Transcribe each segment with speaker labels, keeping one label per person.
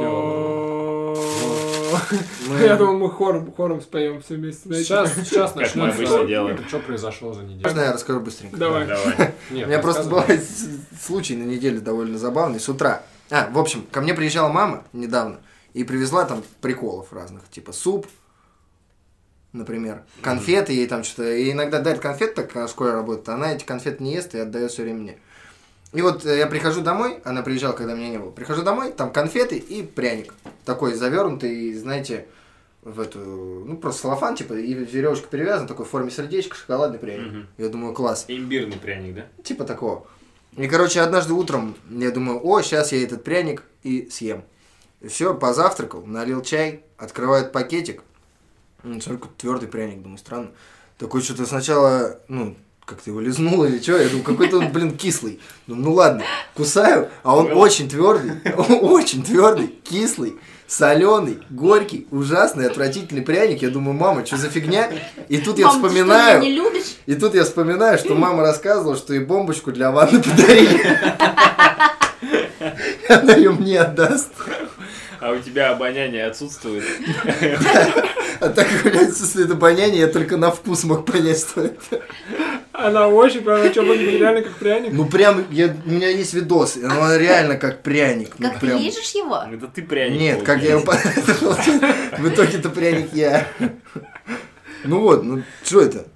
Speaker 1: Йо.
Speaker 2: Мы-
Speaker 1: Я думал, мы хором, хором споем все вместе. знаете.
Speaker 2: Сейчас, сейчас
Speaker 3: Как мы
Speaker 2: начнется.
Speaker 3: обычно делаем.
Speaker 2: Что произошло за неделю?
Speaker 4: Можно я расскажу быстренько?
Speaker 1: Давай.
Speaker 3: Давай.
Speaker 2: Нет,
Speaker 4: У меня просто
Speaker 2: рассказывай.
Speaker 4: бывает с- случай на неделе довольно забавный с утра. А, в общем, ко мне приезжала мама недавно и привезла там приколов разных, типа суп, например, конфеты ей там что-то. И иногда дарит конфеты, так как она в школе работает, она эти конфеты не ест и отдает все время мне. И вот э, я прихожу домой, она приезжала, когда меня не было, прихожу домой, там конфеты и пряник. Такой завернутый, знаете, в эту, ну просто салофан, типа, и веревочка перевязана, такой в форме сердечка, шоколадный пряник.
Speaker 3: Мгм.
Speaker 4: Я думаю, класс.
Speaker 3: Имбирный пряник, да?
Speaker 4: Типа такого. И, короче, однажды утром я думаю, о, сейчас я этот пряник и съем. И все, позавтракал, налил чай, открывает пакетик. М, Смотрю, какой твердый пряник, думаю, странно. Такой что-то сначала, ну, как-то его лизнул или что, я думаю, какой-то он, блин, кислый. Думаю, ну ладно, кусаю, а он
Speaker 3: Было.
Speaker 4: очень твердый, очень твердый, кислый, соленый, горький, ужасный, отвратительный пряник. Я думаю, мама, что за фигня? И тут я
Speaker 5: Мам, ты что,
Speaker 4: вспоминаю...
Speaker 5: меня не любишь?
Speaker 4: И тут я вспоминаю, что мама рассказывала, что и бомбочку для ванны подарили. Она ее мне отдаст.
Speaker 3: А у тебя обоняние отсутствует.
Speaker 4: А так как у меня отсутствует обоняние, я только на вкус мог понять, что это.
Speaker 1: А на ощупь, она что, выглядит реально как пряник?
Speaker 4: Ну прям, я- у меня есть видос, и она реально как пряник. ну
Speaker 5: Как ты
Speaker 4: прям.
Speaker 5: лижешь его?
Speaker 3: Это ты пряник.
Speaker 4: Нет, как я его по- В итоге-то пряник я. Ну вот, ну что это?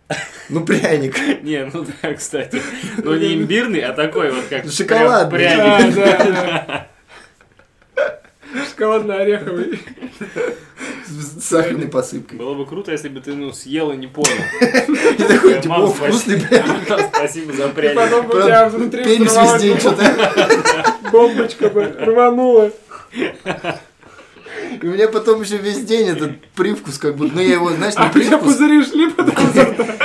Speaker 4: Ну пряник.
Speaker 3: Не, ну да, кстати. Ну не имбирный, а такой вот как
Speaker 4: Шоколадный.
Speaker 3: прям
Speaker 1: Да,
Speaker 3: пряник.
Speaker 1: да, да. Шоколадно-ореховый.
Speaker 4: С сахарной посыпкой.
Speaker 3: Было бы круто, если бы ты, ну, съел и не понял.
Speaker 4: И такой, типа,
Speaker 3: Мама,
Speaker 4: о, вкусный пряник.
Speaker 3: Спасибо за
Speaker 1: И
Speaker 3: пряник.
Speaker 1: потом бы у тебя внутри ну,
Speaker 4: Пенис
Speaker 1: взорвалась
Speaker 4: везде что-то.
Speaker 1: бом- бомбочка бы рванула.
Speaker 4: И у меня потом еще весь день этот привкус, как будто, ну я его, знаешь,
Speaker 1: А
Speaker 4: не
Speaker 1: у тебя
Speaker 4: привкус.
Speaker 1: пузыри шли потом.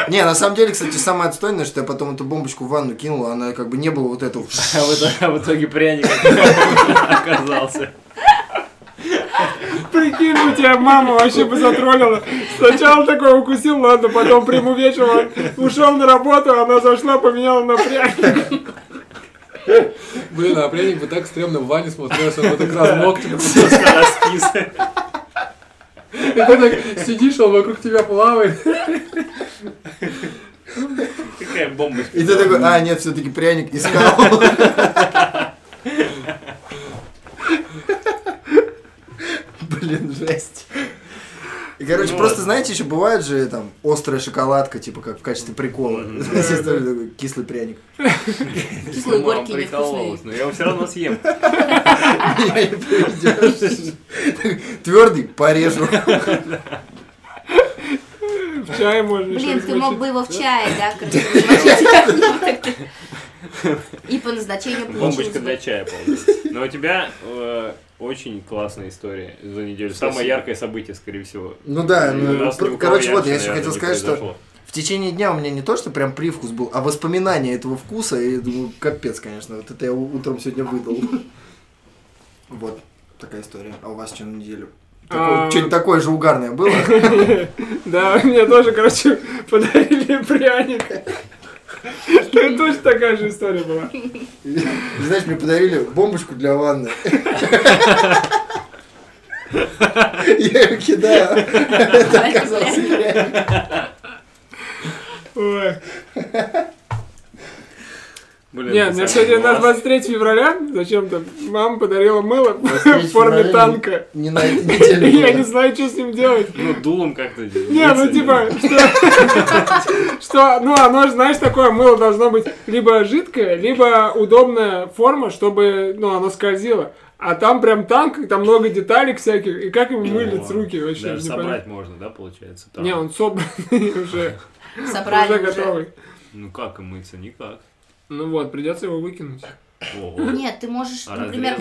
Speaker 4: Не, на самом деле, кстати, самое отстойное, что я потом эту бомбочку в ванну кинул, она как бы не было вот этого.
Speaker 3: А в итоге- а в итоге пряник оказался.
Speaker 1: Прикинь, у тебя мама вообще бы затроллила. Сначала такой укусил, ладно, потом приму вечером ушел на работу, она зашла, поменяла на пряник.
Speaker 2: Блин, а пряник бы так стрёмно в ванне смотрелся, он вот так размок, типа,
Speaker 3: Просто раскис.
Speaker 2: и ты так сидишь, он вокруг тебя плавает.
Speaker 3: Какая бомбочка.
Speaker 4: И ты такой, а, нет, все-таки пряник искал. Блин, жесть. И, короче,
Speaker 3: Ну
Speaker 4: просто,
Speaker 3: ладно.
Speaker 4: знаете, еще бывает же там острая шоколадка, типа как в качестве прикола. Здесь тоже такой Кислый пряник.
Speaker 5: Кислый,
Speaker 3: Ну, мама
Speaker 5: горький,
Speaker 3: прикололась, Но
Speaker 5: невкусный.
Speaker 3: я его все равно съем.
Speaker 4: Меня не поведешь. Твердый порежу.
Speaker 1: В чае можно еще
Speaker 5: Блин, ты мог бы его в чае, да, короче, И по назначению получилось
Speaker 3: Бомбочка для
Speaker 5: бы.
Speaker 3: чая, получается. Но у тебя э, очень классная история за неделю. Самое
Speaker 4: Спасибо.
Speaker 3: яркое событие, скорее всего.
Speaker 4: Ну да,
Speaker 3: И
Speaker 4: ну,
Speaker 3: у нас
Speaker 4: пр-
Speaker 3: ни у кого
Speaker 4: короче, вот я
Speaker 3: ярче,
Speaker 4: еще хотел
Speaker 3: наверное, не
Speaker 4: сказать, что
Speaker 3: произошло.
Speaker 4: в течение дня у меня не то, что прям привкус был, а воспоминания этого вкуса, и я думаю, капец, конечно, вот это я у- утром сегодня выдал. Вот такая история. А у вас что на неделю?
Speaker 1: А.
Speaker 4: Что-нибудь такое же угарное было?
Speaker 1: Да, мне тоже, короче, подарили пряник. Ты точно такая же история была.
Speaker 4: И, Знаешь, мне подарили бомбочку для ванны. Я ее кидаю. Это оказалось реально.
Speaker 1: Ой.
Speaker 3: Блин,
Speaker 1: Нет, ну,
Speaker 3: на
Speaker 1: мне,
Speaker 3: самом
Speaker 1: кстати,
Speaker 3: деле,
Speaker 1: на
Speaker 3: класс.
Speaker 1: 23 февраля зачем-то мама подарила мыло в
Speaker 4: 23
Speaker 1: форме
Speaker 4: февраля.
Speaker 1: танка.
Speaker 4: Не на этой
Speaker 1: Я не
Speaker 4: неделе. было.
Speaker 1: знаю, что с ним делать.
Speaker 3: Ну, дулом как-то.
Speaker 1: Не, ну типа, что, что, ну оно же, знаешь, такое мыло должно быть либо жидкое, либо удобная форма, чтобы, ну, оно скользило. А там прям танк, и там много деталек всяких, и как им мылят с руки вообще,
Speaker 3: Даже
Speaker 1: непонятно.
Speaker 3: собрать можно, да, получается? там?
Speaker 1: Не, он собранный уже, уже
Speaker 5: Собрали А уже.
Speaker 1: готовый.
Speaker 3: Ну как и мыться? Никак.
Speaker 1: Ну вот, придется его выкинуть.
Speaker 3: Ого.
Speaker 5: Нет, ты можешь,
Speaker 3: А
Speaker 5: например,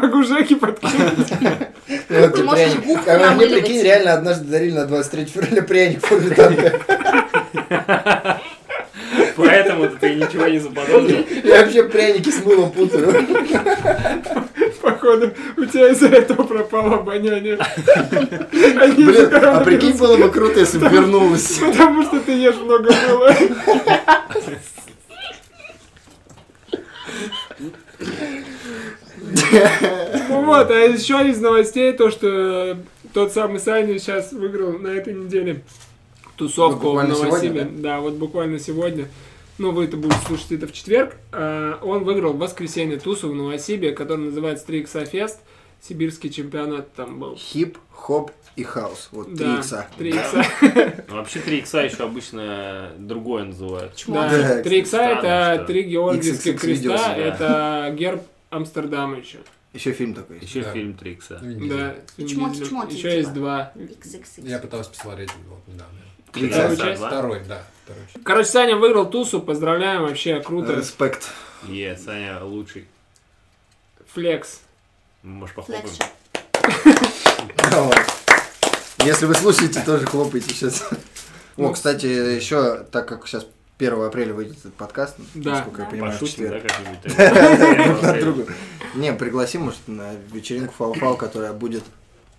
Speaker 1: Могу Жеки подкинуть.
Speaker 4: Вот
Speaker 5: Ты
Speaker 4: и
Speaker 5: можешь
Speaker 4: пряник.
Speaker 5: губку
Speaker 4: А мне,
Speaker 5: намыливать.
Speaker 4: прикинь, реально однажды дарили на 23 февраля пряник в форме танка.
Speaker 3: Поэтому ты ничего не заподозрил.
Speaker 4: Я вообще пряники с мылом путаю.
Speaker 1: Походу, у тебя из-за этого пропало обоняние. Они же
Speaker 4: Блин, а
Speaker 1: коронавирус.
Speaker 4: прикинь, было бы круто, если бы вернулась.
Speaker 1: Потому что ты ешь много мыла. Ну вот, а еще из новостей то, что тот самый Саня сейчас выиграл на этой неделе
Speaker 4: Ну,
Speaker 1: тусовку в
Speaker 4: буквально сегодня,
Speaker 1: Новосибе. Да, вот буквально сегодня. Ну, вы это будете слушать это в четверг. А, Он выиграл в воскресенье тусу в Новосибе, который называется 3 Фест. Сибирский чемпионат там был.
Speaker 4: Хип, хоп и хаус. Вот три
Speaker 1: Да,
Speaker 4: икса.
Speaker 1: 3 икса.
Speaker 3: Ну, Вообще 3 икса еще обычно другое называют.
Speaker 1: Да, 3 икса
Speaker 3: Странно,
Speaker 1: это
Speaker 3: что-
Speaker 1: три георгиевских
Speaker 4: XXX видео,
Speaker 1: креста,
Speaker 4: да.
Speaker 1: это герб Амстердама еще.
Speaker 4: Еще фильм такой. есть.
Speaker 3: Еще
Speaker 2: Да.
Speaker 3: фильм 3 икса.
Speaker 1: Да,
Speaker 5: Чмоки, чмоки,
Speaker 1: еще есть
Speaker 5: типа.
Speaker 1: два.
Speaker 2: Я пытался посмотреть вот недавно.
Speaker 1: Три
Speaker 3: Да,
Speaker 1: икса,
Speaker 3: да,
Speaker 1: часть?
Speaker 3: да.
Speaker 2: Второй, да. Второй.
Speaker 1: Короче, Саня выиграл тусу, поздравляем, вообще круто.
Speaker 4: Респект.
Speaker 3: Е, Саня лучший.
Speaker 1: Флекс.
Speaker 3: Может, похлопаем?
Speaker 5: Флекша.
Speaker 4: Вот. Если вы слушаете, тоже хлопайте сейчас. О,
Speaker 1: Ну.
Speaker 4: кстати, еще, так как сейчас 1 апреля выйдет этот подкаст,
Speaker 1: Да.
Speaker 4: насколько я понимаю, в
Speaker 3: Пошутим, да,
Speaker 4: четверг.
Speaker 3: как-нибудь?
Speaker 4: Друг на друга. Не, пригласим, может, на вечеринку фау-фау, которая будет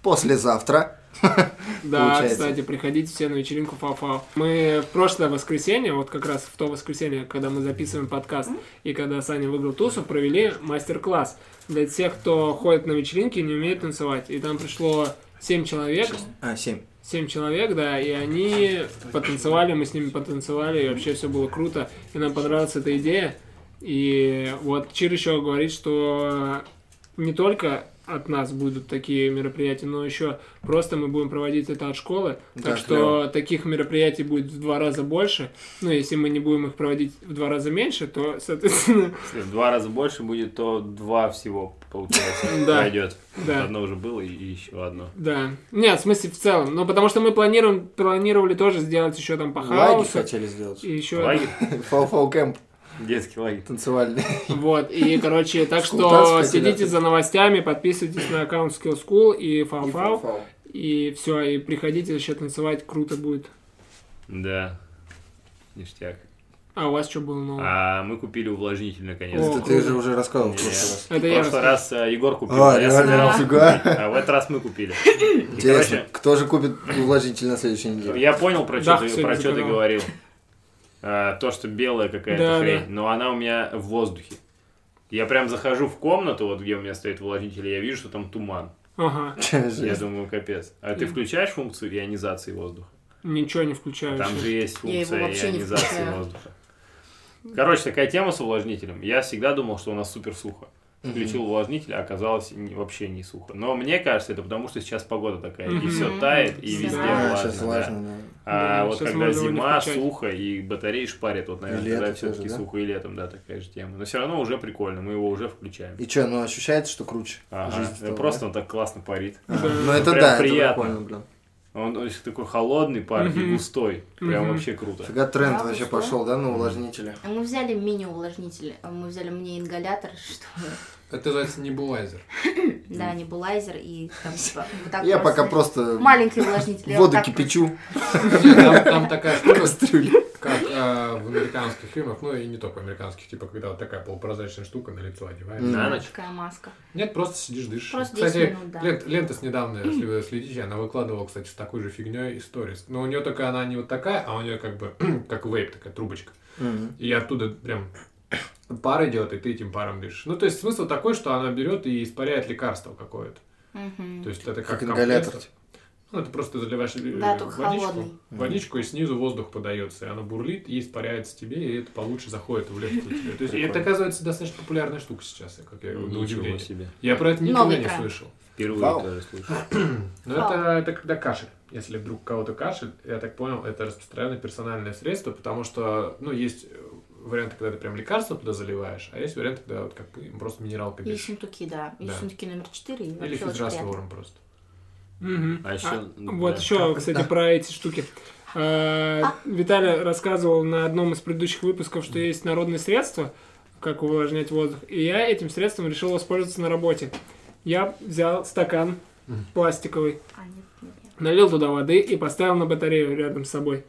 Speaker 4: послезавтра.
Speaker 1: Да,
Speaker 4: Получается.
Speaker 1: кстати, приходите все на вечеринку Фафау. Мы в прошлое воскресенье, вот как раз в то воскресенье, когда мы записываем подкаст и когда Саня выиграл тусу, провели мастер-класс для тех, кто ходит на вечеринки и не умеет танцевать. И там пришло 7 человек,
Speaker 4: А, 7.
Speaker 1: 7 человек, да, и они потанцевали, мы с ними потанцевали, и вообще все было круто, и нам понравилась эта идея. И вот Чир еще говорит, что не только от нас будут такие мероприятия, но еще просто мы будем проводить это от школы,
Speaker 4: Да,
Speaker 1: так что таких мероприятий будет в два раза больше. Ну, если мы не будем их проводить в два раза меньше, то, соответственно,
Speaker 3: Если в два раза больше будет, то два всего, получается,
Speaker 1: Да.
Speaker 3: пройдет.
Speaker 1: Да.
Speaker 3: Одно уже было и еще одно.
Speaker 1: да. Нет, в смысле в целом, но потому что мы планируем, планировали тоже сделать еще там по
Speaker 4: Лаги
Speaker 1: хаосу.
Speaker 4: хотели сделать.
Speaker 1: И еще
Speaker 3: Лагерь?
Speaker 4: Фау-фау кэмп
Speaker 3: Детский лагерь.
Speaker 4: танцевальный.
Speaker 1: Вот, и, короче, так что
Speaker 4: Скултанская
Speaker 1: следите
Speaker 4: телятина.
Speaker 1: за новостями, подписывайтесь на аккаунт Skill School и Фау-Фау,
Speaker 4: Фау-фау.
Speaker 1: и все, и приходите еще танцевать, круто будет.
Speaker 3: Да. Ништяк.
Speaker 1: А у вас что было нового?
Speaker 3: А мы купили увлажнитель наконец-то. Э,
Speaker 1: О,
Speaker 4: Это ты же уже рассказывал в прошлый раз.
Speaker 3: В
Speaker 1: Это я
Speaker 3: прошлый
Speaker 1: расскажу.
Speaker 3: раз э, Егор купил,
Speaker 4: А,
Speaker 3: а я
Speaker 4: реально,
Speaker 3: собирался
Speaker 4: нифига.
Speaker 3: купить, а в этот раз мы купили. И,
Speaker 4: Интересно,
Speaker 3: короче,
Speaker 4: кто же купит увлажнитель на следующей неделе?
Speaker 3: я понял, про что
Speaker 1: Дах
Speaker 3: ты,
Speaker 1: сегодня
Speaker 3: про чё ты
Speaker 1: заказал.
Speaker 3: говорил. А, то, что белая какая-то
Speaker 1: Да,
Speaker 3: хрень,
Speaker 1: да.
Speaker 3: но она у меня в воздухе. Я прям захожу в комнату, вот где у меня стоит увлажнитель, и я вижу, что там туман.
Speaker 1: Ага,
Speaker 3: Я
Speaker 4: Жесть.
Speaker 3: думаю, капец. А ты включаешь функцию ионизации воздуха?
Speaker 1: ничего не включаю.
Speaker 3: Там
Speaker 1: ещё.
Speaker 3: же есть
Speaker 5: Я его
Speaker 3: функция
Speaker 5: вообще не
Speaker 3: ионизации
Speaker 5: включаю.
Speaker 3: воздуха. Короче, такая тема с увлажнителем. Я всегда думал, что у нас супер сухо. Включил увлажнитель, а оказалось не- вообще не сухо. Но мне кажется, это потому, что сейчас погода такая, и
Speaker 1: Мгм.
Speaker 3: все тает, и
Speaker 5: Всё
Speaker 3: везде
Speaker 5: влажно.
Speaker 3: влажно.
Speaker 4: Сейчас
Speaker 3: да.
Speaker 4: влажно, А, да.
Speaker 3: А
Speaker 1: Да,
Speaker 3: вот
Speaker 1: щас
Speaker 3: когда
Speaker 1: можно его не
Speaker 3: зима,
Speaker 1: включать.
Speaker 3: сухо, и батареи шпарят, вот, наверное,
Speaker 4: И
Speaker 3: тогда
Speaker 4: лето тоже,
Speaker 3: все-таки
Speaker 4: да?
Speaker 3: сухо, и летом, да, такая же тема. Но все равно уже прикольно, мы его уже включаем.
Speaker 4: И что, ну ощущается, что круче?
Speaker 3: Ага.
Speaker 4: Жизнь стала,
Speaker 3: Просто
Speaker 4: да?
Speaker 3: он так классно парит.
Speaker 1: Да.
Speaker 4: Ну это
Speaker 3: Прям
Speaker 4: да,
Speaker 3: приятно.
Speaker 4: это прикольно, блин.
Speaker 3: Он очень такой холодный пар и
Speaker 1: Мгм.
Speaker 3: густой. Прям
Speaker 1: Мгм.
Speaker 3: вообще круто.
Speaker 4: Фига тренд
Speaker 5: Да,
Speaker 4: вообще
Speaker 5: вкусно.
Speaker 4: пошел, да, на увлажнителя?
Speaker 5: Мы взяли мини-увлажнитель, а мы взяли мне ингалятор, что
Speaker 2: Это называется небулайзер.
Speaker 5: да, небулайзер и там типа вот так
Speaker 4: Я пока
Speaker 5: просто
Speaker 4: просто
Speaker 5: маленький увлажнитель. я вот
Speaker 4: воду
Speaker 5: так
Speaker 4: кипячу
Speaker 2: Нет, Там там такая
Speaker 4: в
Speaker 2: штука,
Speaker 4: кастрюле.
Speaker 2: как э, в американских фильмах, ну и не только американских, типа когда вот такая полупрозрачная штука на лицо одевается.
Speaker 3: На
Speaker 5: просто
Speaker 3: ночь.
Speaker 5: Такая маска.
Speaker 2: Нет, просто сидишь, дышишь.
Speaker 5: Просто 10
Speaker 2: кстати,
Speaker 5: минут, да.
Speaker 2: лент, лента с недавно, если вы следите, она выкладывала, кстати, с такой же фигней и сторис. Но у нее только она не вот такая, а у нее как бы, как вейп, такая трубочка.
Speaker 4: Мгм.
Speaker 2: И оттуда прям пары делает, и ты этим паром дышишь. Ну, то есть смысл такой, что она берет и испаряет лекарство какое-то.
Speaker 5: Мгм.
Speaker 2: То есть это как,
Speaker 4: Как ингалятор.
Speaker 2: компресс. Ну, это просто заливаешь э,
Speaker 5: Да, только холодный.
Speaker 2: водичку, водичку, и снизу воздух подается, и она бурлит, и испаряется тебе, и это получше заходит в легкие тебе. То есть
Speaker 3: Прикольно. Ну,
Speaker 2: это, оказывается, достаточно популярная штука сейчас, как я на
Speaker 3: Ничего
Speaker 2: удивление.
Speaker 3: себе.
Speaker 2: Я про это никогда
Speaker 5: Новый
Speaker 2: не
Speaker 5: тренд.
Speaker 2: слышал.
Speaker 3: Впервые
Speaker 4: Вау.
Speaker 3: тоже слышу. А
Speaker 2: Но
Speaker 5: Вау.
Speaker 2: это, это когда кашель. Если вдруг у кого-то кашель, я так понял, это распространенное персональное средство, потому что, ну, есть э, варианты, когда ты прям лекарство туда заливаешь, а есть варианты, когда вот как бы им просто минералка
Speaker 5: И
Speaker 2: бишь.
Speaker 5: сундуки, да. И
Speaker 2: Да.
Speaker 5: сундуки номер 4. И
Speaker 2: Или
Speaker 5: вообще очень приятно.
Speaker 2: физраствором просто.
Speaker 1: Мгм.
Speaker 3: А еще,
Speaker 1: А,
Speaker 3: ну,
Speaker 1: Вот
Speaker 3: да.
Speaker 1: еще, кстати, про эти штуки. Э, Виталий рассказывал на одном из предыдущих выпусков, что есть народные средства, как увлажнять воздух. И я этим средством решил воспользоваться на работе. Я взял стакан пластиковый,
Speaker 5: А, нет, нет, нет.
Speaker 1: налил туда воды и поставил на батарею рядом с собой.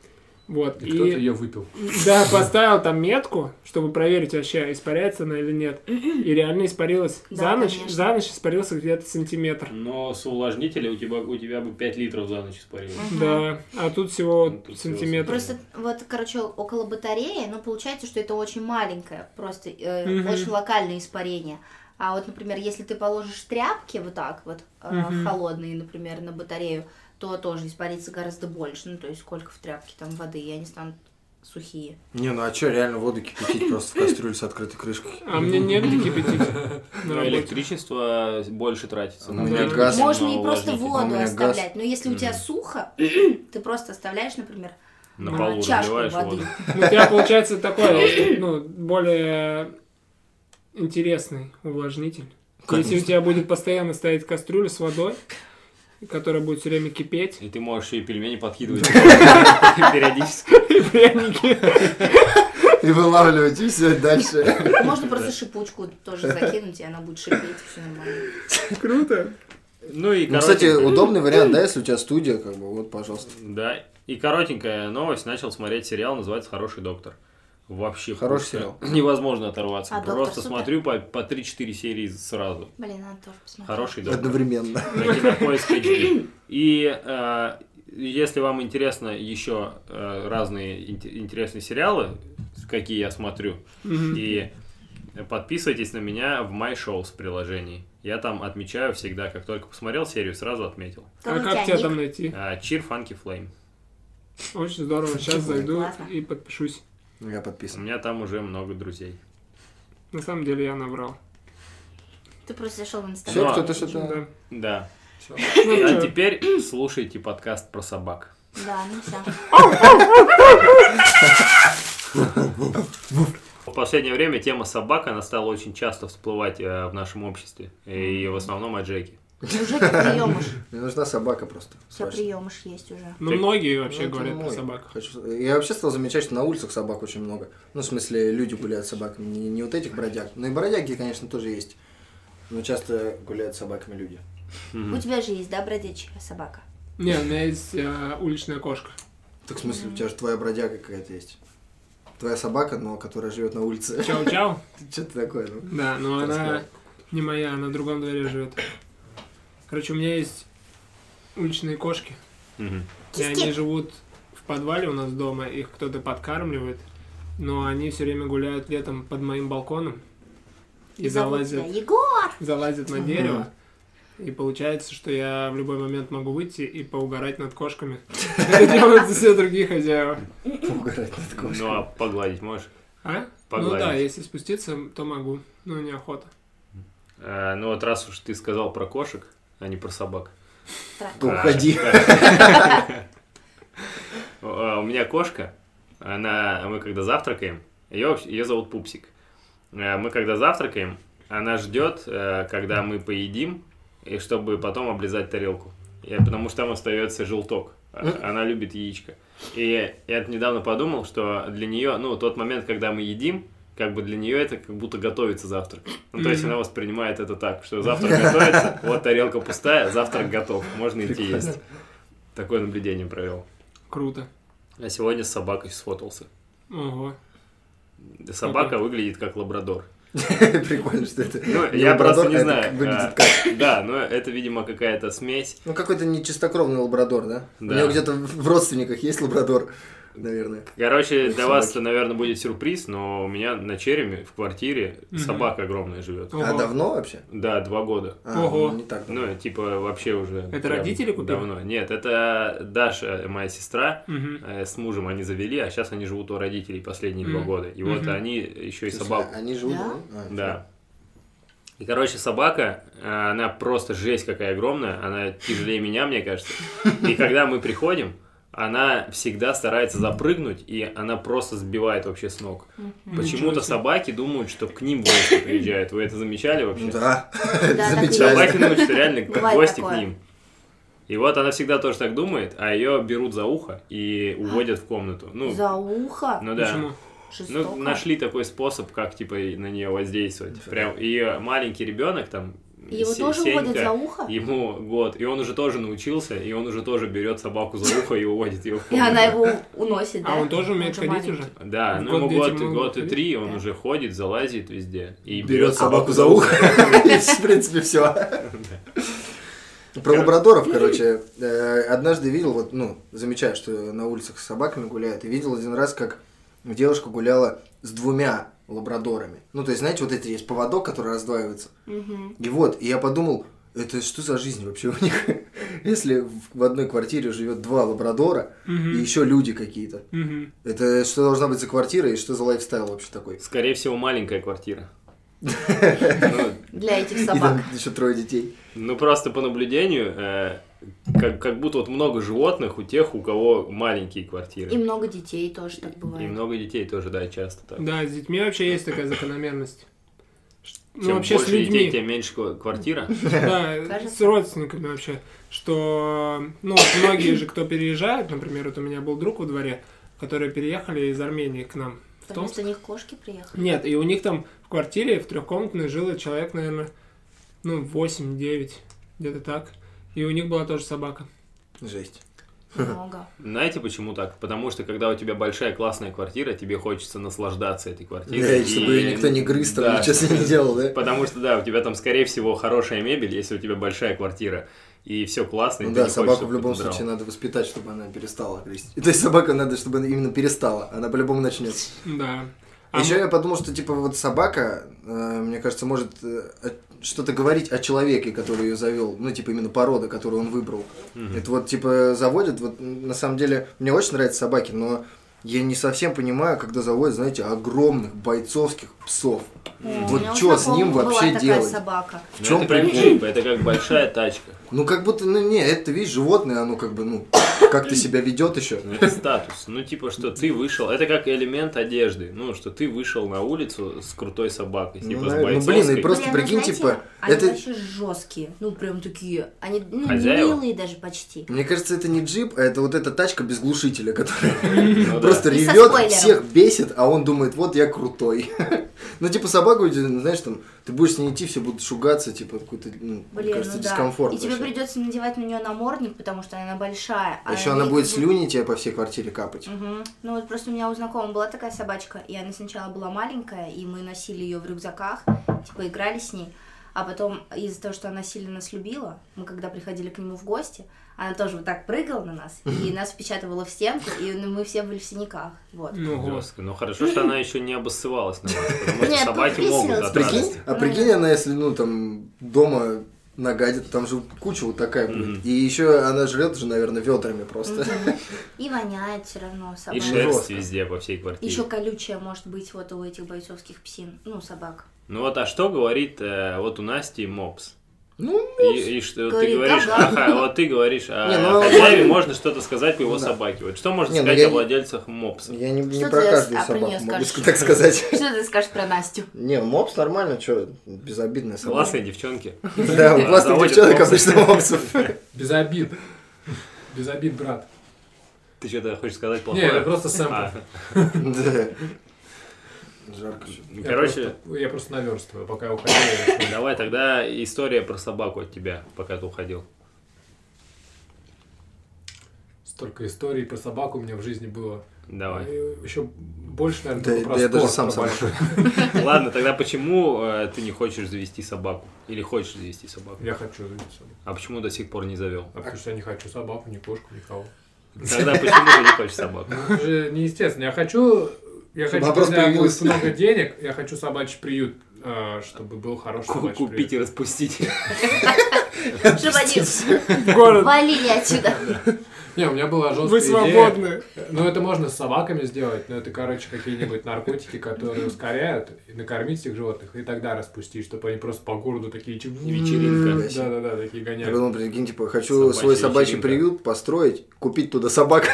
Speaker 1: Вот.
Speaker 2: И, кто-то ее выпил.
Speaker 1: Да, поставил там метку, чтобы проверить вообще, испаряется она или нет. И реально испарилась.
Speaker 5: Да,
Speaker 1: за, ночь,
Speaker 5: конечно.
Speaker 1: за ночь испарился где-то сантиметр.
Speaker 3: Но с увлажнителя у тебя, у тебя бы 5 литров за ночь испарилось.
Speaker 5: Мгм.
Speaker 1: Да, а тут всего
Speaker 3: Ну, тут всего
Speaker 1: сантиметр.
Speaker 5: Просто вот, короче, около ну, батареи, но получается, что это очень маленькое, просто э,
Speaker 1: Мгм.
Speaker 5: очень локальное испарение. А вот, например, если ты положишь тряпки вот так вот, э,
Speaker 1: Мгм.
Speaker 5: холодные, например, на батарею, то тоже испарится гораздо больше. Ну, то есть сколько в тряпке там воды, и они станут сухие.
Speaker 4: Не, ну а что, реально воду кипятить просто в кастрюле с открытой крышкой?
Speaker 1: А мне нет где кипятить. на работе.
Speaker 3: Но Ну, электричество больше тратится.
Speaker 4: У
Speaker 3: на
Speaker 4: меня
Speaker 3: газ,
Speaker 4: газ.
Speaker 3: на
Speaker 5: Можно и просто
Speaker 3: увлажнитель.
Speaker 4: У
Speaker 5: воду
Speaker 4: меня газ.
Speaker 5: оставлять. Но если у тебя сухо, ты просто оставляешь, например,
Speaker 3: На
Speaker 5: а,
Speaker 3: полу
Speaker 5: чашку
Speaker 3: разливаешь
Speaker 5: воды.
Speaker 3: воду.
Speaker 1: Ну, у тебя получается такой, ну, более интересный увлажнитель. Если у тебя будет постоянно стоять кастрюля с водой, которая будет все время кипеть,
Speaker 3: И ты можешь и пельмени подкидывать периодически.
Speaker 1: и пряники.
Speaker 4: И вылавливать, и все дальше.
Speaker 5: можно просто шипучку тоже закинуть, и она будет шипеть, все нормально.
Speaker 1: Круто.
Speaker 3: Ну и,
Speaker 4: Ну, кстати,
Speaker 3: коротенько-
Speaker 4: удобный вариант, да, если у тебя студия, как бы, вот, пожалуйста.
Speaker 3: Да. И коротенькая новость. Начал смотреть сериал, называется «Хороший доктор». Вообще
Speaker 4: Хороший
Speaker 3: просто Невозможно оторваться.
Speaker 5: А «Доктор
Speaker 3: Просто
Speaker 5: Супер»?
Speaker 3: смотрю по, по 3-4 серии сразу.
Speaker 5: Блин, надо тоже посмотреть.
Speaker 3: Хороший доктор.
Speaker 4: Одновременно.
Speaker 3: на Кинопоиск HD. И э, если вам интересно еще э, разные инте- интересные сериалы, какие я смотрю, и подписывайтесь на меня в MyShows приложении. Я там отмечаю всегда, как только посмотрел серию, сразу отметил.
Speaker 1: А
Speaker 5: Там у
Speaker 1: как тебя
Speaker 5: ник.
Speaker 1: там найти?
Speaker 3: Э, Cheer Funky Flame.
Speaker 1: Очень здорово. Сейчас зайду
Speaker 5: Классно.
Speaker 1: и подпишусь.
Speaker 4: Я
Speaker 3: У
Speaker 4: подписан.
Speaker 3: меня там уже много друзей.
Speaker 1: На самом деле я набрал.
Speaker 5: Ты просто зашел в
Speaker 4: Все,
Speaker 5: Инстаграм.
Speaker 3: Ну,
Speaker 4: кто-то что-то...
Speaker 1: Да.
Speaker 3: Да.
Speaker 1: Ну,
Speaker 3: А
Speaker 1: чё,
Speaker 3: теперь слушайте подкаст про собак.
Speaker 5: Да, ну все.
Speaker 3: В последнее время тема собак, она стала очень часто всплывать э, в нашем обществе. И в основном о Джеке.
Speaker 5: Уже ты приемыш.
Speaker 4: Мне нужна собака просто.
Speaker 5: У тебя
Speaker 4: срочно.
Speaker 5: приемыш есть уже.
Speaker 1: Ну, многие вообще
Speaker 4: Ну, это
Speaker 1: говорят про
Speaker 4: мой.
Speaker 1: собак.
Speaker 4: Хочу- Я вообще стал замечать, что на улицах собак очень много. Ну, в смысле, люди гуляют с собаками, не, не вот этих бродяг. Ну и бродяги, конечно, тоже есть. Но часто гуляют с собаками люди.
Speaker 5: У тебя же есть, да, бродячая собака?
Speaker 1: Не, у меня есть э, уличная кошка.
Speaker 4: Так в смысле, у тебя же твоя бродяга какая-то есть. Твоя собака, но которая живет на улице.
Speaker 1: Чау-чау.
Speaker 4: Что-то такое, ну.
Speaker 1: Да, но она
Speaker 4: Рассказывай.
Speaker 1: не моя, она в другом дворе живет. Короче, у меня есть уличные кошки.
Speaker 3: Мгм.
Speaker 1: И
Speaker 5: Кис-кис.
Speaker 1: они живут в подвале у нас дома, их кто-то подкармливает, но они все время гуляют летом под моим балконом и
Speaker 5: Зовут тебя
Speaker 1: залазят,
Speaker 5: Егор!
Speaker 1: залазят на дерево. И получается, что я в любой момент могу выйти и поугарать над кошками. Это делают все другие хозяева.
Speaker 4: Угорать над кошкой.
Speaker 3: Ну а погладить можешь?
Speaker 1: А? Ну
Speaker 3: Погладить.
Speaker 1: да, если спуститься, то могу. Но неохота.
Speaker 3: Э, ну вот раз уж ты сказал про кошек, а не про собак.
Speaker 4: Да
Speaker 3: А,
Speaker 4: уходи.
Speaker 3: Э, У меня кошка, она, мы когда завтракаем, ее, ее зовут Пупсик. Э, Мы когда завтракаем, она ждет, э, когда мы поедим, и чтобы потом облизать тарелку. Э, Потому что там остается желток. А- Она любит яичко. И я вот недавно подумал, что для нее, ну, тот момент, когда мы едим, как бы для нее это как будто готовится завтрак. Ну, то есть
Speaker 1: Мгм.
Speaker 3: она воспринимает это так, что завтрак готовится, вот тарелка пустая, завтрак готов, можно идти
Speaker 4: Прикольно.
Speaker 3: есть. Такое наблюдение провел.
Speaker 1: Круто.
Speaker 3: А сегодня с собакой сфотался.
Speaker 1: Ого.
Speaker 3: Да Собака выглядит как лабрадор.
Speaker 4: Прикольно, что это.
Speaker 3: Ну,
Speaker 4: не
Speaker 3: я
Speaker 4: лабрадор,
Speaker 3: просто не
Speaker 4: а это
Speaker 3: знаю.
Speaker 4: Выглядит
Speaker 3: а,
Speaker 4: как.
Speaker 3: Да, но это, видимо, какая-то смесь.
Speaker 4: Ну, какой-то нечистокровный лабрадор, да? У
Speaker 3: Да.
Speaker 4: него где-то в родственниках есть лабрадор, наверное.
Speaker 3: Короче,
Speaker 4: Как
Speaker 3: для вас
Speaker 4: собаки.
Speaker 3: это, наверное, будет сюрприз, но у меня на череме в квартире
Speaker 1: Мгм.
Speaker 3: собака огромная живет.
Speaker 1: Ого.
Speaker 4: А давно вообще?
Speaker 3: Да, два года.
Speaker 4: А,
Speaker 1: Ого.
Speaker 4: ну, не так давно.
Speaker 3: Ну, типа, вообще уже...
Speaker 1: Это
Speaker 3: прям
Speaker 1: родители купили?
Speaker 3: Давно. Нет, это Даша, моя сестра,
Speaker 1: Мгм.
Speaker 3: э, с мужем они завели, а сейчас они живут у родителей последние два
Speaker 1: Мгм.
Speaker 3: года. И вот
Speaker 1: Мгм.
Speaker 3: они еще и
Speaker 4: В смысле,
Speaker 3: собаку
Speaker 4: Они живут,
Speaker 5: Да?
Speaker 4: да? А,
Speaker 3: Да. И, короче, собака, э, она просто жесть какая огромная, она тяжелее меня, мне кажется. И когда мы приходим, она всегда старается запрыгнуть, и она просто сбивает вообще с ног.
Speaker 1: Ничего
Speaker 5: Ну,
Speaker 3: Почему-то
Speaker 1: себе.
Speaker 3: собаки думают, что к ним гости приезжают. Вы это замечали вообще?
Speaker 4: Ну да,
Speaker 5: Да, так и есть.
Speaker 3: Собаки
Speaker 4: замечательно.
Speaker 3: думают, что реально как
Speaker 5: Бывает
Speaker 3: гости к
Speaker 5: такое.
Speaker 3: ним. И вот она всегда тоже так думает, а ее берут за ухо и уводят в комнату. Ну,
Speaker 5: За ухо?
Speaker 3: ну да.
Speaker 1: Почему?
Speaker 5: Жестоко.
Speaker 3: Ну, нашли такой способ, как, типа, и на нее воздействовать. Прям, и маленький ребенок там...
Speaker 5: Его
Speaker 3: Се-
Speaker 5: тоже
Speaker 3: Сенька,
Speaker 5: уводят за ухо?
Speaker 3: Ему год, и он уже тоже научился, и он уже тоже берет собаку за ухо и уводит ее в
Speaker 5: И
Speaker 3: комнату.
Speaker 5: она его уносит, да?
Speaker 1: А он тоже умеет
Speaker 5: же
Speaker 1: ходить
Speaker 5: маленький.
Speaker 1: уже?
Speaker 3: Да,
Speaker 1: В
Speaker 3: ну ему
Speaker 1: год
Speaker 3: год,
Speaker 1: дети могут
Speaker 3: год и
Speaker 1: ходить?
Speaker 3: три, он
Speaker 5: Да.
Speaker 3: уже ходит, залазит везде. И
Speaker 4: Берет
Speaker 3: берет
Speaker 4: собаку за ухо. И, В принципе, все. Про лабрадоров, короче, э, однажды видел, вот, ну, замечаю, что на улицах с собаками гуляют, и видел один раз, как девушка гуляла с двумя лабрадорами. Ну, то есть, знаете, вот эти есть поводок, который раздваивается.
Speaker 5: Мгм.
Speaker 4: И вот, и я подумал, это что за жизнь вообще у них? Если в- в одной квартире живет два лабрадора и еще люди какие-то.
Speaker 1: Мгм.
Speaker 4: Это что должна быть за квартира и что за лайфстайл вообще такой?
Speaker 3: Скорее всего, маленькая квартира. Ну,
Speaker 5: Для этих
Speaker 4: И там
Speaker 5: собак.
Speaker 4: еще трое детей.
Speaker 3: Ну, просто по наблюдению, э, как, как будто вот много животных у тех, у кого маленькие квартиры.
Speaker 5: И много детей тоже так
Speaker 3: И
Speaker 5: бывает.
Speaker 3: много детей тоже, да, часто так.
Speaker 1: Да, с детьми вообще есть такая закономерность. Ш- Ну,
Speaker 3: Чем
Speaker 1: вообще с
Speaker 3: больше детей,
Speaker 1: людьми,
Speaker 3: тем меньше ква- квартира.
Speaker 1: да,
Speaker 5: Кажется.
Speaker 1: с родственниками вообще, что, ну, вот многие же, кто переезжает, например, вот у меня был друг во дворе, которые переехали из Армении к нам в
Speaker 5: Потому
Speaker 1: Томск.
Speaker 5: что у них кошки приехали.
Speaker 1: Нет, и у них там в квартире в трехкомнатной жило человек, наверное, ну, 8-9, где-то так. И у них была тоже собака.
Speaker 4: Жесть.
Speaker 5: Много.
Speaker 3: Знаете, почему так? Потому что, когда у тебя большая классная квартира, тебе хочется наслаждаться этой квартирой.
Speaker 4: Да, и
Speaker 3: И-
Speaker 4: чтобы ее никто не грыз, там
Speaker 3: Да.
Speaker 4: ничего с ней не делал, да?
Speaker 3: Потому что, да, у тебя там, скорее всего, хорошая мебель, если у тебя большая квартира. И все классно. и
Speaker 4: Ну
Speaker 3: ты
Speaker 4: да,
Speaker 3: не хочешь,
Speaker 4: собаку в
Speaker 3: чтобы
Speaker 4: любом
Speaker 3: ты драл.
Speaker 4: случае надо воспитать, чтобы она перестала грызть. То есть собака надо, чтобы она именно перестала. Она по-любому начнет.
Speaker 1: Да. А
Speaker 4: Еще я подумал, что типа вот собака, э, мне кажется, может э, о- что-то говорить о человеке, который ее завел. Ну, типа именно порода, которую он выбрал.
Speaker 3: Мгм.
Speaker 4: Это вот типа заводят. Вот м, на самом деле мне очень нравятся собаки, но я не совсем понимаю, когда заводят, знаете, огромных бойцовских псов.
Speaker 5: О,
Speaker 4: Вот
Speaker 5: у меня у
Speaker 4: чё с ним
Speaker 5: знакомого была
Speaker 4: вообще
Speaker 5: такая
Speaker 4: делать?
Speaker 5: собака.
Speaker 4: В
Speaker 3: Ну,
Speaker 4: чем
Speaker 3: это как
Speaker 4: прикол?
Speaker 3: джип, это как большая тачка.
Speaker 4: Ну как будто, ну не, это видишь, животное, оно как бы, ну, как-то себя ведет еще.
Speaker 3: Ну, Это статус. Ну, типа, что ты вышел. Это как элемент одежды. Ну, что ты вышел на улицу с крутой собакой.
Speaker 4: Ну,
Speaker 3: Типа, с
Speaker 4: наверное. Ну, блин, и
Speaker 3: бойцовской.
Speaker 4: просто
Speaker 5: Блин, ну,
Speaker 4: прикинь,
Speaker 5: знаете,
Speaker 4: типа,
Speaker 5: Они
Speaker 4: это-
Speaker 5: вообще жесткие. Ну, прям такие. Они, ну, не
Speaker 3: Хозяева?
Speaker 5: милые даже почти.
Speaker 4: Мне кажется, это не джип, а это вот эта тачка без глушителя, которая
Speaker 3: Ну, да.
Speaker 4: просто
Speaker 5: И со
Speaker 4: ревет,
Speaker 5: спойлером.
Speaker 4: всех бесит, а он думает, вот я крутой. Ну, типа, собаку, знаешь, там, ты будешь с ней идти, все будут шугаться, типа, какой-то, ну, мне
Speaker 5: Блин,
Speaker 4: кажется,
Speaker 5: ну да.
Speaker 4: дискомфорт.
Speaker 5: И тебе
Speaker 4: вообще.
Speaker 5: придется надевать на нее намордник, потому что она большая.
Speaker 4: А еще она
Speaker 5: они-
Speaker 4: будет слюни тебе по всей квартире капать.
Speaker 5: Мгм. Ну вот просто у меня у знакомого была такая собачка, и она сначала была маленькая, и мы носили ее в рюкзаках, типа играли с ней. А потом из-за того, что она сильно нас любила, мы когда приходили к нему в гости, она тоже вот так прыгала на нас, и нас впечатывала в стенку, и ну, мы все были в синяках. Вот.
Speaker 1: Ну, господи.
Speaker 3: Жестко. Ну, хорошо, что она еще не обоссывалась на вас. Потому что
Speaker 5: Нет,
Speaker 3: собаки
Speaker 5: тут
Speaker 3: могут
Speaker 5: весело.
Speaker 3: от
Speaker 4: Прикинь,
Speaker 3: радости.
Speaker 4: а прикинь, она если, ну, там, дома нагадит, там же куча вот такая будет.
Speaker 3: Мгм.
Speaker 4: И еще она жрет же, наверное, ведрами просто.
Speaker 5: Мгм. И воняет все равно
Speaker 3: И
Speaker 5: собака.
Speaker 3: шерсть
Speaker 4: Жестко.
Speaker 3: везде по всей квартире.
Speaker 5: Еще колючая может быть вот у этих бойцовских псин, ну собак.
Speaker 3: Ну вот, а что говорит э, вот у Насти мопс?
Speaker 4: Ну,
Speaker 3: И, и что ты
Speaker 5: Говорит,
Speaker 3: говоришь,
Speaker 5: «Ага».
Speaker 3: о ха- вот ты говоришь, о
Speaker 4: Не, ну,
Speaker 3: хозяеве
Speaker 4: ладно.
Speaker 3: можно что-то сказать по его
Speaker 4: Ну, да.
Speaker 3: собаке. Вот что можно
Speaker 4: Не, ну,
Speaker 3: сказать
Speaker 4: я
Speaker 3: о
Speaker 4: не-
Speaker 3: владельцах мопса?
Speaker 4: я не, не
Speaker 5: Что
Speaker 4: про
Speaker 5: ты
Speaker 4: каждую
Speaker 5: о- о про
Speaker 4: собаку
Speaker 5: неё
Speaker 4: могу
Speaker 5: скажешь?
Speaker 4: так сказать.
Speaker 5: Что ты скажешь про Настю?
Speaker 4: Не, мопс нормально, что, безобидная собака.
Speaker 3: Классные девчонки.
Speaker 4: Да, у
Speaker 3: Да,
Speaker 4: классных
Speaker 3: заводят
Speaker 4: девчонок
Speaker 3: мопсов.
Speaker 4: обычно мопсов.
Speaker 2: Без обид. Без обид, брат.
Speaker 3: Ты что-то хочешь сказать
Speaker 2: Не, это
Speaker 3: плохое?
Speaker 2: просто сэмпл.
Speaker 3: А,
Speaker 4: Да. Жарко же.
Speaker 3: ну,
Speaker 2: Я
Speaker 3: Короче,
Speaker 2: просто- я просто наверстываю, пока я уходил. я решил.
Speaker 3: давай тогда история про собаку от тебя, пока ты уходил.
Speaker 2: Столько историй про собаку у меня в жизни было.
Speaker 3: Давай.
Speaker 2: Еще больше,
Speaker 4: Да,
Speaker 2: наверное, было
Speaker 4: да я даже
Speaker 2: про
Speaker 4: сам
Speaker 2: спорт, про
Speaker 4: собаку.
Speaker 2: большой.
Speaker 3: Ладно, тогда почему э, ты не хочешь завести собаку? Или хочешь завести собаку?
Speaker 2: Я хочу завести собаку.
Speaker 3: А почему до сих пор не завел?
Speaker 2: А потому что я не хочу собаку, ни кошку, никого.
Speaker 3: Тогда почему ты не хочешь собаку?
Speaker 2: Ну, это же неестественно. Я хочу... Я
Speaker 4: Чтобы
Speaker 2: хочу,
Speaker 4: вопрос
Speaker 2: когда будет
Speaker 4: появился.
Speaker 2: много денег, я хочу собачий приют, э, чтобы был хороший
Speaker 3: Ку-
Speaker 2: собачий
Speaker 3: Купить
Speaker 2: приют.
Speaker 3: и распустить.
Speaker 5: Чтобы они
Speaker 1: В город.
Speaker 5: валили отсюда.
Speaker 2: Не, у меня была жесткая
Speaker 1: Вы свободны.
Speaker 2: идея. Ну, это можно с собаками сделать, но это, короче, какие-нибудь наркотики, которые ускоряют, и накормить этих животных, и тогда распустить, чтобы они просто по городу такие... чик-
Speaker 3: Вечеринка.
Speaker 2: Да-да-да, такие
Speaker 4: Я
Speaker 2: гоняли.
Speaker 4: подумал, прикинь, типа, хочу
Speaker 3: Собачья
Speaker 4: свой собачий
Speaker 3: вечеринка.
Speaker 4: приют построить, купить туда собак.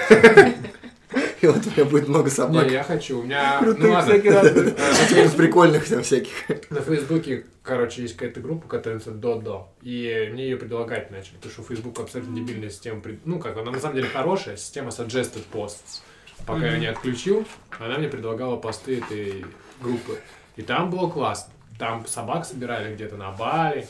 Speaker 4: И вот у меня будет много собак.
Speaker 2: Не, я хочу. У меня...
Speaker 1: Крутые
Speaker 2: ну, ладно.
Speaker 1: всякие разные.
Speaker 2: Э,
Speaker 4: Прикольных там всяких.
Speaker 2: На Фейсбуке, короче, есть какая-то группа, которая называется Додо. И мне ее предлагать начали, потому что у Фейсбука абсолютно дебильная система. пред- Ну, как она на самом деле хорошая, система suggested posts. Пока я не отключил, она мне предлагала посты этой группы. И там было классно. Там собак собирали где-то на Бали,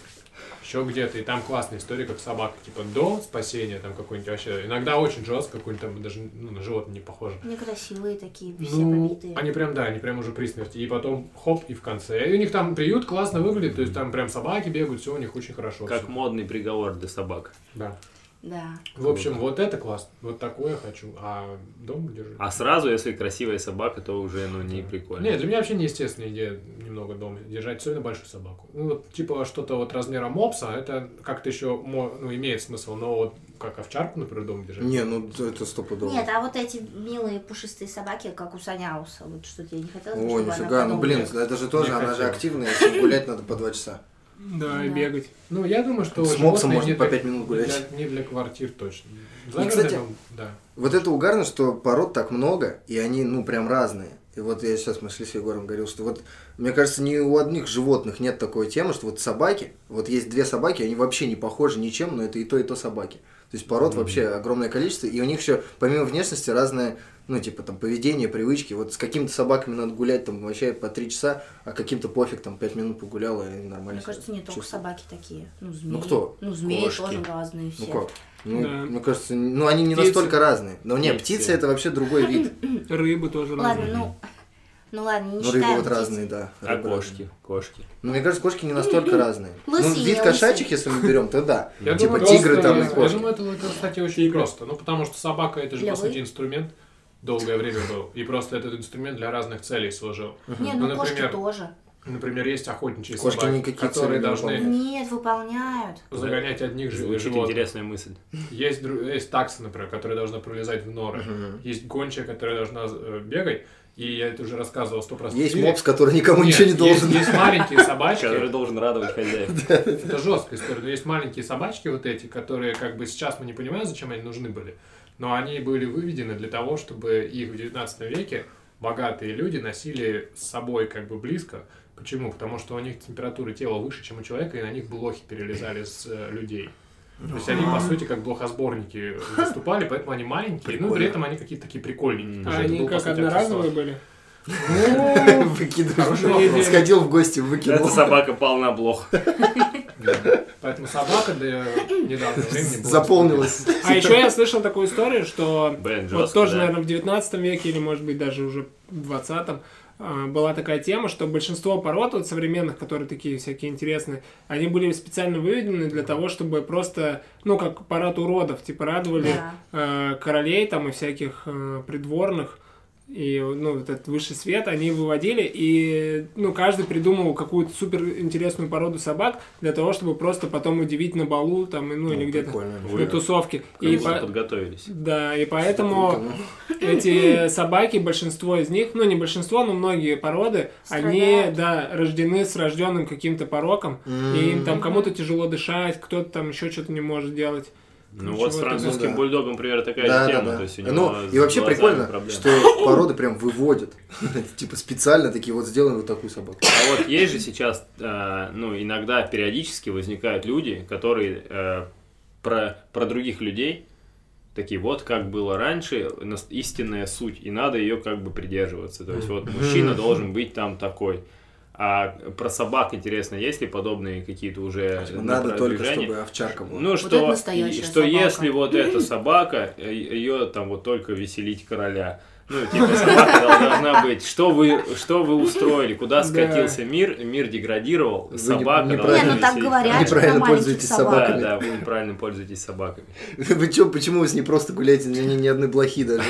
Speaker 2: еще где-то. И там классная история, как собака, типа, до спасения, там какой-нибудь вообще... Иногда очень жестко, какой-нибудь там даже ну, на животное не похоже.
Speaker 5: Некрасивые такие, все
Speaker 2: Ну,
Speaker 5: побитые.
Speaker 2: они прям, да, они прям уже при смерти. И потом хоп, и в конце. И у них там приют классно выглядит, то есть там прям собаки бегают, все у них очень хорошо.
Speaker 3: Как
Speaker 2: всё.
Speaker 3: модный приговор для собак.
Speaker 2: Да.
Speaker 5: Да.
Speaker 2: В общем, вот это классно. Вот такое хочу. А дом держи.
Speaker 3: А сразу, если красивая собака, то уже, ну, не прикольно.
Speaker 2: Нет, для меня вообще неестественная идея немного дома держать, особенно большую собаку. Ну, вот, типа что-то вот размера мопса, это как-то еще мо- ну, имеет смысл, но вот как овчарку, например, дома держать.
Speaker 4: Не, ну т- это стопудово.
Speaker 5: Нет, а вот эти милые пушистые собаки, как у Саняуса, вот что-то я не хотела,
Speaker 4: О,
Speaker 5: чтобы
Speaker 4: нифига,
Speaker 5: она
Speaker 4: ну блин,
Speaker 5: подумала.
Speaker 4: это же тоже,
Speaker 2: Не
Speaker 4: она же
Speaker 2: хотел.
Speaker 4: активная, если гулять надо по два часа.
Speaker 1: Да, и
Speaker 5: Да.
Speaker 1: бегать.
Speaker 2: Ну, я думаю, что...
Speaker 4: С мопсом
Speaker 2: животные
Speaker 4: можно
Speaker 2: не
Speaker 4: по
Speaker 2: для-
Speaker 4: пять минут гулять.
Speaker 2: для- не для квартир точно.
Speaker 4: И, кстати,
Speaker 2: Загородный дом, да.
Speaker 4: Вот это угарно, что пород так много, и они, ну, прям разные. И вот я сейчас мы шли с Егором говорил, что вот, мне кажется, ни у одних животных нет такой темы, что вот собаки, вот есть две собаки, они вообще не похожи ничем, но это и то, и то собаки. То есть пород вообще огромное количество, и у них еще, помимо внешности, разное, ну, типа там поведение, привычки. Вот с какими-то собаками надо гулять там вообще по три часа, а каким-то пофиг, там пять минут погуляла и нормально.
Speaker 5: Мне
Speaker 4: себя
Speaker 5: кажется, не только
Speaker 4: чувствует.
Speaker 5: собаки такие. Ну, змеи.
Speaker 4: кто?
Speaker 5: Ну, змеи
Speaker 4: Кошки.
Speaker 5: тоже разные все.
Speaker 4: Ну как? Ну,
Speaker 1: Да.
Speaker 4: мне кажется, ну они не
Speaker 1: Птицы.
Speaker 4: настолько разные. Но не,
Speaker 3: Птицы.
Speaker 4: птицы это вообще другой вид.
Speaker 1: Рыбы тоже
Speaker 5: Ладно,
Speaker 1: разные.
Speaker 5: ну... Ну ладно, не
Speaker 4: Ну,
Speaker 5: считаем
Speaker 4: рыбы вот
Speaker 5: птиц.
Speaker 4: разные, да.
Speaker 3: А
Speaker 4: рыбы
Speaker 3: кошки, кошки.
Speaker 4: разные. Ну, мне кажется, кошки не настолько разные. Ну,
Speaker 5: Лысые,
Speaker 4: вид
Speaker 5: лысые.
Speaker 4: кошачьих, если мы берем, то да.
Speaker 2: Я
Speaker 4: Типа
Speaker 2: думаю,
Speaker 4: тигры
Speaker 2: просто-
Speaker 4: там и
Speaker 2: Я
Speaker 4: кошки.
Speaker 2: думаю, это, это, кстати, очень просто. Ну, потому что собака это же,
Speaker 5: Для
Speaker 2: по сути,
Speaker 5: вы-
Speaker 2: инструмент долгое время был. И просто этот инструмент для разных целей служил.
Speaker 5: Не,
Speaker 2: Ну,
Speaker 5: ну, кошки
Speaker 2: например,
Speaker 5: тоже.
Speaker 2: Например, есть охотничьи
Speaker 4: Кошки
Speaker 2: собаки,
Speaker 4: никакие цели
Speaker 2: которые
Speaker 4: не
Speaker 2: должны
Speaker 4: выполняют.
Speaker 5: Нет, выполняют.
Speaker 2: загонять одних жи-
Speaker 3: Звучит
Speaker 2: животных.
Speaker 3: интересная мысль.
Speaker 2: Есть, дру- есть таксы, например, которые должны пролезать в норы. Есть гончая, которая должна э, бегать. И я это уже рассказывал сто процентов.
Speaker 4: Есть мопс, который никому ничего не должен.
Speaker 2: Есть, есть маленькие собачки.
Speaker 3: Который должен радовать хозяев.
Speaker 2: Это жесткая история. Но есть маленькие собачки вот эти, которые как бы сейчас мы не понимаем, зачем они нужны были. Но они были выведены для того, чтобы их в 19 веке богатые люди носили с собой как бы близко. Почему? Потому что у них температура тела выше, чем у человека, и на них блохи перелезали с э, людей. То есть они, по сути, как блохосборники выступали, поэтому они маленькие, ну и при
Speaker 4: Прикольно.
Speaker 2: этом они какие-то такие прикольненькие.
Speaker 3: М.
Speaker 2: Потому
Speaker 1: А
Speaker 2: что это
Speaker 1: они
Speaker 2: был, по
Speaker 1: как
Speaker 2: сути,
Speaker 1: одноразовые были?
Speaker 2: аксессуар.
Speaker 4: Выкидываешь.
Speaker 2: Хороший
Speaker 4: Ну,
Speaker 1: вопрос.
Speaker 4: Сходил в гости,
Speaker 3: Эта
Speaker 4: выкинул.
Speaker 3: собака полна блох.
Speaker 2: Поэтому собака до недавнего времени была-
Speaker 4: Заполнилось.
Speaker 1: А еще я слышал такую историю, что
Speaker 3: Блин,
Speaker 1: вот
Speaker 3: жестко,
Speaker 1: тоже,
Speaker 3: да.
Speaker 1: наверное, в 19 веке или, может быть, даже уже в 20 а, была такая тема, что большинство пород вот современных, которые такие всякие интересные, они были специально выведены для того, чтобы просто, ну, как парад уродов, типа радовали
Speaker 5: Да.
Speaker 1: э, королей там и всяких э, придворных, и, ну, вот этот высший свет они выводили, и, ну, каждый придумывал какую-то супер интересную породу собак для того, чтобы просто потом удивить на балу, там, и, ну, или где-то
Speaker 4: Прикольно.
Speaker 1: на тусовке. И
Speaker 3: И
Speaker 1: по-
Speaker 3: подготовились.
Speaker 1: да, и поэтому эти собаки, большинство из них, ну не большинство, но многие породы, они,
Speaker 5: Страдают.
Speaker 1: да, рождены с рожденным каким-то пороком, и им там
Speaker 4: М.
Speaker 1: кому-то тяжело дышать, кто-то там еще что-то не может делать.
Speaker 3: Ну
Speaker 1: Ничего
Speaker 3: вот с
Speaker 1: такого.
Speaker 3: французским
Speaker 4: Ну да.
Speaker 3: бульдогом, например, такая
Speaker 4: Да,
Speaker 3: же
Speaker 4: да,
Speaker 3: тема.
Speaker 4: да.
Speaker 3: То есть у него
Speaker 4: Ну,
Speaker 3: с
Speaker 4: и вообще
Speaker 3: глазами
Speaker 4: прикольно,
Speaker 3: проблемы.
Speaker 4: что породы прям выводят. Типа специально такие, вот сделаем вот такую собаку.
Speaker 3: А вот есть же сейчас, э, ну, иногда периодически возникают люди, которые э, про, про других людей, такие вот, как было раньше, нас- истинная суть, и надо ее как бы придерживаться. То есть вот мужчина должен быть там такой. А про собак интересно, есть ли подобные какие-то уже
Speaker 4: Типа, Надо только,
Speaker 3: движения?
Speaker 4: чтобы овчарка была.
Speaker 3: Ну
Speaker 5: это
Speaker 3: что,
Speaker 5: настоящая
Speaker 3: и- что
Speaker 5: собака.
Speaker 3: если вот эта собака, э, ее там вот только веселить короля. Ну, типа, собака должна быть. Что вы, что вы устроили? Куда
Speaker 1: Да.
Speaker 3: скатился мир? Мир деградировал.
Speaker 4: Вы не-
Speaker 3: собака
Speaker 4: неправильно-
Speaker 3: должна
Speaker 5: Не, ну так
Speaker 3: веселить
Speaker 5: говорят
Speaker 3: короля.
Speaker 5: же про
Speaker 4: Неправильно
Speaker 5: маленьких
Speaker 4: пользуетесь
Speaker 5: собак.
Speaker 3: Да,
Speaker 4: собаками.
Speaker 3: да, вы неправильно пользуетесь собаками.
Speaker 4: Вы чё, почему вы с ней просто гуляете? Ни, ни- ни одной блохи даже.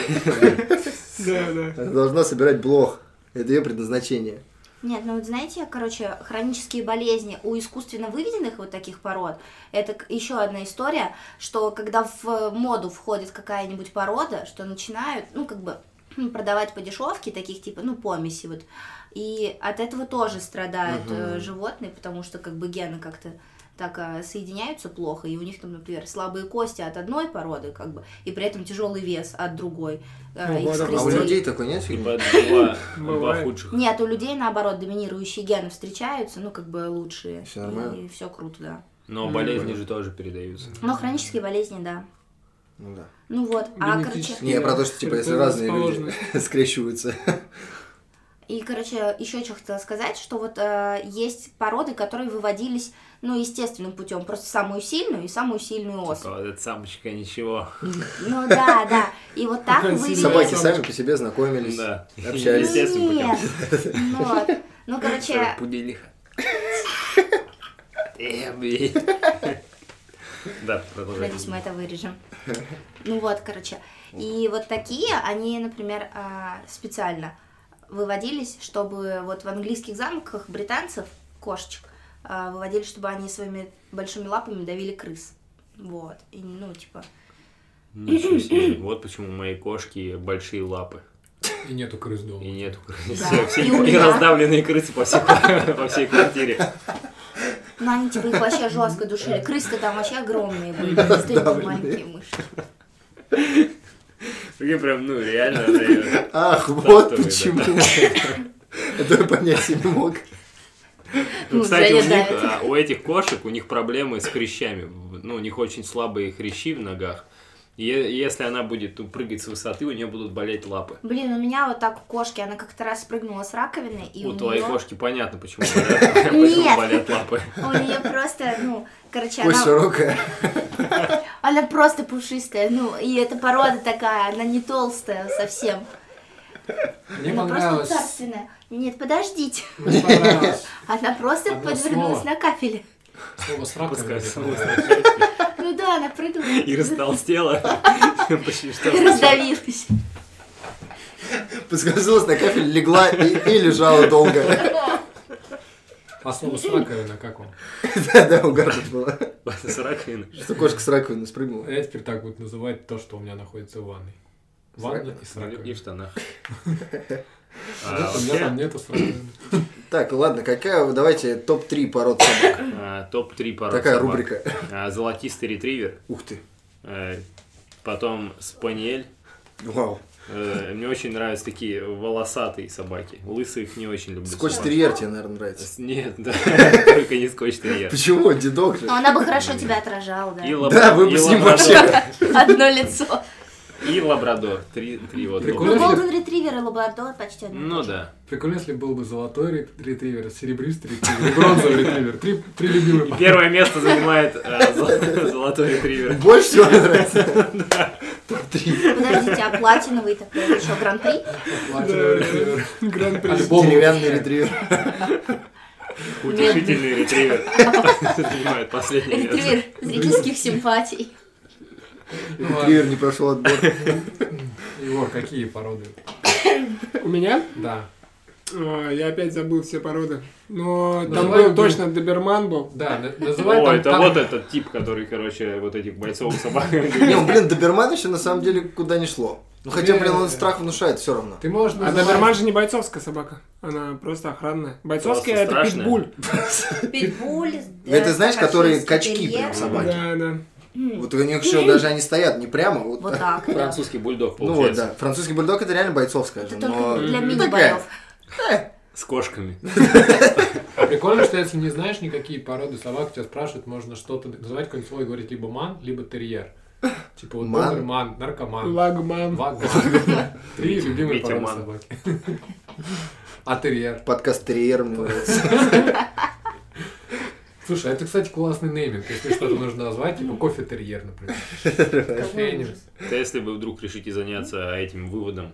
Speaker 1: Да, да.
Speaker 4: Она должна собирать блох. Это ее предназначение.
Speaker 5: Нет, ну вот знаете, короче, хронические болезни у искусственно выведенных вот таких пород, это еще одна история, что когда в э, моду входит какая-нибудь порода, что начинают, ну, как бы продавать по дешевке таких типа, ну, помеси вот. И от этого тоже страдают э, животные, потому что как бы гены как-то так э, соединяются плохо, и у них там, например, слабые кости от одной породы, как бы, и при этом тяжелый вес от другой. Э, их
Speaker 1: Ого, да.
Speaker 4: А у
Speaker 5: скрестили.
Speaker 4: людей такой нет фигни?
Speaker 3: Типа два, два
Speaker 1: Бывает.
Speaker 3: худших.
Speaker 5: Нет, у людей наоборот доминирующие гены встречаются, ну как бы лучшие.
Speaker 4: Всё нормально?
Speaker 5: И все круто, да.
Speaker 3: Но болезни же тоже передаются.
Speaker 5: Но хронические болезни, да.
Speaker 4: Ну да.
Speaker 5: Ну вот, а короче,
Speaker 1: Генетически.
Speaker 4: Не, я про то, что типа если разные люди скрещиваются.
Speaker 5: и короче, еще что хотела сказать, что вот э, есть породы, которые выводились, ну естественным путем, просто самую сильную и самую сильную особь.
Speaker 3: Типа, вот эта самочка ничего.
Speaker 5: Ну да, да. И вот так
Speaker 1: Какая
Speaker 5: вывели.
Speaker 1: сильная
Speaker 4: Собаки
Speaker 1: Собаки.
Speaker 4: сами по себе знакомились.
Speaker 3: Да.
Speaker 4: Общались.
Speaker 3: Естественным путем.
Speaker 5: Нет. Ну, вот. Ну, короче,
Speaker 3: Пуделиха. Э, блин. Да, продолжай.
Speaker 5: Надеюсь, мы это вырежем. Ну вот, короче. И вот такие, они, например, а, специально выводились, чтобы вот в английских замках британцев, кошечек, а, выводили, чтобы они своими большими лапами давили крыс. Вот. И, ну, типа,
Speaker 3: Ничего себе. Вот почему у моей кошки большие лапы.
Speaker 2: И нету крыс дома.
Speaker 3: И нету крыс.
Speaker 5: Да.
Speaker 3: Все- все-
Speaker 5: И у
Speaker 3: И
Speaker 5: меня.
Speaker 3: раздавленные крысы по всей ква- по всей квартире.
Speaker 5: ну, они, типа, их вообще жестко душили. Крысы там вообще огромные были, действительно маленькие мыши.
Speaker 3: Такие прям, ну, реально. да,
Speaker 4: Ах, вот
Speaker 3: Стартовые,
Speaker 4: почему. Это я понять себе не мог.
Speaker 3: Ну,
Speaker 5: Ну,
Speaker 3: кстати, у них,
Speaker 5: заедает.
Speaker 3: а, у этих кошек, у них проблемы с хрящами. Ну, у них очень слабые хрящи в ногах. И е- если она будет ну, прыгать с высоты, у нее будут болеть лапы.
Speaker 5: Блин, у меня вот так у кошки, она как-то раз спрыгнула с раковины, и
Speaker 3: у
Speaker 5: у
Speaker 3: твоей
Speaker 5: неё-
Speaker 3: кошки понятно, почему болят- почему
Speaker 5: Нет.
Speaker 3: болят лапы.
Speaker 5: у нее просто, ну, короче,
Speaker 4: Пусть
Speaker 5: она...
Speaker 4: широкая.
Speaker 5: Она просто пушистая, ну, и эта порода такая, она не толстая совсем.
Speaker 2: Мне
Speaker 5: она просто
Speaker 2: понравилось.
Speaker 5: царственная. Нет, подождите.
Speaker 2: Мне понравилось
Speaker 5: Она просто
Speaker 2: Одно
Speaker 5: подвернулась
Speaker 2: слово.
Speaker 5: на кафеле.
Speaker 2: слово «срака».
Speaker 3: Пускай
Speaker 2: мне
Speaker 3: слово
Speaker 2: понравилось.
Speaker 5: Ну да, она прыгнула
Speaker 3: И растолстела. Почти что.
Speaker 5: и раздавилась.
Speaker 4: Поскользнулась на кафель, легла и, и лежала долго.
Speaker 2: А слово «сраковина» как вам?
Speaker 4: Да-да, угарно было.
Speaker 3: С раковиной.
Speaker 4: Что кошка с раковины спрыгнула.
Speaker 2: Я теперь так буду называть то, что у меня находится в ванной. Ванна и сраковина.
Speaker 3: И в штанах. А,
Speaker 2: Нет, У меня там
Speaker 3: вообще,
Speaker 2: нету сраковины.
Speaker 4: Так, ладно, какая, вы- давайте топ-3 пород собак.
Speaker 3: а, Топ-3 пород
Speaker 4: Такая
Speaker 3: собак.
Speaker 4: рубрика.
Speaker 3: А, Золотистый ретривер,
Speaker 4: Ух ты.
Speaker 3: э, потом спаниель.
Speaker 4: Вау.
Speaker 3: Э, Мне очень нравятся такие волосатые собаки. Лысые их не очень люблю.
Speaker 4: Скотч-терьер тебе, наверное, нравится.
Speaker 3: С- Нет, да, только не скотч-терьер.
Speaker 4: Почему? Дедок же.
Speaker 5: Но Ну, она бы хорошо тебя отражала, да.
Speaker 3: И лабра-
Speaker 4: Да, вы бы
Speaker 3: и
Speaker 4: с ним
Speaker 3: лабрадор.
Speaker 4: вообще...
Speaker 5: Одно лицо.
Speaker 3: И лабрадор. Три, три вот.
Speaker 2: Прикольно.
Speaker 5: Ну,
Speaker 2: Подожди.
Speaker 5: Голден Ретривер и Лабрадор почти одно. и
Speaker 3: Ну
Speaker 5: то же.
Speaker 3: да.
Speaker 2: Прикольно, если был бы золотой рет- ретривер, серебристый ретривер, и бронзовый ретривер. Три, три любимых.
Speaker 3: И первое место занимает э, зо- золотой ретривер.
Speaker 4: Больше всего мне нравится.
Speaker 5: Подождите, а платиновый такой еще гран-при?
Speaker 2: Платиновый ретривер.
Speaker 1: Гран-при.
Speaker 2: Альбом.
Speaker 4: Деревянный ретривер.
Speaker 3: Утешительный ретривер. Занимает последнее место.
Speaker 5: Ретривер зрительских симпатий.
Speaker 1: Ну
Speaker 4: Ретривер не прошел отбор.
Speaker 2: Егор, какие породы?
Speaker 1: У меня?
Speaker 2: Да.
Speaker 1: А, Я опять забыл все породы. Но
Speaker 2: Ну,
Speaker 1: там
Speaker 2: давай
Speaker 1: был
Speaker 2: мы-
Speaker 1: точно доберман был.
Speaker 2: Да, на- называй
Speaker 3: О,
Speaker 2: там-
Speaker 3: это
Speaker 2: там-
Speaker 3: вот этот тип, который, короче, вот этих бойцовых собак.
Speaker 4: Не, ну, блин, доберман еще на самом деле куда не шло. Ну хотя, блин, он
Speaker 1: Э.
Speaker 2: Не.
Speaker 4: страх внушает все равно.
Speaker 2: Ты можешь
Speaker 1: А
Speaker 2: называть-
Speaker 1: доберман же не бойцовская собака. Она просто охранная. Бойцовская
Speaker 3: Просто
Speaker 1: это
Speaker 3: страшная.
Speaker 1: питбуль.
Speaker 5: Питбуль.
Speaker 4: Это знаешь, которые
Speaker 5: французский
Speaker 4: качки
Speaker 5: терьер.
Speaker 4: прям собаки.
Speaker 1: Да, да.
Speaker 4: Вот у них еще даже они стоят не прямо, вот
Speaker 5: Вот
Speaker 4: так.
Speaker 5: так, да.
Speaker 3: Французский бульдог,
Speaker 4: Ну вот,
Speaker 3: получается.
Speaker 4: да. Французский бульдог это реально бойцовская же,
Speaker 5: Это
Speaker 4: но... ну,
Speaker 5: только для
Speaker 1: М,
Speaker 5: мини-боев.
Speaker 3: С кошками.
Speaker 2: Прикольно, что если не знаешь никакие породы собак, тебя спрашивают, можно что-то называть какое-нибудь слово и говорить либо ман, либо терьер. Типа вот
Speaker 4: Ман?
Speaker 2: доберман,
Speaker 4: А.
Speaker 2: наркоман,
Speaker 1: Лагман.
Speaker 2: вагон. Три любимые
Speaker 3: Витя
Speaker 2: породы
Speaker 3: ман.
Speaker 2: собаки. А терьер.
Speaker 4: Подкаст «Терьер» мне нравится.
Speaker 2: Слушай, это, кстати, классный нейминг. Если что-то нужно назвать, типа кофе-терьер, например. Кофейнер.
Speaker 3: Это если бы вдруг решите заняться этим выводом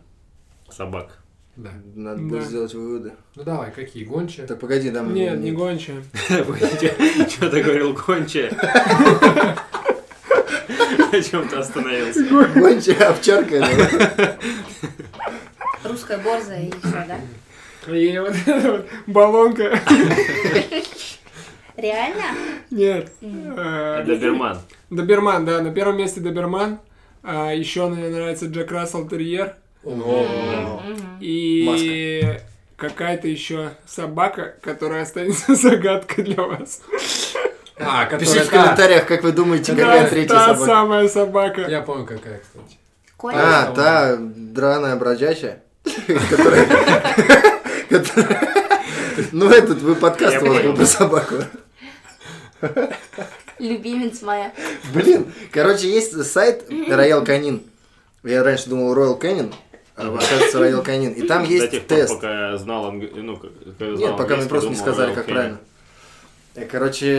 Speaker 3: собак.
Speaker 2: Да.
Speaker 4: Надо будет
Speaker 1: Да.
Speaker 4: сделать выводы.
Speaker 2: Ну давай, какие? Гончие?
Speaker 4: Так, погоди, там...
Speaker 1: Нет, не гончая.
Speaker 3: Что ты говорил, гончая? На чем ты остановился?
Speaker 4: Гончая а овчарка. да.
Speaker 5: Русская борзая и все, да?
Speaker 1: И вот эта вот баллонка.
Speaker 5: Реально?
Speaker 1: Нет.
Speaker 4: А
Speaker 1: Э,
Speaker 3: Доберман.
Speaker 1: Доберман, да, на первом месте Доберман. А еще мне нравится Джек Рассел Терьер.
Speaker 2: О,
Speaker 1: Э, И какая-то еще собака, которая останется загадкой для вас.
Speaker 2: А,
Speaker 4: Пишите
Speaker 2: которая
Speaker 4: в
Speaker 2: та.
Speaker 4: комментариях, как вы думаете,
Speaker 1: Да,
Speaker 4: какая третья
Speaker 1: та
Speaker 4: собака.
Speaker 1: самая собака.
Speaker 2: Я помню, какая, кстати.
Speaker 5: Коля?
Speaker 4: А, та драная бродячая, которая... которая- Ну, этот, вы подкаст
Speaker 3: Я
Speaker 4: у вас
Speaker 3: понял.
Speaker 4: был про собаку.
Speaker 5: Любимец моя.
Speaker 4: Блин, короче, есть сайт Royal Canin. Я раньше думал Royal Canin, а оказывается Royal Canin. И там
Speaker 3: До
Speaker 4: есть
Speaker 3: тех пор,
Speaker 4: тест.
Speaker 3: пока я знал анг- ну, как- когда знал
Speaker 4: Нет, пока мне
Speaker 3: английский,
Speaker 4: просто не
Speaker 3: думал,
Speaker 4: сказали,
Speaker 3: «А,
Speaker 4: как
Speaker 3: окей».
Speaker 4: правильно. Э, Короче,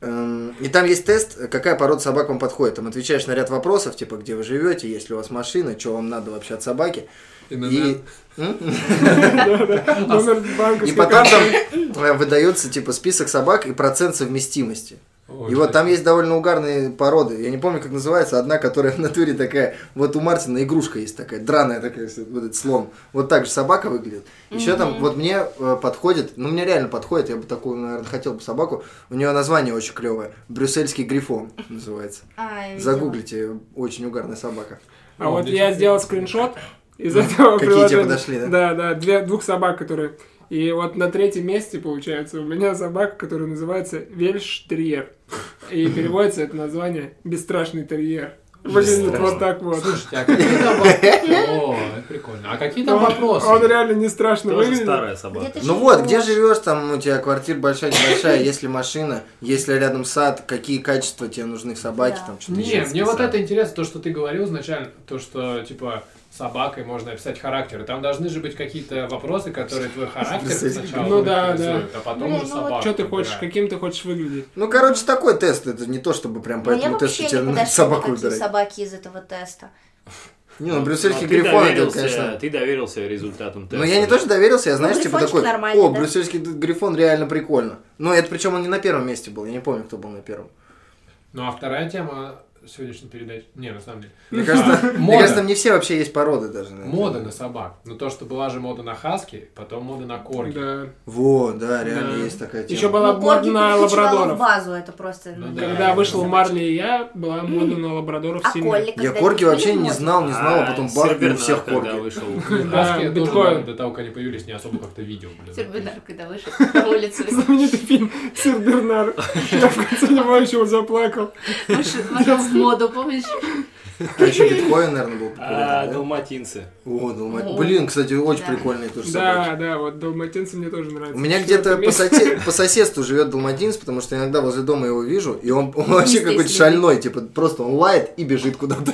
Speaker 4: эм, и там есть тест, э, какая порода собак вам подходит. Там отвечаешь на ряд вопросов, типа, где вы живете, есть ли у вас машина, что вам надо вообще от собаки. И,
Speaker 2: ИНН.
Speaker 1: Номер
Speaker 4: и
Speaker 1: банковской
Speaker 4: потом
Speaker 1: карты.
Speaker 4: там э, выдается, типа, список собак и процент совместимости.
Speaker 2: Ой,
Speaker 4: И вот там есть довольно угарные породы. Я не помню, как называется, одна, которая в натуре такая. Вот у Мартина игрушка есть такая, драная такая, с- вот этот слон. Вот так же собака выглядит. Еще там, вот мне э, подходит, ну мне реально подходит, я бы такую, наверное, хотел бы собаку. У нее название очень клевое. Брюссельский грифон называется.
Speaker 5: А, я видела.
Speaker 4: Загуглите, очень угарная собака.
Speaker 1: А
Speaker 2: Ну,
Speaker 1: вот
Speaker 2: здесь
Speaker 1: я
Speaker 2: вот-
Speaker 1: сделал скриншот из этого
Speaker 4: Ну, Какие
Speaker 1: приложения.
Speaker 4: тебе подошли, да?
Speaker 1: Да, да, две- двух собак, которые... И вот на третьем месте, получается, у меня собака, которая называется Вельш-терьер. И переводится это название «Бесстрашный терьер». Блин,
Speaker 3: Бесстрашный.
Speaker 1: вот так вот.
Speaker 2: Слушайте, а какие там вопросы? О, это прикольно. А какие там
Speaker 1: Он-
Speaker 2: вопросы?
Speaker 1: Он реально не страшно
Speaker 3: Тоже
Speaker 1: выглядит.
Speaker 3: старая
Speaker 5: Где
Speaker 3: собака.
Speaker 5: ты
Speaker 4: Ну вот,
Speaker 5: живешь?
Speaker 4: где живешь, там у тебя квартира большая, небольшая, есть ли машина, есть ли рядом сад, какие качества тебе нужны в собаке,
Speaker 5: Да.
Speaker 4: там что-то
Speaker 2: Не,
Speaker 4: еще.
Speaker 2: мне вот это интересно, то, что ты говорил изначально, то, что, типа, собакой можно описать характер. И Там должны же быть какие-то вопросы, которые твой характер сначала
Speaker 1: Ну да,
Speaker 2: характеризуют, а потом
Speaker 5: Блин,
Speaker 2: уже
Speaker 5: ну вот
Speaker 2: собаку.
Speaker 1: Что ты хочешь,
Speaker 2: выбирают.
Speaker 1: каким ты хочешь выглядеть?
Speaker 4: Ну, короче, такой тест, это не то, чтобы прям
Speaker 5: Мне
Speaker 4: поэтому тесту
Speaker 5: Ну, вообще
Speaker 4: тебе
Speaker 5: не
Speaker 4: надо
Speaker 5: подошли
Speaker 4: собаку
Speaker 5: никакие
Speaker 4: выбирать.
Speaker 5: собаки из этого теста.
Speaker 4: Не, ну, брюссельский
Speaker 3: Но а ты
Speaker 4: грифон, это,
Speaker 3: доверился-
Speaker 4: конечно...
Speaker 3: Ты доверился результатам теста.
Speaker 4: Но я не то, что доверился, я, знаешь, типа
Speaker 5: грифончик
Speaker 4: такой,
Speaker 5: Ну, нормальный,
Speaker 4: о,
Speaker 5: да?»
Speaker 4: брюссельский д- грифон реально прикольно. Но это причем он не на первом месте был, я не помню, кто был на первом.
Speaker 2: Ну а вторая тема сегодняшней передачи, не, на самом деле, А,
Speaker 4: Мне кажется, мне
Speaker 2: Мода.
Speaker 4: кажется, там не все вообще есть породы даже. на это.
Speaker 2: мода на собак. Ну то, что была же мода на хаски, потом мода на корги.
Speaker 1: Да.
Speaker 4: Во, да, реально
Speaker 1: Да.
Speaker 4: есть такая тема.
Speaker 1: Еще была
Speaker 5: Ну,
Speaker 1: мода
Speaker 5: Горги
Speaker 1: на
Speaker 5: перекочевала в
Speaker 1: лабрадоров.
Speaker 5: базу, это просто... ну,
Speaker 2: Ну да.
Speaker 1: Когда
Speaker 5: нереально.
Speaker 1: вышел Марли и я, была мода на лабрадоров
Speaker 5: А
Speaker 1: сильно.
Speaker 5: Колли
Speaker 4: Я
Speaker 5: когда
Speaker 4: корки
Speaker 5: не
Speaker 4: вообще не
Speaker 5: понимала.
Speaker 4: знал, не знал, а потом бахнул
Speaker 3: Сербернар,
Speaker 4: всех
Speaker 3: когда
Speaker 4: корки.
Speaker 3: вышел.
Speaker 1: Да,
Speaker 2: Ну, Хаски я тоже
Speaker 1: биткоин.
Speaker 2: наверное, до того, как они появились, не особо как-то видел, блин.
Speaker 5: Сербинар, когда вышел на улицу,
Speaker 1: Знаменитый фильм «Сир Бернар». Я в конце него еще заплакал.
Speaker 5: вышел вошел в моду, помнишь?
Speaker 4: А еще биткоин, наверное, был
Speaker 3: А,
Speaker 4: популярный. да?
Speaker 3: далматинцы.
Speaker 4: О, Далмати-
Speaker 5: О.
Speaker 4: Блин, кстати, очень
Speaker 5: Да.
Speaker 4: прикольные тоже собаки.
Speaker 1: Да, да, вот «Долматинцы» мне тоже нравится.
Speaker 4: У меня
Speaker 1: Четвертое
Speaker 4: где-то по,
Speaker 1: место.
Speaker 4: сосе- по соседству живет Далматинец, потому что иногда возле дома его вижу, и он, он вообще
Speaker 5: Естественно.
Speaker 4: какой-то шальной, типа просто он лает и бежит куда-то.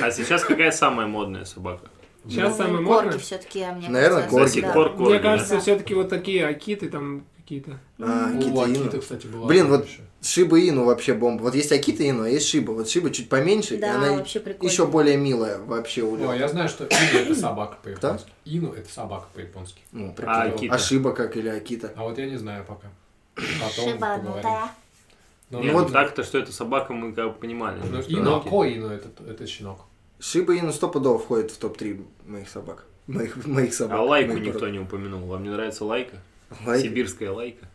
Speaker 3: А сейчас какая самая модная собака?
Speaker 1: Сейчас самое
Speaker 5: Корги
Speaker 1: модное.
Speaker 5: все-таки, а мне
Speaker 4: Наверное,
Speaker 5: казалось,
Speaker 4: корги,
Speaker 3: До сих
Speaker 5: да.
Speaker 3: пор корги,
Speaker 1: Мне
Speaker 3: да?
Speaker 1: кажется,
Speaker 5: да.
Speaker 1: все-таки вот такие акиты там какие-то.
Speaker 3: Ну,
Speaker 4: А,
Speaker 2: О,
Speaker 4: Акита Ину.
Speaker 2: Акита, кстати, была.
Speaker 4: Блин, вот
Speaker 2: раньше.
Speaker 4: Шиба Ину вообще бомба. Вот есть Акита Ину, а есть Шиба. Вот Шиба чуть поменьше, и
Speaker 5: Да,
Speaker 4: она
Speaker 5: вообще прикольно.
Speaker 4: еще более милая вообще у
Speaker 2: О,
Speaker 4: Лёши.
Speaker 2: я знаю, что Ину это собака по-японски. Ину это собака по-японски.
Speaker 4: Ну, прикольно.
Speaker 3: А, Акита.
Speaker 4: а Шиба как или Акита.
Speaker 2: А вот я не знаю пока. Потом поговорим.
Speaker 5: Шибанутая.
Speaker 2: Ну,
Speaker 3: Нет,
Speaker 2: ну,
Speaker 3: ну так-то, что это собака, мы как бы понимали.
Speaker 2: ну,
Speaker 3: Ну, что
Speaker 2: Ино,
Speaker 3: она-
Speaker 2: ко Ино, это, это щенок.
Speaker 4: Шиба Ину стопудово входит в топ-3 моих собак. Моих, моих собак.
Speaker 3: А лайку
Speaker 4: моих
Speaker 3: никто
Speaker 4: пород.
Speaker 3: не упомянул. Вам не нравится лайка?
Speaker 4: Лайк.
Speaker 3: Сибирская лайка.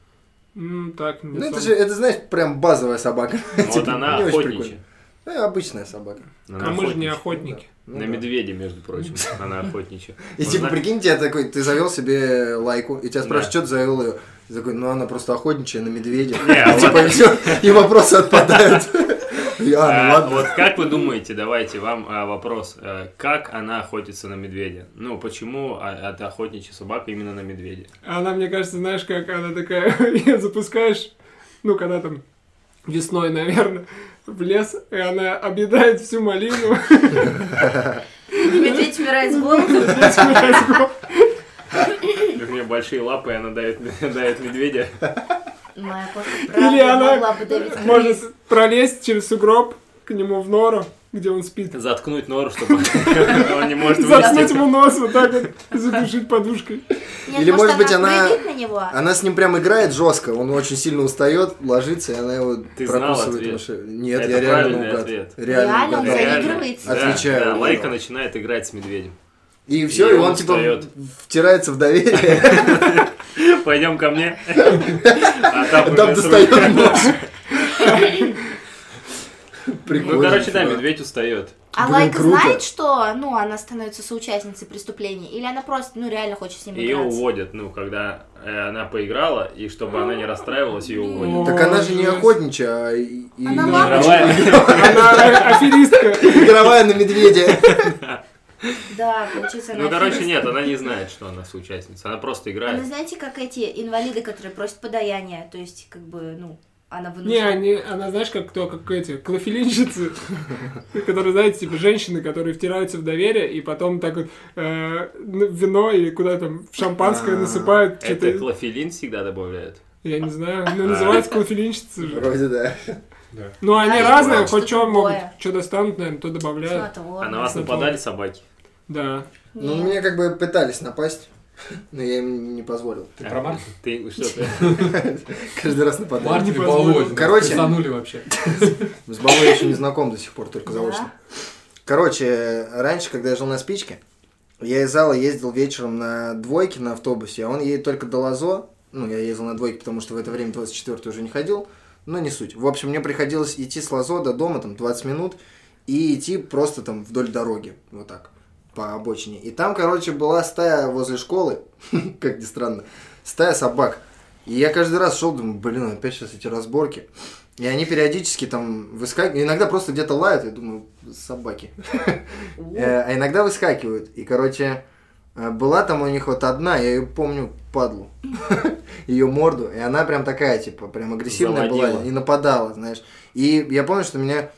Speaker 1: М, так, не
Speaker 4: Ну это
Speaker 1: особо.
Speaker 4: же, это знаешь, прям базовая собака.
Speaker 3: Вот
Speaker 4: Типа,
Speaker 3: она
Speaker 4: не очень
Speaker 3: охотничья.
Speaker 4: прикольно. Ну, обычная собака.
Speaker 3: Она
Speaker 1: А мы же не
Speaker 3: охотничья.
Speaker 1: охотники.
Speaker 4: Ну
Speaker 3: На
Speaker 4: да.
Speaker 3: медведя, между прочим. Она охотничья.
Speaker 4: И
Speaker 3: Вот
Speaker 4: типа,
Speaker 3: зна-
Speaker 4: прикинь, тебя такой, ты завел себе лайку, и тебя спрашивают,
Speaker 3: Да.
Speaker 4: что ты завел ее? Ты такой, ну она просто охотничая на медведя.
Speaker 3: Не, а
Speaker 4: И Типа, и все, и вопросы отпадают. И, А, ну
Speaker 3: А,
Speaker 4: ладно.
Speaker 3: Вот как вы думаете, давайте вам а, вопрос, а, как она охотится на медведя? Ну, почему а, это охотничья собака именно на медведя?
Speaker 1: Она, мне кажется, знаешь, как она такая, ее запускаешь, ну, когда там весной, наверное, в лес, и она объедает всю малину.
Speaker 5: Медведь умирает с голоду.
Speaker 3: У нее большие лапы, и она давит, давит медведя.
Speaker 5: Моя кошка
Speaker 1: Или
Speaker 5: правда
Speaker 1: она
Speaker 5: могла бы давить крыс.
Speaker 1: может пролезть через сугроб к нему в нору, где он спит.
Speaker 3: Заткнуть нору, чтобы он не может
Speaker 1: Заткнуть
Speaker 3: вылезти.
Speaker 1: ему нос вот так вот, и задушить подушкой.
Speaker 5: Нет,
Speaker 4: Или, может быть, она-
Speaker 5: прыгает на него.
Speaker 4: Она с ним прям играет жестко, он очень сильно устает, ложится, и она его
Speaker 3: Ты знал
Speaker 4: прокусывает.
Speaker 3: ответ?
Speaker 4: маши- Нет,
Speaker 3: Это
Speaker 4: я реально
Speaker 3: правильный
Speaker 4: угад.
Speaker 3: ответ.
Speaker 5: Реально
Speaker 4: Реально
Speaker 5: он
Speaker 4: угадал.
Speaker 5: заигрывает.
Speaker 3: да,
Speaker 4: Отвечаю.
Speaker 3: да, лайка начинает играть с медведем.
Speaker 4: И все,
Speaker 3: И
Speaker 4: и
Speaker 3: он
Speaker 4: он типа
Speaker 3: устает.
Speaker 4: втирается в доверие,
Speaker 3: Пойдем ко мне. А там
Speaker 4: там
Speaker 3: уже
Speaker 4: достает
Speaker 3: срочно.
Speaker 4: нож. Прикольно.
Speaker 3: Ну, короче, Ну, да,
Speaker 4: типа.
Speaker 3: медведь устает.
Speaker 5: А
Speaker 4: Блин,
Speaker 5: Лайка
Speaker 4: круто.
Speaker 5: знает, что ну, она становится соучастницей преступления? Или она просто ну, реально хочет с ним
Speaker 3: Ее
Speaker 5: играться?
Speaker 3: уводят, ну, когда э, она поиграла, и чтобы она не расстраивалась, ее уводят.
Speaker 4: Так она же не
Speaker 1: Жесть.
Speaker 4: охотничая, а и- и-
Speaker 5: Она
Speaker 4: и-
Speaker 5: мама.
Speaker 3: Игровая.
Speaker 1: Она аферистка.
Speaker 4: игровая на медведя.
Speaker 5: Да, получается, она...
Speaker 3: Ну, короче,
Speaker 5: аферистка.
Speaker 3: нет, она не знает, что она соучастница. Она просто
Speaker 5: Она,
Speaker 3: играет.
Speaker 5: знаете, как эти инвалиды, которые просят подаяние, то есть, как бы, ну, она
Speaker 1: Не,
Speaker 5: вынуждена.
Speaker 1: они, она, знаешь, как кто, как эти, клофелинщицы, которые, знаете, типа женщины, которые втираются в доверие и потом так вот э, ну, вино или куда там в шампанское
Speaker 4: А,
Speaker 1: насыпают.
Speaker 3: Это
Speaker 1: что-то,
Speaker 3: клофелин всегда добавляют.
Speaker 1: Я не знаю, ну
Speaker 3: А.
Speaker 1: называется клофелинщицы же.
Speaker 4: Вроде да.
Speaker 2: Да.
Speaker 1: Ну они
Speaker 5: я
Speaker 1: разные,
Speaker 5: думала,
Speaker 1: хоть
Speaker 5: что
Speaker 1: что могут,
Speaker 5: другое.
Speaker 1: что достанут, наверное, то добавляют.
Speaker 5: Смотрю,
Speaker 3: А на вас
Speaker 1: знакомо.
Speaker 3: нападали собаки?
Speaker 1: Да.
Speaker 4: Ну,
Speaker 5: нет.
Speaker 4: мне как бы пытались напасть. но я им не позволил.
Speaker 2: Ты про Марта?
Speaker 3: Ты что ты?
Speaker 4: Каждый раз нападаю.
Speaker 2: Марта
Speaker 1: не
Speaker 2: или
Speaker 1: позволю.
Speaker 2: Володя?
Speaker 4: Короче.
Speaker 2: Пизданули вообще.
Speaker 4: С Балой я еще не знаком до сих пор, только
Speaker 5: Да?
Speaker 4: заочно. Короче, раньше, когда я жил на спичке, я из зала ездил вечером на двойке на автобусе, а он едет только до Лазо. Ну, я ездил на двойке, потому что в это время 24 уже не ходил, но не суть. В общем, мне приходилось идти с Лазо до дома, там, 20 минут, и идти просто там вдоль дороги, вот так, по обочине. И там, короче, была стая возле школы, как ни странно, стая собак. И я каждый раз шел, думаю, блин, опять сейчас эти разборки. И они периодически там выскакивают, ну, иногда просто где-то лают, я думаю, собаки. Э, А иногда выскакивают. И, короче, э, была там у них вот одна, я ее помню, падлу. Ее морду. И она прям такая, типа, прям агрессивная была.
Speaker 3: Заводила.
Speaker 4: И нападала, знаешь. И я помню, что меня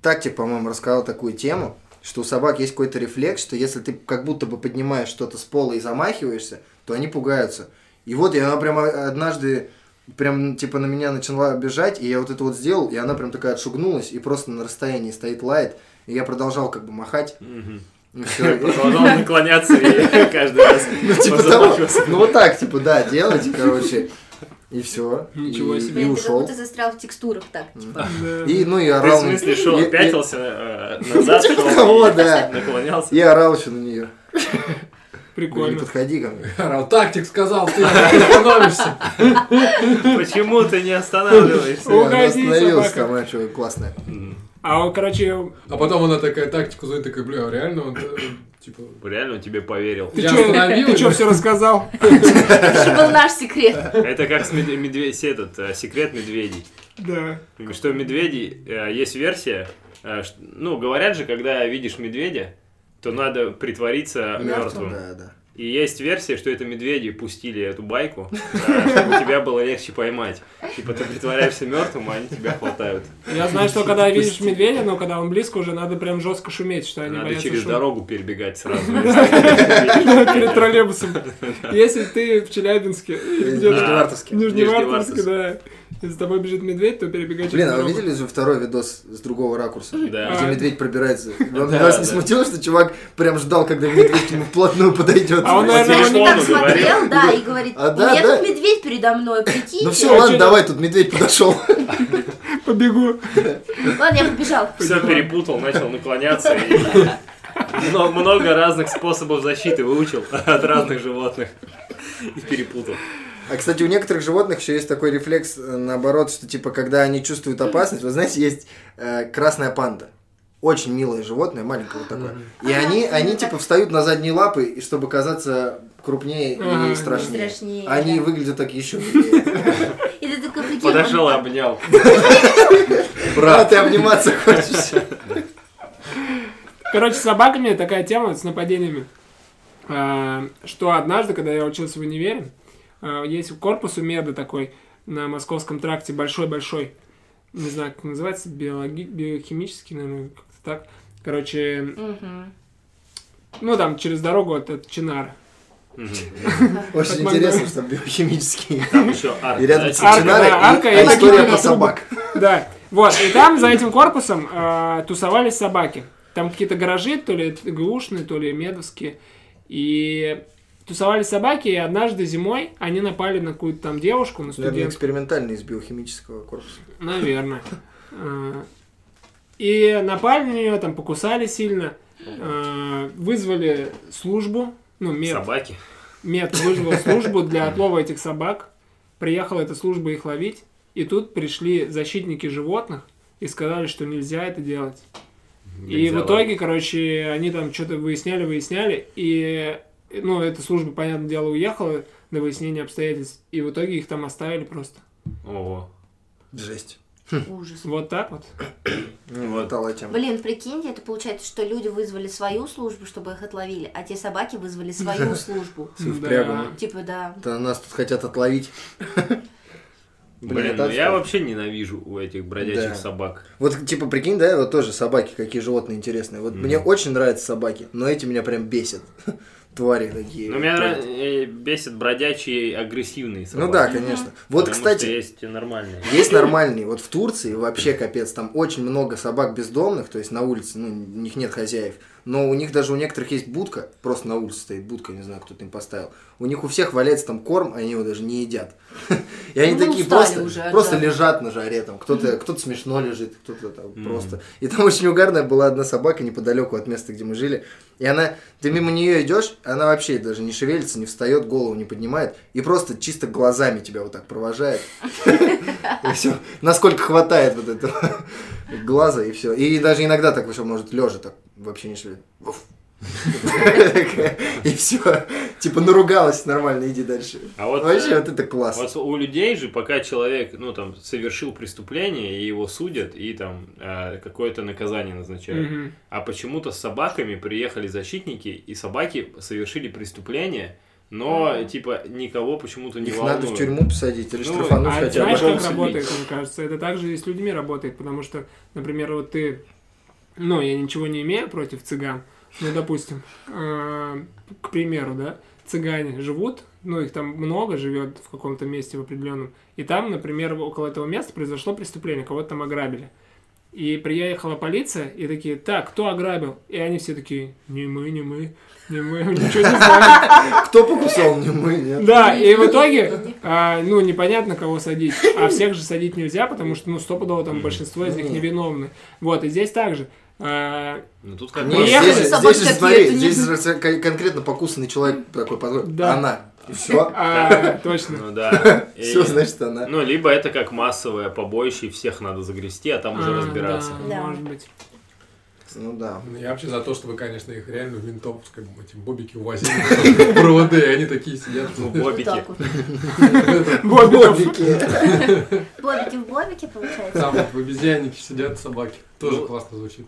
Speaker 4: тактик, по-моему, рассказал такую тему, что у собак есть какой-то рефлекс, что если ты как будто бы поднимаешь что-то с пола и замахиваешься, то они пугаются. И вот и она прям однажды прям типа на меня начала бежать, и я вот это вот сделал, и она прям такая отшугнулась, и просто на расстоянии стоит лает, и я продолжал как бы махать.
Speaker 3: Мгм.
Speaker 4: и всё. И-
Speaker 3: Продолжал наклоняться и каждый раз
Speaker 4: Ну, типа того.
Speaker 3: позабавился.
Speaker 4: Ну, вот так, типа, да, делать, короче. И все.
Speaker 1: Ничего себе.
Speaker 4: И
Speaker 5: Блин, ты как
Speaker 4: ушел.
Speaker 5: будто застрял в текстурах так. типа.
Speaker 4: И, ну, и
Speaker 3: Ты в
Speaker 4: орал. на-
Speaker 3: смысле шел,
Speaker 4: и- и-
Speaker 3: пятился э, назад, шел
Speaker 4: Ну, типа того,
Speaker 3: и
Speaker 4: да.
Speaker 3: наклонялся?
Speaker 4: И орал еще на нее. Не
Speaker 1: Прикольно.
Speaker 4: подходи ко мне.
Speaker 2: Орал, Тактик сказал, ты остановишься.
Speaker 3: Почему ты не останавливаешься?
Speaker 1: Уходи,
Speaker 4: Она остановилась
Speaker 1: собака.
Speaker 4: там, а что, классная.
Speaker 1: А он, короче,
Speaker 2: А потом она такая тактику звонит, такая, бля, реально он э, типа...
Speaker 3: Реально он тебе поверил.
Speaker 1: ты
Speaker 2: Я
Speaker 1: чё,
Speaker 2: остановил
Speaker 1: ты
Speaker 2: его.
Speaker 1: чё все рассказал?
Speaker 5: Это был наш секрет.
Speaker 3: Это как с медве- медведь, этот, э, секрет медведей.
Speaker 1: Да.
Speaker 3: Что медведи, э, есть версия, э, ш- ну, говорят же, когда видишь медведя, то надо притвориться мертвым.
Speaker 4: Да, да.
Speaker 3: И есть версия, что это медведи пустили эту байку, э, чтобы тебя было легче поймать. Типа ты притворяешься мертвым, а они тебя хватают.
Speaker 1: Я знаю, что когда видишь медведя, но когда он близко уже, надо прям жестко шуметь, что они
Speaker 3: Надо
Speaker 1: боятся
Speaker 3: через
Speaker 1: шума.
Speaker 3: дорогу перебегать сразу. если
Speaker 1: Перед троллейбусом. Если ты в Челябинске, или где-то
Speaker 4: В
Speaker 1: в
Speaker 4: Нижневартовске.
Speaker 1: Нижневартовске, да, и за тобой бежит медведь, то перебегай через
Speaker 4: Блин, а вы
Speaker 1: дорогу.
Speaker 4: видели же второй видос с другого ракурса?
Speaker 3: А, Да.
Speaker 4: Где медведь пробирается. Вам-
Speaker 3: Да,
Speaker 4: Вас не
Speaker 3: да.
Speaker 4: смутило, что чувак прям ждал, когда медведь к нему вплотную подойдет?
Speaker 1: А он,
Speaker 5: Он
Speaker 1: наверное,
Speaker 5: даже так
Speaker 3: телефону
Speaker 5: смотрел,
Speaker 3: говорил.
Speaker 5: да, и говорит,
Speaker 4: А,
Speaker 5: у
Speaker 4: да,
Speaker 5: меня
Speaker 4: да.
Speaker 5: тут медведь передо мной, прикинь.
Speaker 4: Ну
Speaker 1: а
Speaker 4: все, ладно,
Speaker 1: чё-
Speaker 4: давай, тут медведь подошел.
Speaker 1: Побегу.
Speaker 5: Ладно, я побежал.
Speaker 3: Все перепутал, начал наклоняться. и мно- Много разных способов защиты выучил от разных животных. И перепутал.
Speaker 4: А кстати, у некоторых животных еще есть такой рефлекс, э, наоборот, что типа, когда они чувствуют опасность, вы знаете, есть э, красная панда. Очень милое животное, маленькое вот такое. И они, они типа встают на задние лапы, и чтобы казаться крупнее
Speaker 1: Ага.
Speaker 4: и страшнее.
Speaker 5: Страшнее,
Speaker 4: Они
Speaker 5: да.
Speaker 4: выглядят так еще милее.
Speaker 5: И ты такой, прикинь, он-
Speaker 1: ну,
Speaker 3: Подошел и обнял.
Speaker 4: Брат, А ты обниматься хочешь?
Speaker 1: Короче, с собаками такая тема с нападениями. А, Что однажды, когда я учился в универе, а, есть корпус у меда такой на московском тракте большой-большой. Не знаю, как называется, биологи- биохимический, наверное, как-то так. Короче,
Speaker 5: Мгм.
Speaker 1: ну там через дорогу от, от Чинара.
Speaker 3: Мгм.
Speaker 4: Очень
Speaker 1: Как
Speaker 4: интересно,
Speaker 1: Макдональдс.
Speaker 4: что биохимические.
Speaker 3: Там еще арка.
Speaker 4: И рядом
Speaker 3: да,
Speaker 4: с
Speaker 3: типа,
Speaker 1: Арка,
Speaker 4: Чинарой,
Speaker 1: да, арка
Speaker 4: и-
Speaker 1: и
Speaker 4: а история
Speaker 1: Макдональдс.
Speaker 4: про собак.
Speaker 1: Да, вот, и там за этим корпусом а, тусовались собаки. Там какие-то гаражи, то ли ГУшные, то ли медовские. И тусовались собаки, и однажды зимой они напали на какую-то там девушку, на
Speaker 4: Наверное,
Speaker 1: студентку.
Speaker 4: экспериментальный из биохимического корпуса.
Speaker 1: Наверное. Э, И напали на нее, там покусали сильно, э, вызвали службу, ну, мед,
Speaker 3: Собаки.
Speaker 1: мед вызвал службу для отлова этих собак. Приехала эта служба их ловить, и тут пришли защитники животных и сказали, что нельзя это делать. И в
Speaker 3: Нельзя
Speaker 1: итоге, короче, они там что-то выясняли, выясняли, и, ну, эта служба, понятное дело, уехала на выяснение обстоятельств, и в итоге их там оставили просто.
Speaker 3: ловить. Ого.
Speaker 4: Жесть. Ну,
Speaker 5: Ужас.
Speaker 1: Вот так вот.
Speaker 4: Не хватало тем.
Speaker 5: Блин, прикиньте, это получается, что люди вызвали свою службу, чтобы их отловили, а те собаки вызвали свою службу.
Speaker 4: впрягано.
Speaker 5: Типа, да.
Speaker 4: Да нас тут хотят отловить.
Speaker 3: Блин, ну
Speaker 4: отстой.
Speaker 3: я вообще ненавижу у этих бродячих
Speaker 4: Да.
Speaker 3: собак.
Speaker 4: Вот, типа, прикинь, да, вот тоже собаки, какие животные интересные. Вот мне очень нравятся собаки, но эти меня прям бесят. твари такие.
Speaker 3: Ну, меня нрав- э, бесит бродячие агрессивные собаки.
Speaker 4: Ну да, конечно. Вот,
Speaker 3: Потому что
Speaker 4: кстати,
Speaker 3: есть и нормальные.
Speaker 4: есть нормальные. Вот в Турции вообще капец, там очень много собак бездомных, то есть на улице, ну, у них нет хозяев. Но у них даже у некоторых есть будка, просто на улице стоит будка, не знаю, кто-то им поставил. У них у всех валяется там корм, а они его даже не едят. И они
Speaker 5: Ну,
Speaker 4: такие
Speaker 5: устали
Speaker 4: просто,
Speaker 5: уже от
Speaker 4: просто
Speaker 5: жары.
Speaker 4: лежат на жаре, там кто-то кто смешно лежит, кто-то там просто. И там очень угарная была одна собака неподалеку от места, где мы жили. И она, ты мимо нее идешь, она вообще даже не шевелится, не встает, голову не поднимает, и просто чисто глазами тебя вот так провожает. И все. Насколько хватает вот этого глаза, и все. И даже иногда так вообще может лежа так вообще не шевелит. Вуф. И все. Типа наругалась нормально, иди дальше.
Speaker 3: А вот,
Speaker 4: Вообще,
Speaker 3: э,
Speaker 4: вот это классно.
Speaker 3: Вот у людей же, пока человек, ну, там, совершил преступление, и его судят, и там э, какое-то наказание назначают.
Speaker 1: Мгм.
Speaker 3: А почему-то с собаками приехали защитники, и собаки совершили преступление, но,
Speaker 5: Мгм.
Speaker 3: типа, никого почему-то не
Speaker 4: Их
Speaker 3: волнует.
Speaker 4: надо в тюрьму посадить или
Speaker 3: Ну,
Speaker 4: штрафануть
Speaker 3: а
Speaker 1: а
Speaker 4: хотя бы.
Speaker 1: знаешь,
Speaker 3: потом
Speaker 1: как
Speaker 3: судить.
Speaker 1: работает, мне кажется? Это также и с людьми работает, потому что, например, вот ты, ну, я ничего не имею против цыган, ну, допустим, э, к примеру, да, цыгане живут, ну, их там много живет в каком-то месте в определенном, и там, например, около этого места произошло преступление, кого-то там ограбили. И приехала полиция, и такие, так, кто ограбил? И они все такие, не мы, не мы, не мы, ничего не знаем.
Speaker 4: Кто покусал? Не мы, нет.
Speaker 1: Да, и в итоге, а, ну, непонятно, кого садить. А всех же садить нельзя, потому что, ну, стопудово там большинство из них
Speaker 4: Мгм.
Speaker 1: невиновны. Вот, и здесь А, также.
Speaker 3: Ну, тут как
Speaker 1: Не
Speaker 3: бы-
Speaker 4: Нет,
Speaker 1: ехали,
Speaker 4: здесь, же-
Speaker 5: собаки
Speaker 4: здесь же,
Speaker 5: такие,
Speaker 4: смотри,
Speaker 5: это не
Speaker 4: здесь
Speaker 5: мы.
Speaker 4: же кон- конкретно покусанный человек такой подходит.
Speaker 1: Да.
Speaker 4: Она. И все.
Speaker 1: а, Точно.
Speaker 3: Ну, да. И-
Speaker 4: Все, значит, она.
Speaker 3: Ну, либо это как массовое побоище, и всех надо загрести, а там уже
Speaker 1: А,
Speaker 3: разбираться.
Speaker 1: да,
Speaker 5: Да.
Speaker 1: Может быть.
Speaker 4: Ну да.
Speaker 2: Ну, Я вообще за то, чтобы, конечно, их реально в ментовском эти бобики увозили в проводы, и они такие сидят.
Speaker 3: Ну,
Speaker 5: Вот
Speaker 3: бобики.
Speaker 5: так вот.
Speaker 1: Бобиков.
Speaker 4: Бобики.
Speaker 5: Бобики в бобике, получается?
Speaker 2: Там вот в обезьяннике сидят собаки. Тоже классно звучит.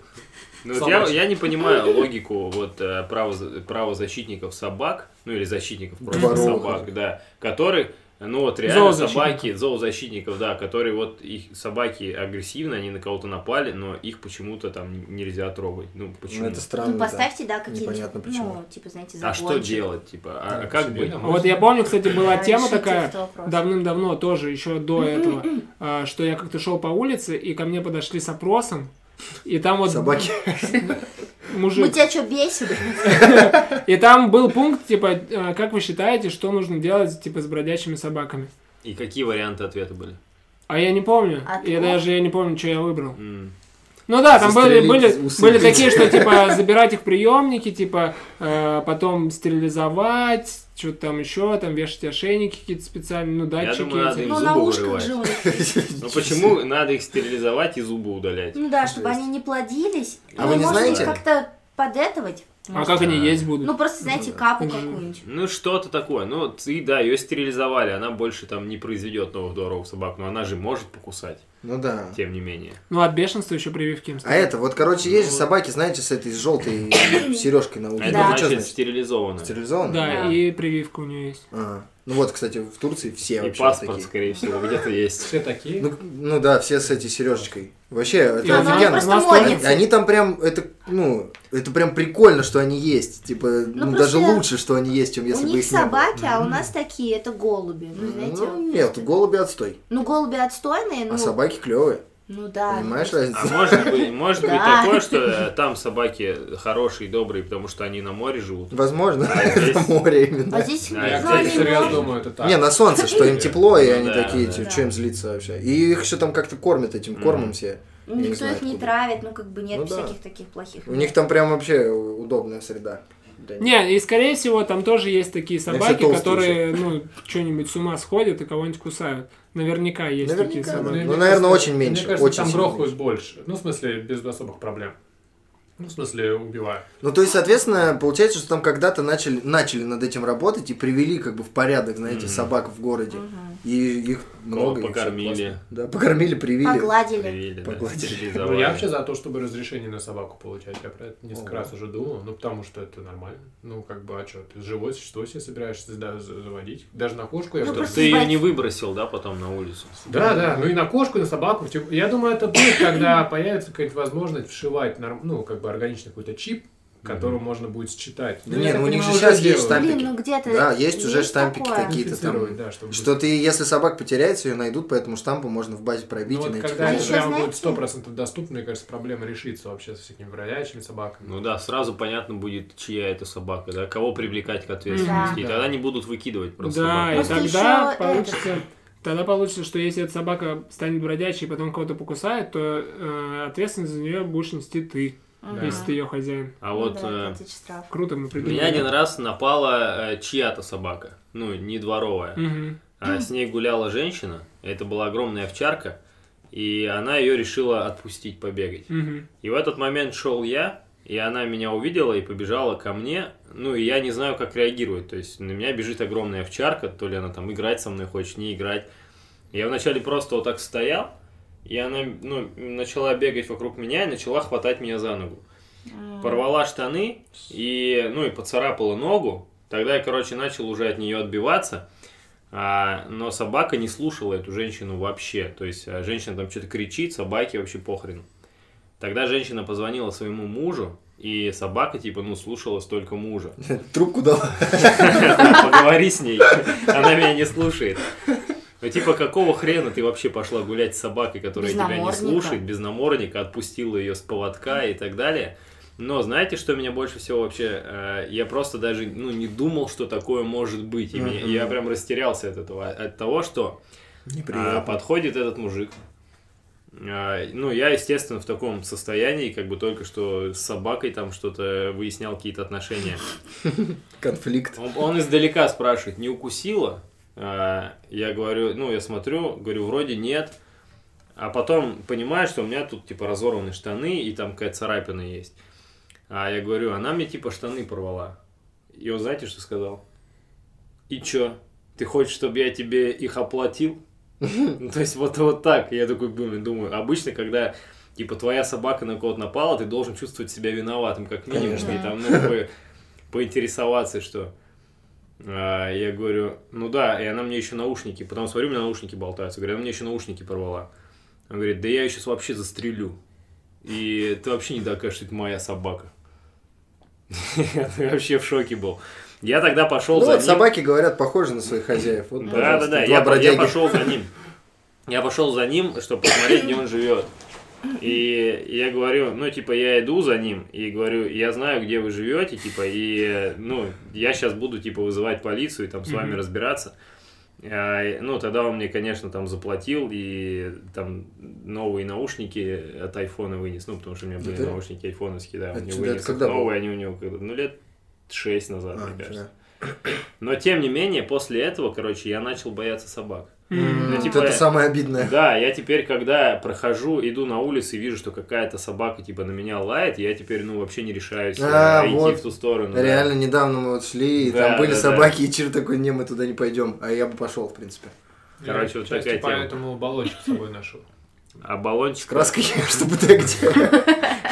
Speaker 3: Ну, вот я,
Speaker 2: Собачьи.
Speaker 3: я не понимаю логику вот э, право- правозащитников собак, ну или защитников просто
Speaker 4: Дворовых.
Speaker 3: собак, да, которые, ну вот реально
Speaker 1: Зоозащитников.
Speaker 3: собаки, зоозащитников, да, которые вот их собаки агрессивны, они на кого-то напали, но их почему-то там нельзя трогать. Ну
Speaker 4: Ну,
Speaker 3: почему?
Speaker 4: это странно.
Speaker 5: Ну,
Speaker 4: да.
Speaker 5: поставьте, да, какие-то,
Speaker 4: Непонятно почему.
Speaker 5: ну, типа, знаете,
Speaker 3: а что
Speaker 5: закончики.
Speaker 3: делать, типа? А,
Speaker 2: Да,
Speaker 3: как
Speaker 2: себе
Speaker 3: быть?
Speaker 2: домой.
Speaker 1: Вот я помню, кстати, была
Speaker 5: Да,
Speaker 1: тема
Speaker 5: решите
Speaker 1: такая
Speaker 5: этот вопрос.
Speaker 1: давным-давно тоже, еще до этого, а, что я как-то шел по улице, и ко мне подошли с опросом, и там вот
Speaker 4: Собаки.
Speaker 1: мужик...
Speaker 5: Мы тебя что, бесим?
Speaker 1: И там был пункт, типа, э, как вы считаете, что нужно делать, типа, с бродячими собаками?
Speaker 3: И какие варианты ответа были?
Speaker 1: А я не помню.
Speaker 5: А
Speaker 1: я
Speaker 5: ты-
Speaker 1: даже я не помню, что я выбрал.
Speaker 3: М.
Speaker 1: Ну да, там были,
Speaker 4: Застрелить,
Speaker 1: были,
Speaker 4: усыпить.
Speaker 1: были такие, что, типа, забирать их в приемники, типа, э, потом стерилизовать, что-то там еще, там вешать ошейники какие-то специальные, ну, датчики.
Speaker 3: думаю, надо
Speaker 1: эти.
Speaker 3: им
Speaker 5: Ну,
Speaker 3: зубы
Speaker 5: на ушках
Speaker 3: вырывать.
Speaker 5: же у них.
Speaker 3: Ну почему надо их стерилизовать и зубы удалять?
Speaker 5: Ну да, чтобы
Speaker 4: Жесть.
Speaker 5: они не плодились.
Speaker 4: А
Speaker 5: Ну,
Speaker 4: вы не
Speaker 5: можно их
Speaker 4: знаете?
Speaker 5: как-то подэтовать.
Speaker 1: А как они
Speaker 3: А.
Speaker 1: есть будут?
Speaker 5: Ну, просто, знаете, капу
Speaker 1: Мгм.
Speaker 5: какую-нибудь.
Speaker 3: Ну, что-то такое. Ну, ты, да, ее стерилизовали, она больше там не произведет новых дворовых собак, но она же может покусать,
Speaker 4: Ну да.
Speaker 3: тем не менее.
Speaker 1: Ну, от бешенства еще прививки им
Speaker 4: А
Speaker 1: ставят.
Speaker 4: это, вот, короче, есть же собаки, знаете, с этой желтой сережкой на
Speaker 3: А
Speaker 4: ухе.
Speaker 3: Это
Speaker 5: Да.
Speaker 4: Ну, чё
Speaker 3: значит
Speaker 4: значит?
Speaker 3: стерилизованная.
Speaker 4: Стерилизованная?
Speaker 1: Да,
Speaker 3: Да.
Speaker 1: и прививка у нее есть.
Speaker 4: А. Ну вот, кстати, в Турции все
Speaker 3: И
Speaker 4: вообще
Speaker 3: паспорт,
Speaker 4: такие.
Speaker 3: скорее всего, где-то есть.
Speaker 2: Все такие.
Speaker 4: Ну, ну да, все с этой сережечкой. Вообще, это
Speaker 5: ну,
Speaker 1: И она
Speaker 4: офигенно.
Speaker 1: просто У нас тоже-
Speaker 4: Они, они там прям, это, ну, это прям прикольно, что они есть. Типа, ну, даже
Speaker 5: просто
Speaker 4: лучше, что они есть, чем
Speaker 5: У
Speaker 4: если бы
Speaker 5: них
Speaker 4: их не было.
Speaker 5: собаки, а у нас такие, это голуби. Ну, знаете,
Speaker 4: Ну,
Speaker 5: вот
Speaker 4: нет,
Speaker 5: просто-
Speaker 4: голуби отстой.
Speaker 5: Ну, голуби отстойные, ну...
Speaker 4: А собаки клевые.
Speaker 5: Ну, да.
Speaker 4: Понимаешь
Speaker 3: А
Speaker 4: разницу?
Speaker 3: может быть, может быть
Speaker 5: Да.
Speaker 3: такое, что э, там собаки хорошие, добрые, потому что они на море живут.
Speaker 4: Возможно,
Speaker 3: А
Speaker 4: это
Speaker 3: здесь-
Speaker 4: море именно.
Speaker 5: А здесь...
Speaker 3: Да,
Speaker 5: ну,
Speaker 2: Я,
Speaker 3: здесь
Speaker 5: они
Speaker 2: кстати, серьезно
Speaker 5: могут-
Speaker 2: думаю, это так.
Speaker 4: Не, ну, на солнце, что им тепло, и
Speaker 3: Ну
Speaker 4: они
Speaker 3: да,
Speaker 4: такие,
Speaker 3: да.
Speaker 4: типа, что им злиться вообще. И их еще там как-то кормят этим
Speaker 3: Мгм.
Speaker 4: кормом все.
Speaker 5: Ну,
Speaker 4: Я не
Speaker 5: Никто
Speaker 4: знаю,
Speaker 5: их не
Speaker 4: откуда.
Speaker 5: травит, ну, как бы нет
Speaker 4: Ну, да.
Speaker 5: всяких таких плохих.
Speaker 4: У них там прям вообще удобная среда. Да
Speaker 1: Не, и скорее всего там тоже есть такие собаки,
Speaker 4: толстые
Speaker 1: которые, ну, что-нибудь с ума сходят и кого-нибудь кусают. Наверняка есть такие
Speaker 4: Наверняка,
Speaker 1: собаки.
Speaker 4: Ну,
Speaker 2: мне
Speaker 4: наверное,
Speaker 2: кажется,
Speaker 4: очень меньше,
Speaker 2: Мне кажется,
Speaker 4: очень
Speaker 2: там
Speaker 4: сильно
Speaker 2: грохают больше. Ну, в смысле, без особых проблем. Ну, в смысле, убивают.
Speaker 4: Ну, то есть, соответственно, получается, что там когда-то начали, начали над этим работать и привели как бы в порядок, знаете,
Speaker 3: Мгм.
Speaker 4: собак в городе. И их много. и всё
Speaker 3: покормили.
Speaker 4: классно. Да, покормили, привили.
Speaker 5: Погладили.
Speaker 3: Привели, да,
Speaker 4: Погладили.
Speaker 2: Ну, я вообще
Speaker 3: стерилизовали.
Speaker 2: за то, чтобы разрешение на собаку получать. Я про это несколько
Speaker 4: Ого.
Speaker 2: раз уже думал. Ну, потому что это нормально. Ну, как бы, а что, ты живое существо себе собираешься да, за- заводить? Даже на кошку я
Speaker 5: Ну,
Speaker 2: бы
Speaker 5: просто
Speaker 3: Ты ее не выбросил, да, потом на улицу?
Speaker 2: Да, да, ну и на кошку, и на собаку. Типа, Тем- Я думаю, это будет, когда появится какая-то возможность вшивать, норм- ну, как бы органичный какой-то чип которую можно будет считать.
Speaker 4: Да не,
Speaker 2: я
Speaker 4: ну
Speaker 2: так
Speaker 4: у них же
Speaker 2: понимаю, уже
Speaker 4: сейчас есть
Speaker 2: делают.
Speaker 4: штампы.
Speaker 5: Блин, ну где-то...
Speaker 4: Да, есть уже штампики
Speaker 5: такое.
Speaker 4: какие-то
Speaker 2: Идентифицировать,
Speaker 4: там.
Speaker 2: да, чтобы...
Speaker 4: Что ты, если собака потеряется, ее найдут, поэтому штампы можно в базе пробить
Speaker 2: Ну,
Speaker 4: и
Speaker 2: вот
Speaker 4: найти.
Speaker 2: когда
Speaker 5: А
Speaker 2: это
Speaker 5: ещё
Speaker 4: хозяина.
Speaker 2: прям
Speaker 5: знаете-
Speaker 2: будет сто процентов доступно, мне кажется, проблема решится вообще со всякими бродячими собаками.
Speaker 3: Ну да, сразу понятно будет, чья это собака, да, кого привлекать к ответственности. И
Speaker 2: Да.
Speaker 3: тогда не будут выкидывать просто
Speaker 1: Да, и
Speaker 3: собаку.
Speaker 5: Просто
Speaker 1: тогда
Speaker 5: ещё
Speaker 1: получится... Тогда получится, что если эта собака станет бродячей и потом кого-то покусает, то э, ответственность за нее будешь нести ты,
Speaker 2: Да.
Speaker 1: если ты ее хозяин.
Speaker 3: А вот
Speaker 5: Ну Да,
Speaker 3: э,
Speaker 5: платить штраф.
Speaker 1: Круто, мы придумали.
Speaker 3: меня один раз напала э, чья-то собака, ну, не дворовая.
Speaker 1: Мгм.
Speaker 3: А с ней гуляла женщина, это была огромная овчарка, и она ее решила отпустить побегать.
Speaker 1: Мгм.
Speaker 3: И в этот момент шел я, и она меня увидела и побежала ко мне. Ну, и я не знаю, как реагировать. То есть на меня бежит огромная овчарка, то ли она там играть со мной хочет, не играть. Я вначале просто вот так стоял, и она ну, начала бегать вокруг меня и начала хватать меня за ногу.
Speaker 5: М.
Speaker 3: Порвала штаны и, ну, и поцарапала ногу. Тогда я, короче, начал уже от нее отбиваться. А, но собака не слушала эту женщину вообще. То есть а, женщина там что-то кричит, собаке вообще похрен. Тогда женщина позвонила своему мужу, и собака, типа, ну, слушалась только мужа.
Speaker 4: Трубку дала.
Speaker 3: Поговори с ней, она меня не слушает. Ну, типа, какого хрена ты вообще пошла гулять с собакой, которая
Speaker 5: Без
Speaker 3: тебя не
Speaker 5: намордника.
Speaker 3: слушает, без намордника, отпустила ее с поводка и так далее. Но знаете, что меня больше всего вообще... э, я просто даже ну, не думал, что такое может быть. И меня-
Speaker 4: Мгм.
Speaker 3: я прям растерялся от этого, от того, что а,
Speaker 4: Неприятно.
Speaker 3: подходит этот мужик. А, ну, я, естественно, в таком состоянии, как бы только что с собакой там что-то выяснял какие-то отношения.
Speaker 4: Конфликт.
Speaker 3: Он, он издалека спрашивает, не укусила? А, я говорю, ну, я смотрю, говорю, вроде нет. А потом понимаю, что у меня тут, типа, разорваны штаны и там какая-то царапина есть. А я говорю, она мне, типа, штаны порвала. И он, знаете, что сказал? И чё? Ты хочешь, чтобы я тебе их оплатил? Ну, То есть вот, вот так. Я такой блин, думаю, обычно, когда типа твоя собака на кого-то напала, ты должен чувствовать себя виноватым, как минимум,
Speaker 4: Конечно.
Speaker 3: и там ну, по- поинтересоваться, что. А, я говорю, ну да, и она мне еще наушники, потом смотрю, у меня наушники болтаются, говорю, она мне еще наушники порвала. Он говорит, да я ее сейчас вообще застрелю. И ты вообще не докажешь, что это моя собака. Я вообще в шоке был. Я тогда пошел
Speaker 4: Ну
Speaker 3: за
Speaker 4: вот
Speaker 3: ним.
Speaker 4: собаки говорят похожи на своих хозяев. Вот,
Speaker 3: Да, да,
Speaker 4: пожалуйста,
Speaker 3: да.
Speaker 4: два
Speaker 3: Я, по- я
Speaker 4: бродяги.
Speaker 3: пошел за ним. Я пошел за ним, чтобы посмотреть, где он живет. И я говорю, ну, типа, я иду за ним и говорю, я знаю, где вы живете, типа, и, э, ну, я сейчас буду, типа, вызывать полицию и там с вами
Speaker 1: Мгм.
Speaker 3: разбираться. А, и, Ну, тогда он мне, конечно, там заплатил и там новые наушники от айфона вынес. Ну, потому что у меня были
Speaker 4: Это-
Speaker 3: наушники айфоновские, да,
Speaker 4: Это
Speaker 3: он мне
Speaker 4: чё, это
Speaker 3: вынес их
Speaker 4: когда было?
Speaker 3: новые, они у него, когда- ну, лет шесть назад,
Speaker 4: А,
Speaker 3: мне кажется.
Speaker 4: да.
Speaker 3: Но тем не менее, после этого, короче, я начал бояться собак.
Speaker 1: Мгм.
Speaker 3: Ну,
Speaker 4: Вот
Speaker 3: типа,
Speaker 4: это самое обидное.
Speaker 3: Да, я теперь, когда прохожу, иду на улицу и вижу, что какая-то собака типа на меня лает, я теперь, ну, вообще не решаюсь э,
Speaker 4: А,
Speaker 3: идти
Speaker 4: вот.
Speaker 3: в ту сторону. да.
Speaker 4: Реально, недавно мы вот шли, и
Speaker 3: Да,
Speaker 4: там были
Speaker 3: да, да.
Speaker 4: собаки, и Чир такой, не, мы туда не пойдем. А я бы пошел, в принципе.
Speaker 3: Короче, вот
Speaker 2: Части
Speaker 3: такая тема.
Speaker 2: поэтому баллончик с собой ношу.
Speaker 3: А баллончик,
Speaker 4: С краской, чтобы ты где.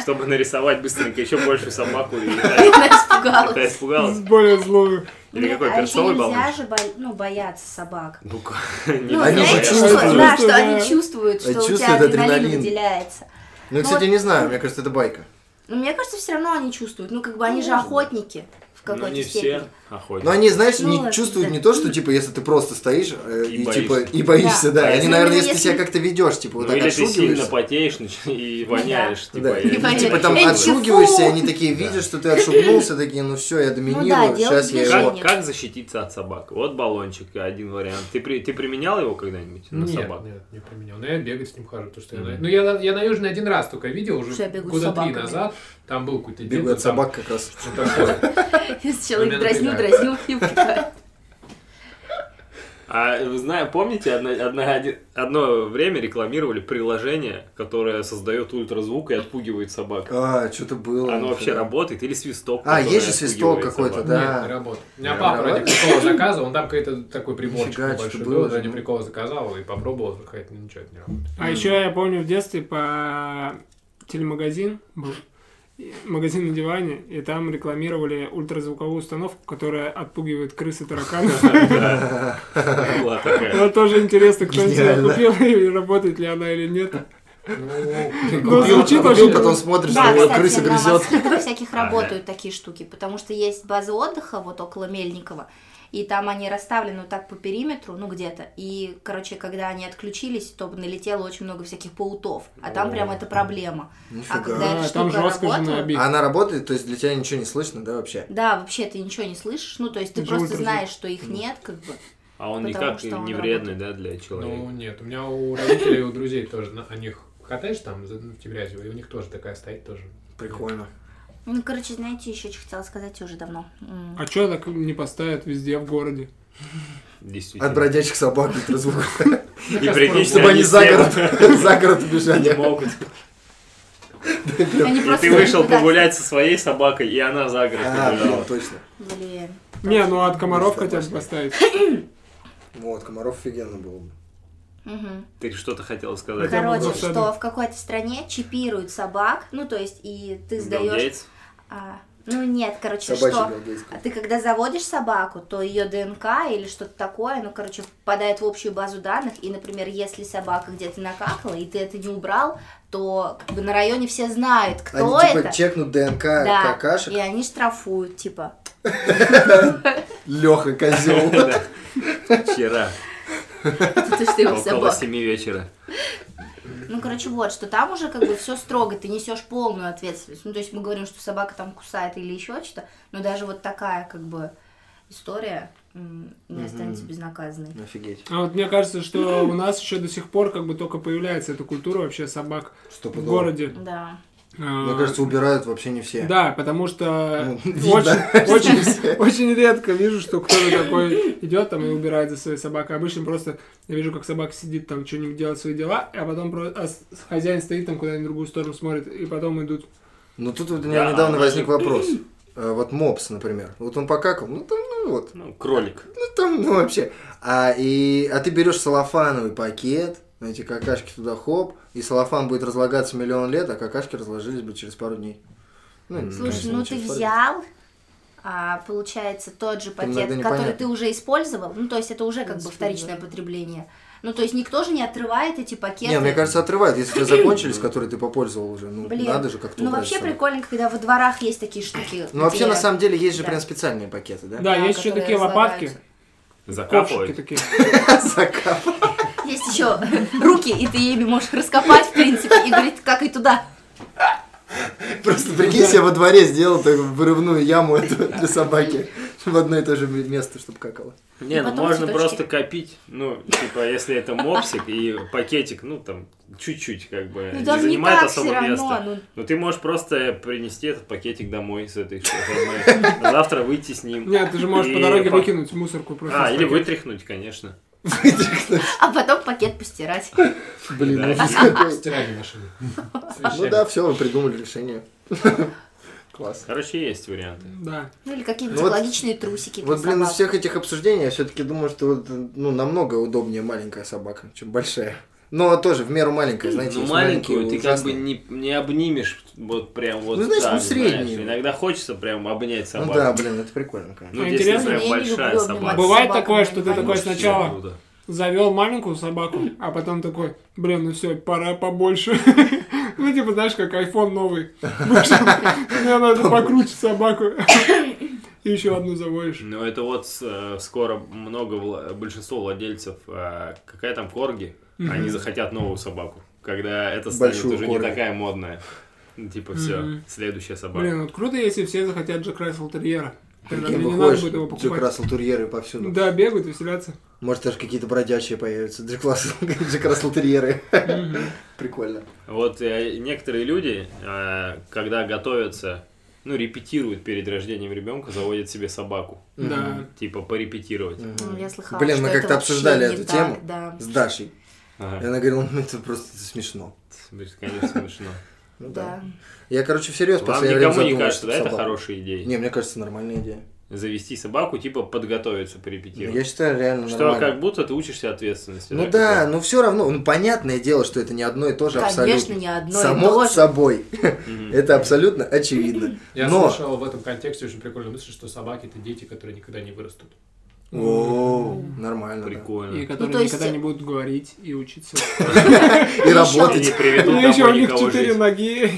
Speaker 3: чтобы нарисовать быстренько еще больше собаку, и
Speaker 5: Она испугалась.
Speaker 3: это испугалась.
Speaker 1: Более злую.
Speaker 3: Или
Speaker 5: Блин,
Speaker 3: какой,
Speaker 5: а еще
Speaker 3: персовый
Speaker 5: нельзя
Speaker 3: баллончик?
Speaker 5: же бо- ну, бояться собак.
Speaker 3: Ну, ка- не
Speaker 5: Ну,
Speaker 3: знаю,
Speaker 4: Они же
Speaker 3: я-
Speaker 5: знаете,
Speaker 4: чувствуют.
Speaker 5: что,
Speaker 3: Ну,
Speaker 5: да, что
Speaker 1: Да.
Speaker 5: они чувствуют, что
Speaker 4: Они
Speaker 5: у тебя
Speaker 4: чувствуют
Speaker 5: адреналин
Speaker 4: адреналин.
Speaker 5: выделяется.
Speaker 4: Ну, кстати,
Speaker 5: вот-
Speaker 4: не знаю, мне кажется, это байка.
Speaker 5: Но мне кажется, все равно они чувствуют. Ну, как бы они же охотники в
Speaker 3: Ну,
Speaker 5: какой-то
Speaker 3: не
Speaker 5: степени.
Speaker 3: все охотники.
Speaker 4: Но они, знаешь,
Speaker 5: Ну,
Speaker 4: не
Speaker 5: ладно,
Speaker 4: чувствуют
Speaker 5: да.
Speaker 4: не то, что, типа, если ты просто стоишь э,
Speaker 3: И
Speaker 4: и, типа,
Speaker 3: боишься.
Speaker 4: и боишься,
Speaker 3: Да.
Speaker 4: да. Они,
Speaker 3: Ну,
Speaker 4: наверное,
Speaker 5: именно
Speaker 4: если ты
Speaker 5: если-
Speaker 4: себя как-то ведешь, типа, вот
Speaker 3: Ну,
Speaker 4: так
Speaker 3: или ты сильно
Speaker 4: отшугиваешься.
Speaker 3: потеешь нач- и воняешь, типа,
Speaker 4: Да.
Speaker 3: я не
Speaker 5: Типа,
Speaker 4: И,
Speaker 3: знаю,
Speaker 4: типа, там
Speaker 5: Эй,
Speaker 3: что это.
Speaker 4: отшугиваешься, и
Speaker 5: чего?
Speaker 4: они такие видят, что ты отшугнулся, такие, ну все, я доминирую,
Speaker 5: делают
Speaker 4: сейчас я
Speaker 5: движение.
Speaker 4: его...
Speaker 3: Как, как защититься от собак? Вот баллончик, один вариант. Ты, при- ты применял его когда-нибудь на
Speaker 2: нет,
Speaker 3: собак?
Speaker 2: нет, не применял. Но я бегать с ним хожу. То, что я, на-
Speaker 3: Мгм.
Speaker 2: ну, я, на- я на Южный один раз только видел, уже
Speaker 5: Что я бегу с
Speaker 2: года три
Speaker 5: собаками.
Speaker 2: назад. Там был какой-то дед.
Speaker 4: Бегу
Speaker 2: вот
Speaker 4: от
Speaker 2: там
Speaker 4: собак как раз.
Speaker 2: вот такой.
Speaker 3: Ну,
Speaker 5: Человек
Speaker 2: меня
Speaker 5: дразнил,
Speaker 2: напрягает.
Speaker 5: дразнил и убегает.
Speaker 3: А вы знаете, помните, одно, одно- один- одно время рекламировали приложение, которое создает ультразвук и отпугивает собак.
Speaker 4: А, что-то было.
Speaker 3: Оно вообще
Speaker 4: Да.
Speaker 3: работает? Или свисток?
Speaker 4: А,
Speaker 3: который
Speaker 4: есть же свисток
Speaker 3: отпугивает
Speaker 4: какой-то,
Speaker 3: собак?
Speaker 4: да.
Speaker 2: Нет, не работает. У меня
Speaker 4: Да,
Speaker 2: папа ради
Speaker 4: работает.
Speaker 2: прикола заказывал, он там какой-то такой приборчик
Speaker 4: Нифига, что
Speaker 2: большой
Speaker 4: было
Speaker 2: был,
Speaker 4: же,
Speaker 2: ради
Speaker 4: ну.
Speaker 2: прикола заказал и попробовал, хоть ничего это не работает.
Speaker 1: А еще я помню в детстве по телемагазин был. и- Магазин на диване, и там рекламировали ультразвуковую установку, которая отпугивает крысы и тараканов.
Speaker 3: Была такая.
Speaker 1: Но тоже интересно, кто
Speaker 4: Гениально.
Speaker 1: тебя купил и работает ли она или нет. А Ну,
Speaker 4: Купил,
Speaker 1: звучит
Speaker 4: купил,
Speaker 1: очень-
Speaker 4: потом смотришь,
Speaker 5: Да,
Speaker 4: там его
Speaker 5: кстати,
Speaker 4: крыса
Speaker 5: на
Speaker 4: грызет.
Speaker 5: Воскресных всяких
Speaker 3: А, да.
Speaker 5: работают такие штуки, потому что есть базы отдыха вот около Мельникова, и там они расставлены вот так по периметру, ну где-то, и, короче, когда они отключились, то налетело очень много всяких паутов, а там прям это проблема. А когда
Speaker 4: Нифига.
Speaker 5: эта
Speaker 1: А, там
Speaker 5: штука
Speaker 1: жестко же
Speaker 5: работала-
Speaker 1: набито.
Speaker 4: Ну, типа, А она работает, то есть для тебя ничего не слышно, да, вообще?
Speaker 5: Да, вообще ты ничего не слышишь, ну то есть ты
Speaker 1: Это же
Speaker 5: просто
Speaker 1: ультразвук.
Speaker 5: знаешь, что их нет, как бы.
Speaker 3: А он
Speaker 5: Потому
Speaker 3: никак
Speaker 5: что он
Speaker 3: не вредный, да, для
Speaker 2: Ну,
Speaker 3: человека.
Speaker 2: нет, у меня у родителей и у друзей тоже, на- о них катаешь там за- ну, в Тимирязево, и у них тоже такая стоит тоже.
Speaker 4: Прикольно.
Speaker 5: Ну, короче, знаете, еще что хотела сказать уже давно. М.
Speaker 1: А чё так не поставят везде в городе?
Speaker 4: От
Speaker 3: Действительно.
Speaker 4: бродячих собак ультразвук.
Speaker 3: И прикинь,
Speaker 4: Чтобы они
Speaker 3: они
Speaker 4: за
Speaker 3: все
Speaker 4: город, за город
Speaker 3: не
Speaker 4: убежали.
Speaker 3: могут.
Speaker 5: Они
Speaker 3: И
Speaker 5: просто-
Speaker 3: ты вышел
Speaker 5: да,
Speaker 3: погулять со своей собакой, и она за город
Speaker 4: А,
Speaker 3: побежала.
Speaker 4: блин, точно.
Speaker 5: Блин.
Speaker 1: Не, ну от комаров
Speaker 4: Точно,
Speaker 1: хотя бы
Speaker 4: точно.
Speaker 1: поставить.
Speaker 4: Вот, комаров офигенно было. бы.
Speaker 5: Мгм.
Speaker 3: Ты что-то хотела сказать?
Speaker 1: Хотя бы
Speaker 5: Короче,
Speaker 1: в засаду.
Speaker 5: что в какой-то стране чипируют собак, ну то есть и ты
Speaker 3: Билл
Speaker 5: сдаешь.
Speaker 3: Гейтс?
Speaker 5: а, ну нет, короче,
Speaker 4: Собачий
Speaker 5: что
Speaker 4: белгейский.
Speaker 5: а ты когда заводишь собаку, то ее ДНК или что-то такое, ну короче, попадает в общую базу данных. И, например, если собака где-то накакала и ты это не убрал, то как бы на районе все знают, кто
Speaker 4: Они типа
Speaker 5: это.
Speaker 4: чекнут ДНК
Speaker 5: да.
Speaker 4: какашек.
Speaker 5: И они штрафуют, типа.
Speaker 4: Леха козел.
Speaker 3: Да. Вчера,
Speaker 5: Ты что его
Speaker 3: около
Speaker 5: собак.
Speaker 3: семи вечера.
Speaker 5: Ну, короче, вот, что там уже как бы все строго, ты несешь полную ответственность. Ну, то есть мы говорим, что собака там кусает или еще что-то, но даже вот такая как бы история м, не останется безнаказанной.
Speaker 4: Ну, Офигеть.
Speaker 1: А вот мне кажется, что у нас еще до сих пор как бы только появляется эта культура вообще собак в
Speaker 4: Стопудово.
Speaker 1: городе.
Speaker 5: Да.
Speaker 1: А,
Speaker 4: Ну, Мне кажется, убирают вообще не все.
Speaker 1: Да, потому что
Speaker 4: Ну,
Speaker 1: очень,
Speaker 4: видно.
Speaker 1: очень, очень редко вижу, что кто-то такой идет там и убирает за своей собакой. Обычно просто я вижу, как собака сидит там, что-нибудь делает свои дела, а потом про- а с- хозяин стоит там куда-нибудь в другую сторону смотрит, и потом идут.
Speaker 4: Ну тут вот у меня
Speaker 3: Да,
Speaker 4: недавно
Speaker 3: а
Speaker 4: возник вопрос. Э, Вот мопс, например. Вот он покакал, ну там, ну вот,
Speaker 3: Ну, кролик.
Speaker 4: ну там, ну вообще. А, и, а ты берешь салофановый пакет, эти какашки туда хоп, и салофан будет разлагаться миллион лет, а какашки разложились бы через пару дней. Ну, не,
Speaker 5: Слушай,
Speaker 4: конечно,
Speaker 5: ну
Speaker 4: не
Speaker 5: ты
Speaker 4: через пару
Speaker 5: взял, а, получается, тот же пакет,
Speaker 4: иногда
Speaker 5: который
Speaker 4: непонятно.
Speaker 5: ты уже использовал, ну, то есть это уже как бы вторичное потребление. Ну, то есть никто же не отрывает эти
Speaker 4: дней.
Speaker 5: пакеты.
Speaker 4: Не, мне кажется, отрывают, если у тебя закончились, которые ты попользовал уже. Ну,
Speaker 5: Блин,
Speaker 4: надо же как-то
Speaker 5: Ну,
Speaker 4: убрать
Speaker 5: вообще
Speaker 4: сам.
Speaker 5: прикольно, когда во дворах есть такие штуки.
Speaker 4: Ну, вообще,
Speaker 5: где-
Speaker 4: на самом деле, есть же
Speaker 5: Да.
Speaker 4: прям специальные пакеты, да?
Speaker 1: Да,
Speaker 5: Да,
Speaker 1: есть еще
Speaker 5: которые
Speaker 1: такие лопатки,
Speaker 5: разлагаются.
Speaker 1: ковшики
Speaker 3: Закапывает.
Speaker 1: такие.
Speaker 4: Закапывают.
Speaker 5: Есть еще руки, и ты ими можешь раскопать, в принципе, и говорит, как и туда.
Speaker 4: Просто прикинь, себе во дворе сделал такую вырывную яму эту для собаки. В одно и то же место, чтобы какало.
Speaker 3: Не, ну
Speaker 5: Потом
Speaker 3: можно
Speaker 5: цветочки.
Speaker 3: просто копить. Ну, типа, если это мопсик и пакетик, ну, там, чуть-чуть, как
Speaker 4: Э,
Speaker 3: бы,
Speaker 5: Ну
Speaker 3: не
Speaker 5: даже не
Speaker 3: занимает
Speaker 5: так все
Speaker 3: особо
Speaker 5: равно.
Speaker 3: места.
Speaker 5: Ну,
Speaker 3: Ну, ты можешь просто принести этот пакетик домой с этой формой. а завтра выйти с ним.
Speaker 1: Нет, ты же можешь по
Speaker 3: И
Speaker 1: дороге
Speaker 3: по-
Speaker 1: выкинуть мусорку просто.
Speaker 3: А,
Speaker 1: из
Speaker 3: или
Speaker 1: пакета.
Speaker 3: вытряхнуть, конечно.
Speaker 5: а потом пакет постирать. Ну,
Speaker 4: Блин,
Speaker 3: Да.
Speaker 4: ужас какой.
Speaker 2: Стиральная машина.
Speaker 4: Ну да, все, вы придумали решение. Класс.
Speaker 3: Короче, есть варианты.
Speaker 1: Да.
Speaker 5: Ну или какие-нибудь
Speaker 4: Ну вот-
Speaker 5: экологичные трусики. для
Speaker 4: Вот, блин, из
Speaker 5: собак.
Speaker 4: всех этих обсуждений я все-таки думаю, что вот, ну, намного удобнее маленькая собака, чем большая. Но тоже в меру маленькая, знаете,
Speaker 3: ну,
Speaker 4: есть
Speaker 3: маленькую
Speaker 4: маленькие,
Speaker 3: ты как бы
Speaker 4: ужасные.
Speaker 3: не, не обнимешь вот прям вот
Speaker 4: Ну, знаешь,
Speaker 3: так,
Speaker 4: ну, среднюю.
Speaker 3: знаешь. Иногда хочется прям обнять собаку.
Speaker 4: Ну да, блин, это прикольно, конечно.
Speaker 3: Ну,
Speaker 1: А
Speaker 3: если
Speaker 1: интересно,
Speaker 3: прям
Speaker 5: я не люблю
Speaker 3: большая
Speaker 5: обнимать
Speaker 3: собака.
Speaker 1: Бывает
Speaker 5: собак,
Speaker 1: такое,
Speaker 5: я
Speaker 1: что
Speaker 5: не
Speaker 1: ты
Speaker 5: понимаю.
Speaker 1: такой
Speaker 3: Вообще
Speaker 1: сначала-
Speaker 3: круто.
Speaker 1: Завел маленькую собаку, а потом такой, блин, ну все, пора побольше. Ну, типа, знаешь, как iPhone новый. вышел. Мне надо покруче собаку. И еще одну заводишь.
Speaker 3: Ну, это вот э, скоро много, вла- большинство владельцев, э, какая там корги, они захотят новую собаку, когда это станет
Speaker 4: Большую
Speaker 3: уже
Speaker 4: корги.
Speaker 3: не такая модная. Ну, Типа, все,
Speaker 1: Мгм.
Speaker 3: следующая собака.
Speaker 1: Блин, вот круто, если все захотят Джек Рассел Терьера. Тогда
Speaker 4: Прикинь,
Speaker 1: мне Ну, не надо
Speaker 4: выходишь,
Speaker 1: будет его
Speaker 4: Джек
Speaker 1: покупать.
Speaker 4: Рассел Турьеры повсюду.
Speaker 1: Да, бегают, веселятся.
Speaker 4: Может, даже какие-то бродячие появятся. Джек Рассел, Джек Рассел Терьеры. Прикольно.
Speaker 3: Вот э, некоторые люди, э, когда готовятся, ну, репетируют перед рождением ребенка, заводят себе собаку.
Speaker 1: Да.
Speaker 3: Типа, порепетировать.
Speaker 5: Ну, Я слыхала,
Speaker 4: Блин,
Speaker 5: что
Speaker 4: мы
Speaker 5: это
Speaker 4: как-то
Speaker 5: вообще
Speaker 4: обсуждали
Speaker 5: не
Speaker 4: эту
Speaker 5: так,
Speaker 4: тему
Speaker 5: Да.
Speaker 4: с Дашей. И
Speaker 3: Ага.
Speaker 4: она говорила, ну это просто смешно.
Speaker 3: Блин, Конечно, смешно.
Speaker 4: Ну
Speaker 5: Да.
Speaker 4: Я, короче, всерьез
Speaker 3: Вам
Speaker 4: последнее время
Speaker 3: никому не
Speaker 4: задумался,
Speaker 3: кажется, да,
Speaker 4: что
Speaker 3: это
Speaker 4: собаку-
Speaker 3: хорошая идея?
Speaker 4: Не, мне кажется, нормальная идея.
Speaker 3: Завести собаку, типа, подготовиться,
Speaker 4: Ну,
Speaker 3: порепетировать.
Speaker 4: Я считаю, реально
Speaker 3: Что
Speaker 4: нормально.
Speaker 3: как будто ты учишься ответственности.
Speaker 4: Ну да, но все равно, ну понятное дело, что это не одно и то же
Speaker 5: Конечно,
Speaker 4: абсолютно.
Speaker 5: не одно и
Speaker 4: Само
Speaker 5: то же.
Speaker 4: собой. Это абсолютно очевидно.
Speaker 2: Я
Speaker 4: Но
Speaker 2: слышал в этом контексте очень прикольную мысль, что собаки это дети, которые никогда не вырастут.
Speaker 4: О, нормально. да.
Speaker 1: И
Speaker 3: Прикольно.
Speaker 5: Ну,
Speaker 1: которые
Speaker 5: то есть-
Speaker 1: никогда не будут говорить и учиться.
Speaker 5: Ну,
Speaker 4: И
Speaker 3: И не
Speaker 4: работать.
Speaker 1: И
Speaker 3: приведут
Speaker 1: еще у
Speaker 3: домой
Speaker 1: них
Speaker 3: никого
Speaker 1: четыре
Speaker 3: жить.
Speaker 1: ноги.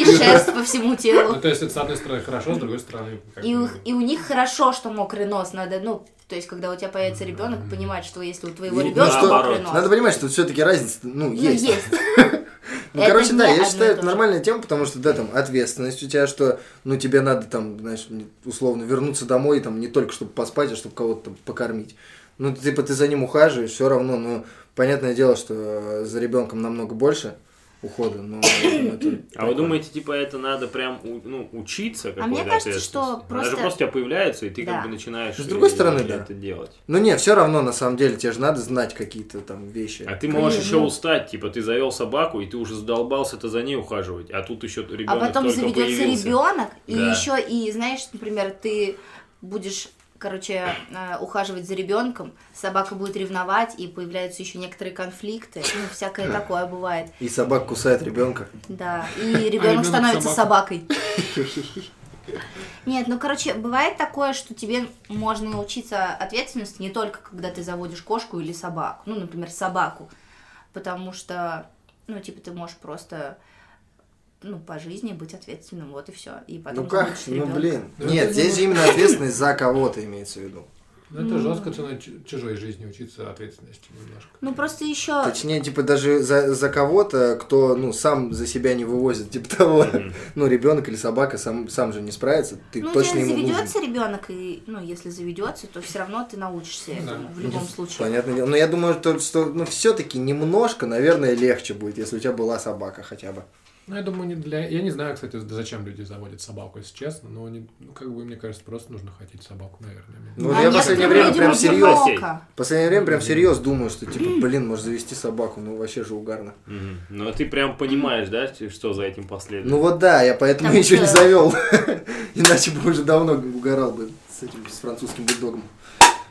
Speaker 5: И шерсть по всему
Speaker 2: Ну,
Speaker 5: телу.
Speaker 2: то есть, это, с одной стороны, хорошо, с другой стороны... как
Speaker 5: И
Speaker 2: бы, ну,
Speaker 5: у, и у них хорошо, что мокрый нос. Надо, ну, то есть, когда у тебя появится ребенок, понимать, что если у твоего
Speaker 4: Ну,
Speaker 5: ребенка
Speaker 3: что-
Speaker 5: мокрый нос.
Speaker 4: Надо понимать, что все-таки разница, ну,
Speaker 5: а Ну,
Speaker 4: есть.
Speaker 5: есть.
Speaker 4: Ну,
Speaker 5: Это
Speaker 4: короче,
Speaker 5: не
Speaker 4: да, я
Speaker 5: одно и
Speaker 4: считаю,
Speaker 5: то
Speaker 4: это
Speaker 5: же.
Speaker 4: нормальная тема, потому что, да, там, ответственность у тебя, что, ну, тебе надо, там, знаешь, не- условно, вернуться домой, там, не только чтобы поспать, а чтобы кого-то там покормить. Ну, ты, типа, ты за ним ухаживаешь, все равно, ну, понятное дело, что э, за ребенком намного больше ухода, но... ну, это
Speaker 3: А вы думаете, типа, это надо прям у- ну, учиться какой-то
Speaker 5: А мне кажется,
Speaker 3: ответственности?
Speaker 5: что
Speaker 3: Она
Speaker 5: просто-
Speaker 3: же просто у тебя появляется, и ты
Speaker 5: Да.
Speaker 3: как бы начинаешь
Speaker 4: С другой
Speaker 3: э,
Speaker 4: стороны, да.
Speaker 3: это делать.
Speaker 4: Ну, не, все равно, на самом деле, тебе же надо знать какие-то там вещи.
Speaker 3: А ты можешь
Speaker 5: Конечно.
Speaker 3: еще устать, типа, ты завел собаку, и ты уже задолбался-то за ней ухаживать, а тут еще ребенок
Speaker 5: А потом
Speaker 3: только
Speaker 5: заведется
Speaker 3: появился.
Speaker 5: ребенок, и
Speaker 3: Да.
Speaker 5: еще, и знаешь, например, ты будешь, короче, э, ухаживать за ребенком, собака будет ревновать, и появляются еще некоторые конфликты, ну, всякое такое бывает.
Speaker 4: И собака кусает ребенка.
Speaker 5: Да,
Speaker 4: А
Speaker 5: и ребенок
Speaker 1: ребенок
Speaker 5: становится
Speaker 1: собака.
Speaker 5: собакой. Нет, ну короче, бывает такое, что тебе можно научиться ответственности не только когда ты заводишь кошку или собаку, ну, например, собаку, потому что, ну, типа, ты можешь просто, ну, по жизни быть ответственным, вот и все. И потом
Speaker 4: Ну как?
Speaker 5: заводишь
Speaker 4: Ну
Speaker 5: ребёнка.
Speaker 4: блин.
Speaker 2: Ну,
Speaker 4: Нет,
Speaker 2: это
Speaker 4: здесь
Speaker 2: не-
Speaker 4: именно ответственность за кого-то имеется в виду.
Speaker 2: Ну, это жестко, что на чу- чужой жизни учиться ответственности немножко.
Speaker 5: Ну, просто еще,
Speaker 4: Точнее, типа даже за, за кого-то, кто ну сам за себя не вывозит, типа того. Ну, ребенок или собака сам, сам же не справится, ты
Speaker 5: ну, у
Speaker 4: точно
Speaker 5: тебя
Speaker 4: ему нужен.
Speaker 5: заведется ребенок, и, ну, если заведется, то все равно ты научишься
Speaker 2: Да.
Speaker 5: этому в
Speaker 4: Ну,
Speaker 5: любом случае.
Speaker 4: Понятное дело. Но я думаю, то, что ну, все-таки немножко, наверное, легче будет, если у тебя была собака хотя бы.
Speaker 2: Ну, я думаю, не для... Я не знаю, кстати, зачем люди заводят собаку, если честно, но они, ну, как бы, мне кажется, просто нужно хотеть собаку, наверное.
Speaker 4: Ну, вот
Speaker 5: А
Speaker 4: я в
Speaker 5: некоторым
Speaker 4: последнее время
Speaker 5: людям
Speaker 4: прям серьезно.
Speaker 5: одиноко.
Speaker 3: серьёз.
Speaker 4: В последнее время прям всерьез думаю, что типа, блин, может завести собаку, ну вообще же угарно.
Speaker 3: Мгм. Ну, а ты прям понимаешь, да, что за этим последует?
Speaker 4: Ну вот да, я поэтому
Speaker 5: Потому
Speaker 4: еще не
Speaker 5: что-
Speaker 4: завел. Иначе бы уже давно угорал бы с этим с французским бульдогом.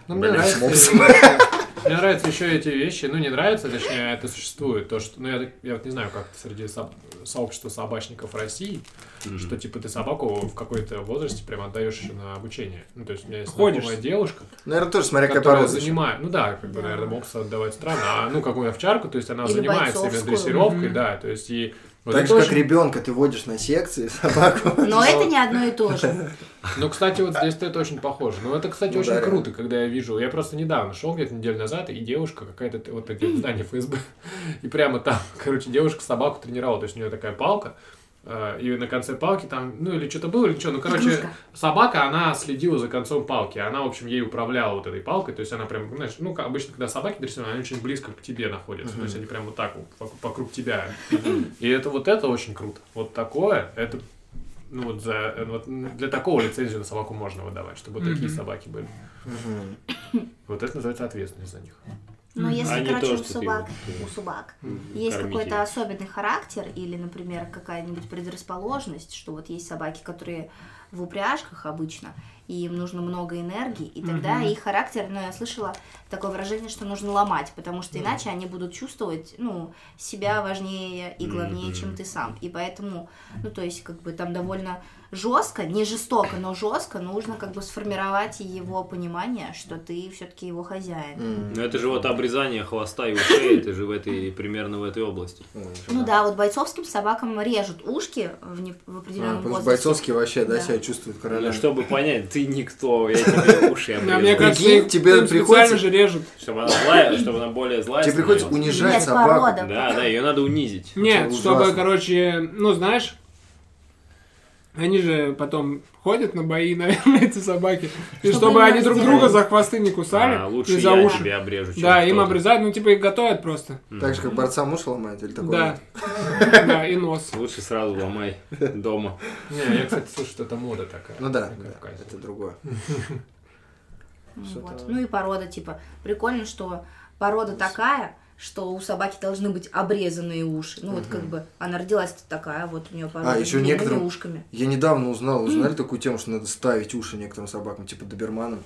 Speaker 2: Ну, мне
Speaker 3: Блин,
Speaker 2: нравится, мне нравятся еще эти вещи. Ну, не нравится, точнее, это существует. То, что, ну, я, я вот не знаю, как среди со- сообщества собачников России,
Speaker 3: Мгм.
Speaker 2: что, типа, ты собаку в какой-то возрасте прям отдаешь еще на обучение. Ну, то есть, у меня есть
Speaker 1: Ходишь.
Speaker 2: знакомая девушка,
Speaker 4: Ну, Наверное, тоже смотря какая
Speaker 2: которая
Speaker 4: порода. еще.
Speaker 2: занимает... Ну, да, как бы,
Speaker 5: Да.
Speaker 2: наверное, мопса отдавать странно. А, ну, какую овчарку, то есть, она
Speaker 5: Или
Speaker 2: занимается именно
Speaker 5: бойцовскую.
Speaker 2: дрессировкой,
Speaker 1: Мгм.
Speaker 2: да, то есть, и... вот
Speaker 4: Так
Speaker 2: это
Speaker 4: же, как
Speaker 2: очень-
Speaker 4: ребенка ты водишь на секции собаку.
Speaker 5: Но это не одно и то же.
Speaker 2: Ну, кстати, вот здесь это очень похоже. Ну, это, кстати,
Speaker 4: Ну,
Speaker 2: очень
Speaker 4: да, реально.
Speaker 2: круто, когда я вижу. Я просто недавно шел где-то неделю назад, и девушка какая-то, т- вот эти здания ФСБ, и прямо там, короче, девушка собаку тренировала, то есть у нее такая палка, э, и на конце палки там, ну, или что-то было, или что, ну, короче,
Speaker 5: Игрушка.
Speaker 2: собака, она следила за концом палки, она, в общем, ей управляла вот этой палкой, то есть она прям, знаешь, ну, как обычно, когда собаки дрессируют, они очень близко к тебе находятся, то есть они прям вот так вот вокруг- вокруг тебя. И это вот это очень круто. Вот такое, это ну вот за э, вот для такого лицензию на собаку можно выдавать, чтобы вот такие
Speaker 1: Мгм.
Speaker 2: собаки были.
Speaker 4: Мгм.
Speaker 2: Вот это называется ответственность за них.
Speaker 5: Но если,
Speaker 3: А не
Speaker 5: короче,
Speaker 3: то,
Speaker 5: у
Speaker 3: что ты
Speaker 5: собак,
Speaker 3: его-
Speaker 5: у собак есть
Speaker 3: э, кормить
Speaker 5: какой-то
Speaker 3: его.
Speaker 5: особенный характер или, например, какая-нибудь предрасположенность, что вот есть собаки, которые в упряжках обычно, и им нужно много энергии, и тогда
Speaker 1: Мгм.
Speaker 5: их характер, ну, я слышала такое выражение, что нужно ломать, потому что иначе они будут чувствовать, ну, себя важнее и главнее, чем
Speaker 3: Мгм.
Speaker 5: ты сам. И поэтому, ну, то есть, как бы там довольно жестко, не жестоко, но жестко нужно как бы сформировать его понимание, что ты все-таки его хозяин.
Speaker 4: М.
Speaker 3: Ну, это же вот обрезание хвоста и ушей, это же в этой, примерно в этой области.
Speaker 5: Ну да, вот бойцовским собакам режут ушки в, не-
Speaker 4: А,
Speaker 5: в определенном
Speaker 4: Потому что
Speaker 5: возрасте.
Speaker 4: бойцовский вообще, да,
Speaker 5: Да.
Speaker 4: себя чувствует
Speaker 3: Ну,
Speaker 4: короля.
Speaker 3: чтобы понять, ты никто, я тебе уши
Speaker 1: А мне
Speaker 3: обрезал.
Speaker 1: кажется,
Speaker 4: Прикинь,
Speaker 1: их-
Speaker 4: тебе
Speaker 1: им специально
Speaker 4: приходится-
Speaker 1: же режут.
Speaker 3: Чтобы она злая, чтобы она более злая
Speaker 4: Тебе приходится
Speaker 3: становилась.
Speaker 4: унижать
Speaker 5: Нет,
Speaker 4: собаку.
Speaker 5: порода.
Speaker 3: Да, да, ее надо унизить.
Speaker 1: Нет,
Speaker 4: Это
Speaker 1: чтобы,
Speaker 4: ужасно.
Speaker 1: короче, ну знаешь, они же потом ходят на бои, наверное, эти собаки. И
Speaker 5: Чтобы
Speaker 1: чтобы
Speaker 5: им
Speaker 1: они друг
Speaker 5: раздирали.
Speaker 1: друга за хвосты не кусали
Speaker 3: А,
Speaker 1: и
Speaker 3: лучше
Speaker 1: за
Speaker 3: я
Speaker 1: уши.
Speaker 3: тебя обрежу, чем
Speaker 1: Да, им
Speaker 3: кто-то.
Speaker 1: обрезают, ну типа их готовят просто.
Speaker 3: Мгм.
Speaker 4: Так же, как борца муж ломает или такое.
Speaker 1: Да. Да, и нос.
Speaker 3: Лучше сразу ломай дома.
Speaker 2: Не, я, кстати, слышу, что это мода такая.
Speaker 4: Ну да,
Speaker 2: на
Speaker 4: да,
Speaker 2: Кавказе.
Speaker 4: это другое.
Speaker 5: Ну
Speaker 4: Что-то-
Speaker 5: вот. Ну и порода, типа. Прикольно, что порода такая, что у собаки должны быть обрезанные уши. Ну вот как бы она родилась такая, вот у нее порода с
Speaker 4: А, ещё
Speaker 5: длинными
Speaker 4: некоторым-
Speaker 5: ушками.
Speaker 4: Я недавно узнал, узнали такую тему, что надо ставить уши некоторым собакам, типа доберманам,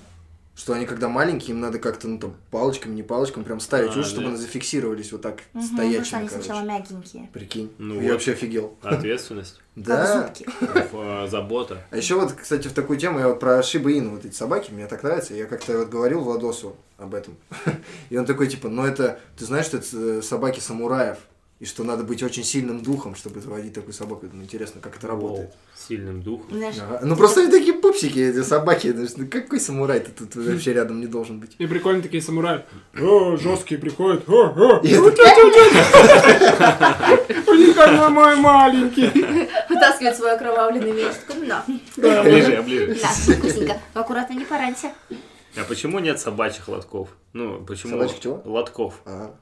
Speaker 4: Что они, когда маленькие, им надо как-то, ну, там, палочками, не палочками прям ставить
Speaker 3: А,
Speaker 4: уши, чтобы
Speaker 3: да.
Speaker 4: они зафиксировались вот так
Speaker 5: Мгм, потому что
Speaker 4: стоячими,
Speaker 5: они сначала
Speaker 4: короче.
Speaker 5: мягенькие.
Speaker 4: Прикинь,
Speaker 3: Ну
Speaker 4: я
Speaker 3: вот.
Speaker 4: вообще офигел.
Speaker 3: Ответственность,
Speaker 5: Как
Speaker 4: Да.
Speaker 5: зубки.
Speaker 3: э, забота.
Speaker 4: А еще вот, кстати, в такую тему я вот про Шиба Ину, вот эти собаки, мне так нравится. Я как-то вот говорил Владосу об этом. И он такой, типа, ну это, ты знаешь, что это э, собаки самураев, и что надо быть очень сильным духом, чтобы заводить такую собаку. Я думаю, интересно, как это работает.
Speaker 3: Воу, Сильным духом.
Speaker 5: Знаешь,
Speaker 4: Ага. Ну просто они такие пупсики, эти собаки. Я думаю, ну Какой самурай ты тут вообще рядом не должен быть?
Speaker 1: И прикольно такие самураи. О, жесткие приходят. О, о,
Speaker 4: И
Speaker 1: вот это вот. У них одна мой маленький.
Speaker 5: вытаскивает свой окровавленный меч. Такой, на,
Speaker 1: Да,
Speaker 3: Ближе, а ближе.
Speaker 5: на, вкусненько. Но аккуратно не поранься.
Speaker 3: А почему нет собачьих лотков? Ну, почему?
Speaker 4: Собачьих чего?
Speaker 3: Лотков.
Speaker 4: Ага.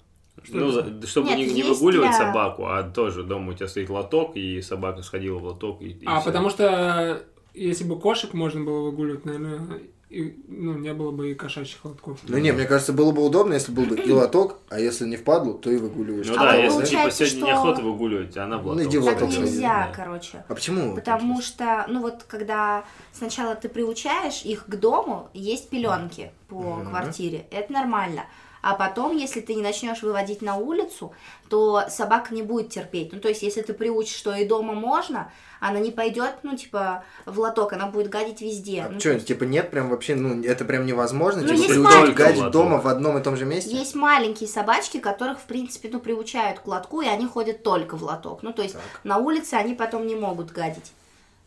Speaker 3: ну, за- да чтобы
Speaker 5: Нет,
Speaker 3: не, не
Speaker 5: есть
Speaker 3: выгуливать
Speaker 5: для-
Speaker 3: собаку, а тоже дома у тебя стоит лоток, и собака сходила в лоток. И, и
Speaker 1: А
Speaker 3: всё.
Speaker 1: потому что э, если бы кошек можно было выгуливать, наверное, и, ну, не было бы и кошачьих лотков.
Speaker 4: Ну не, мне кажется, было бы удобно, если был бы и лоток, а если не впадлу, то и выгуливаешь.
Speaker 3: Ну
Speaker 5: А
Speaker 3: да,
Speaker 5: вот
Speaker 3: если типа
Speaker 5: получается,
Speaker 3: сегодня
Speaker 5: что-
Speaker 3: неохота выгуливать, а она в
Speaker 4: Ну,
Speaker 3: лоток.
Speaker 4: иди в
Speaker 5: Так
Speaker 4: лоток сходи,
Speaker 5: нельзя, короче.
Speaker 4: А почему?
Speaker 5: Потому что, ну вот, когда сначала ты приучаешь их к дому, есть пеленки по
Speaker 4: Мгм.
Speaker 5: квартире, это нормально. А потом, если ты не начнешь выводить на улицу, то собака не будет терпеть. Ну, то есть, если ты приучишь, что и дома можно, она не пойдет, ну, типа, в лоток, она будет гадить везде. Ну,
Speaker 4: Что, типа нет прям вообще, ну это прям невозможно,
Speaker 5: Ну,
Speaker 4: типа
Speaker 5: есть
Speaker 4: приучить
Speaker 3: маленький
Speaker 4: гадить
Speaker 3: лоток.
Speaker 4: дома в одном и том же месте?
Speaker 5: Есть маленькие собачки, которых, в принципе, ну, приучают к лотку, и они ходят только в лоток. Ну, то есть,
Speaker 4: Так.
Speaker 5: на улице они потом не могут гадить.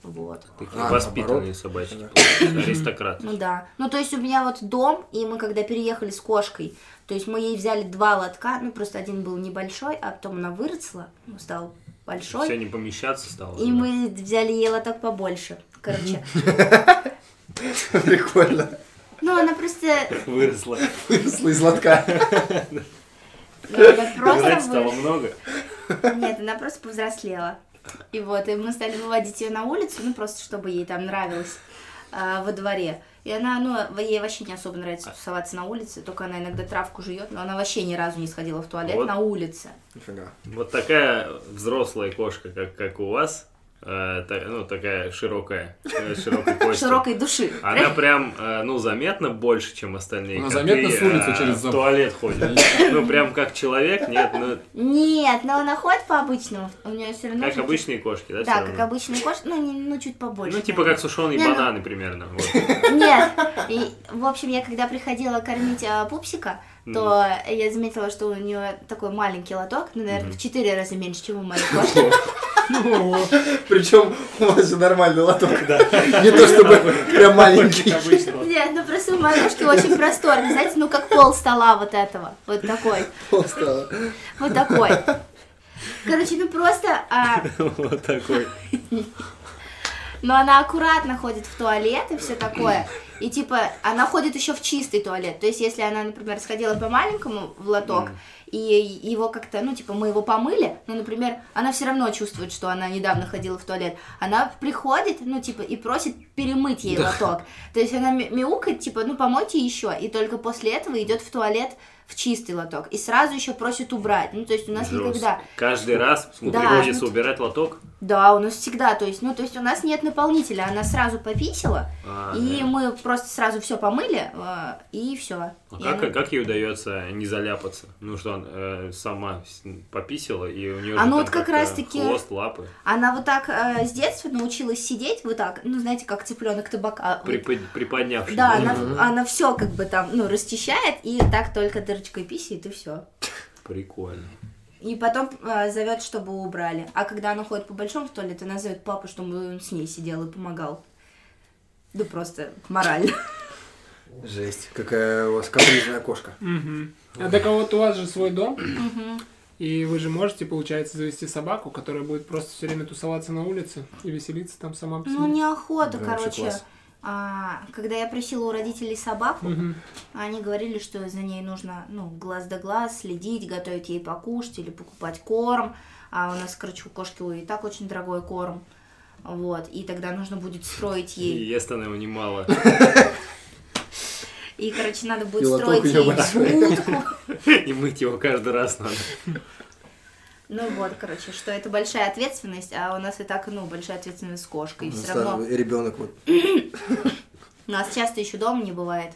Speaker 5: Вот.
Speaker 3: Такие
Speaker 4: А,
Speaker 3: воспитанные
Speaker 4: наоборот.
Speaker 3: собачки.
Speaker 5: Ну
Speaker 3: Аристократы.
Speaker 5: да. Ну то есть у меня вот дом, и мы когда переехали с кошкой, то есть мы ей взяли два лотка, ну просто один был небольшой, а потом она выросла, ну, стал
Speaker 3: Все
Speaker 5: большой,
Speaker 3: не помещаться стало.
Speaker 5: и мы взяли ей лоток побольше. Короче.
Speaker 4: Прикольно.
Speaker 5: Ну она просто,
Speaker 3: Выросло.
Speaker 4: Выросла из лотка.
Speaker 5: ну, она просто
Speaker 3: Жрать стало
Speaker 5: выросла.
Speaker 3: много.
Speaker 5: Нет, она просто повзрослела. И вот, и мы стали выводить ее на улицу, ну просто чтобы ей там нравилось а, во дворе. И она, ну, ей вообще не особо нравится тусоваться на улице, только она иногда травку жует, но она вообще ни разу не сходила в туалет
Speaker 3: Вот.
Speaker 5: на улице.
Speaker 4: Нифига.
Speaker 3: Вот такая взрослая кошка, как, как у вас, э, та- ну, такая широкая, э, широкой кости.
Speaker 5: широкой души.
Speaker 3: Она прям, э, ну, заметно больше, чем остальные.
Speaker 2: Она
Speaker 3: коты,
Speaker 2: заметно с
Speaker 3: э,
Speaker 2: улицы через
Speaker 3: В
Speaker 2: забор.
Speaker 3: туалет ходит. Ну, прям как человек, нет, ну,
Speaker 5: Нет, но она ходит по обычному. У нее все равно.
Speaker 3: как
Speaker 5: же-
Speaker 3: обычные кошки, да? всё
Speaker 5: Да,
Speaker 3: равно?
Speaker 5: как обычный кошка, ну, не- ну чуть побольше.
Speaker 3: Ну, типа как сушеные
Speaker 5: Не, ну-
Speaker 3: бананы примерно. вот.
Speaker 5: Нет. И, в общем, я когда приходила кормить а, пупсика, то я заметила, что у нее такой маленький лоток, ну, наверное, в четыре раза меньше, чем у моей кошки.
Speaker 4: Причем у вас же нормальный лоток, да. Не то чтобы прям маленький.
Speaker 5: Нет, ну просто у моей кошки очень просторный, знаете, ну как пол стола вот этого, вот такой,
Speaker 4: Просто.
Speaker 5: вот такой. Короче, ну просто а,
Speaker 3: Вот такой.
Speaker 5: Но она аккуратно ходит в туалет и все такое. И типа, она ходит еще в чистый туалет. То есть, если она, например, сходила по маленькому в лоток, и его как-то, ну, типа, мы его помыли, но, например, она все равно чувствует, что она недавно ходила в туалет. Она приходит, ну, типа, и просит перемыть ей лоток. То есть она ми- мяукает, типа, ну, помойте еще. И только после этого идет в туалет в чистый лоток. И сразу еще просит убрать. Ну, то есть у нас
Speaker 3: Жёстко.
Speaker 5: никогда...
Speaker 3: Каждый раз
Speaker 5: Да.
Speaker 3: приходится убирать лоток.
Speaker 5: Да, у нас всегда, то есть, ну, то есть у нас нет наполнителя, она сразу пописила,
Speaker 3: А,
Speaker 5: и
Speaker 3: да.
Speaker 5: мы просто сразу все помыли, э, и все.
Speaker 3: А как, как ей удается не заляпаться? Ну что, э, сама с- пописила, и у нее
Speaker 5: А ну вот как раз-таки-
Speaker 3: хвост, лапы.
Speaker 5: Она вот так э, с детства научилась сидеть, вот так, ну, знаете, как цыпленок табака. вот.
Speaker 3: Припод- приподнявшись.
Speaker 5: Да,
Speaker 3: Ну,
Speaker 5: она, она все как бы там, ну, расчищает, и так только дырочкой писает, и все.
Speaker 3: Прикольно.
Speaker 5: И потом зовет, чтобы убрали. А когда она ходит по большому в туалет, она зовет папу, чтобы он с ней сидел и помогал. Да просто морально.
Speaker 4: Жесть. Какая у вас капризная кошка.
Speaker 1: Мгм. А так а вот у вас же свой дом. И вы же можете, получается, завести собаку, которая будет просто все время тусоваться на улице и веселиться там сама по себе.
Speaker 5: Ну,
Speaker 4: Да,
Speaker 5: неохота,
Speaker 4: вообще
Speaker 5: короче.
Speaker 4: класс. Хм.
Speaker 5: А, когда я просила у родителей собаку,
Speaker 1: Мгм.
Speaker 5: они говорили, что за ней нужно, ну, глаз да глаз следить, готовить ей покушать или покупать корм. А у нас, короче, у кошки и так очень дорогой корм. Вот, и тогда нужно будет строить
Speaker 3: И
Speaker 5: ей.
Speaker 3: ест она его немало.
Speaker 5: И, короче, надо будет
Speaker 4: И лоток
Speaker 5: строить
Speaker 4: у неё
Speaker 5: ей
Speaker 4: большой.
Speaker 5: будку.
Speaker 3: И мыть его каждый раз надо.
Speaker 5: Ну вот, короче, что это большая ответственность, а у нас и так, ну, большая ответственность с
Speaker 4: Ну,
Speaker 5: кошкой. Все равно
Speaker 4: Ребенок вот.
Speaker 5: нас часто еще дома не бывает.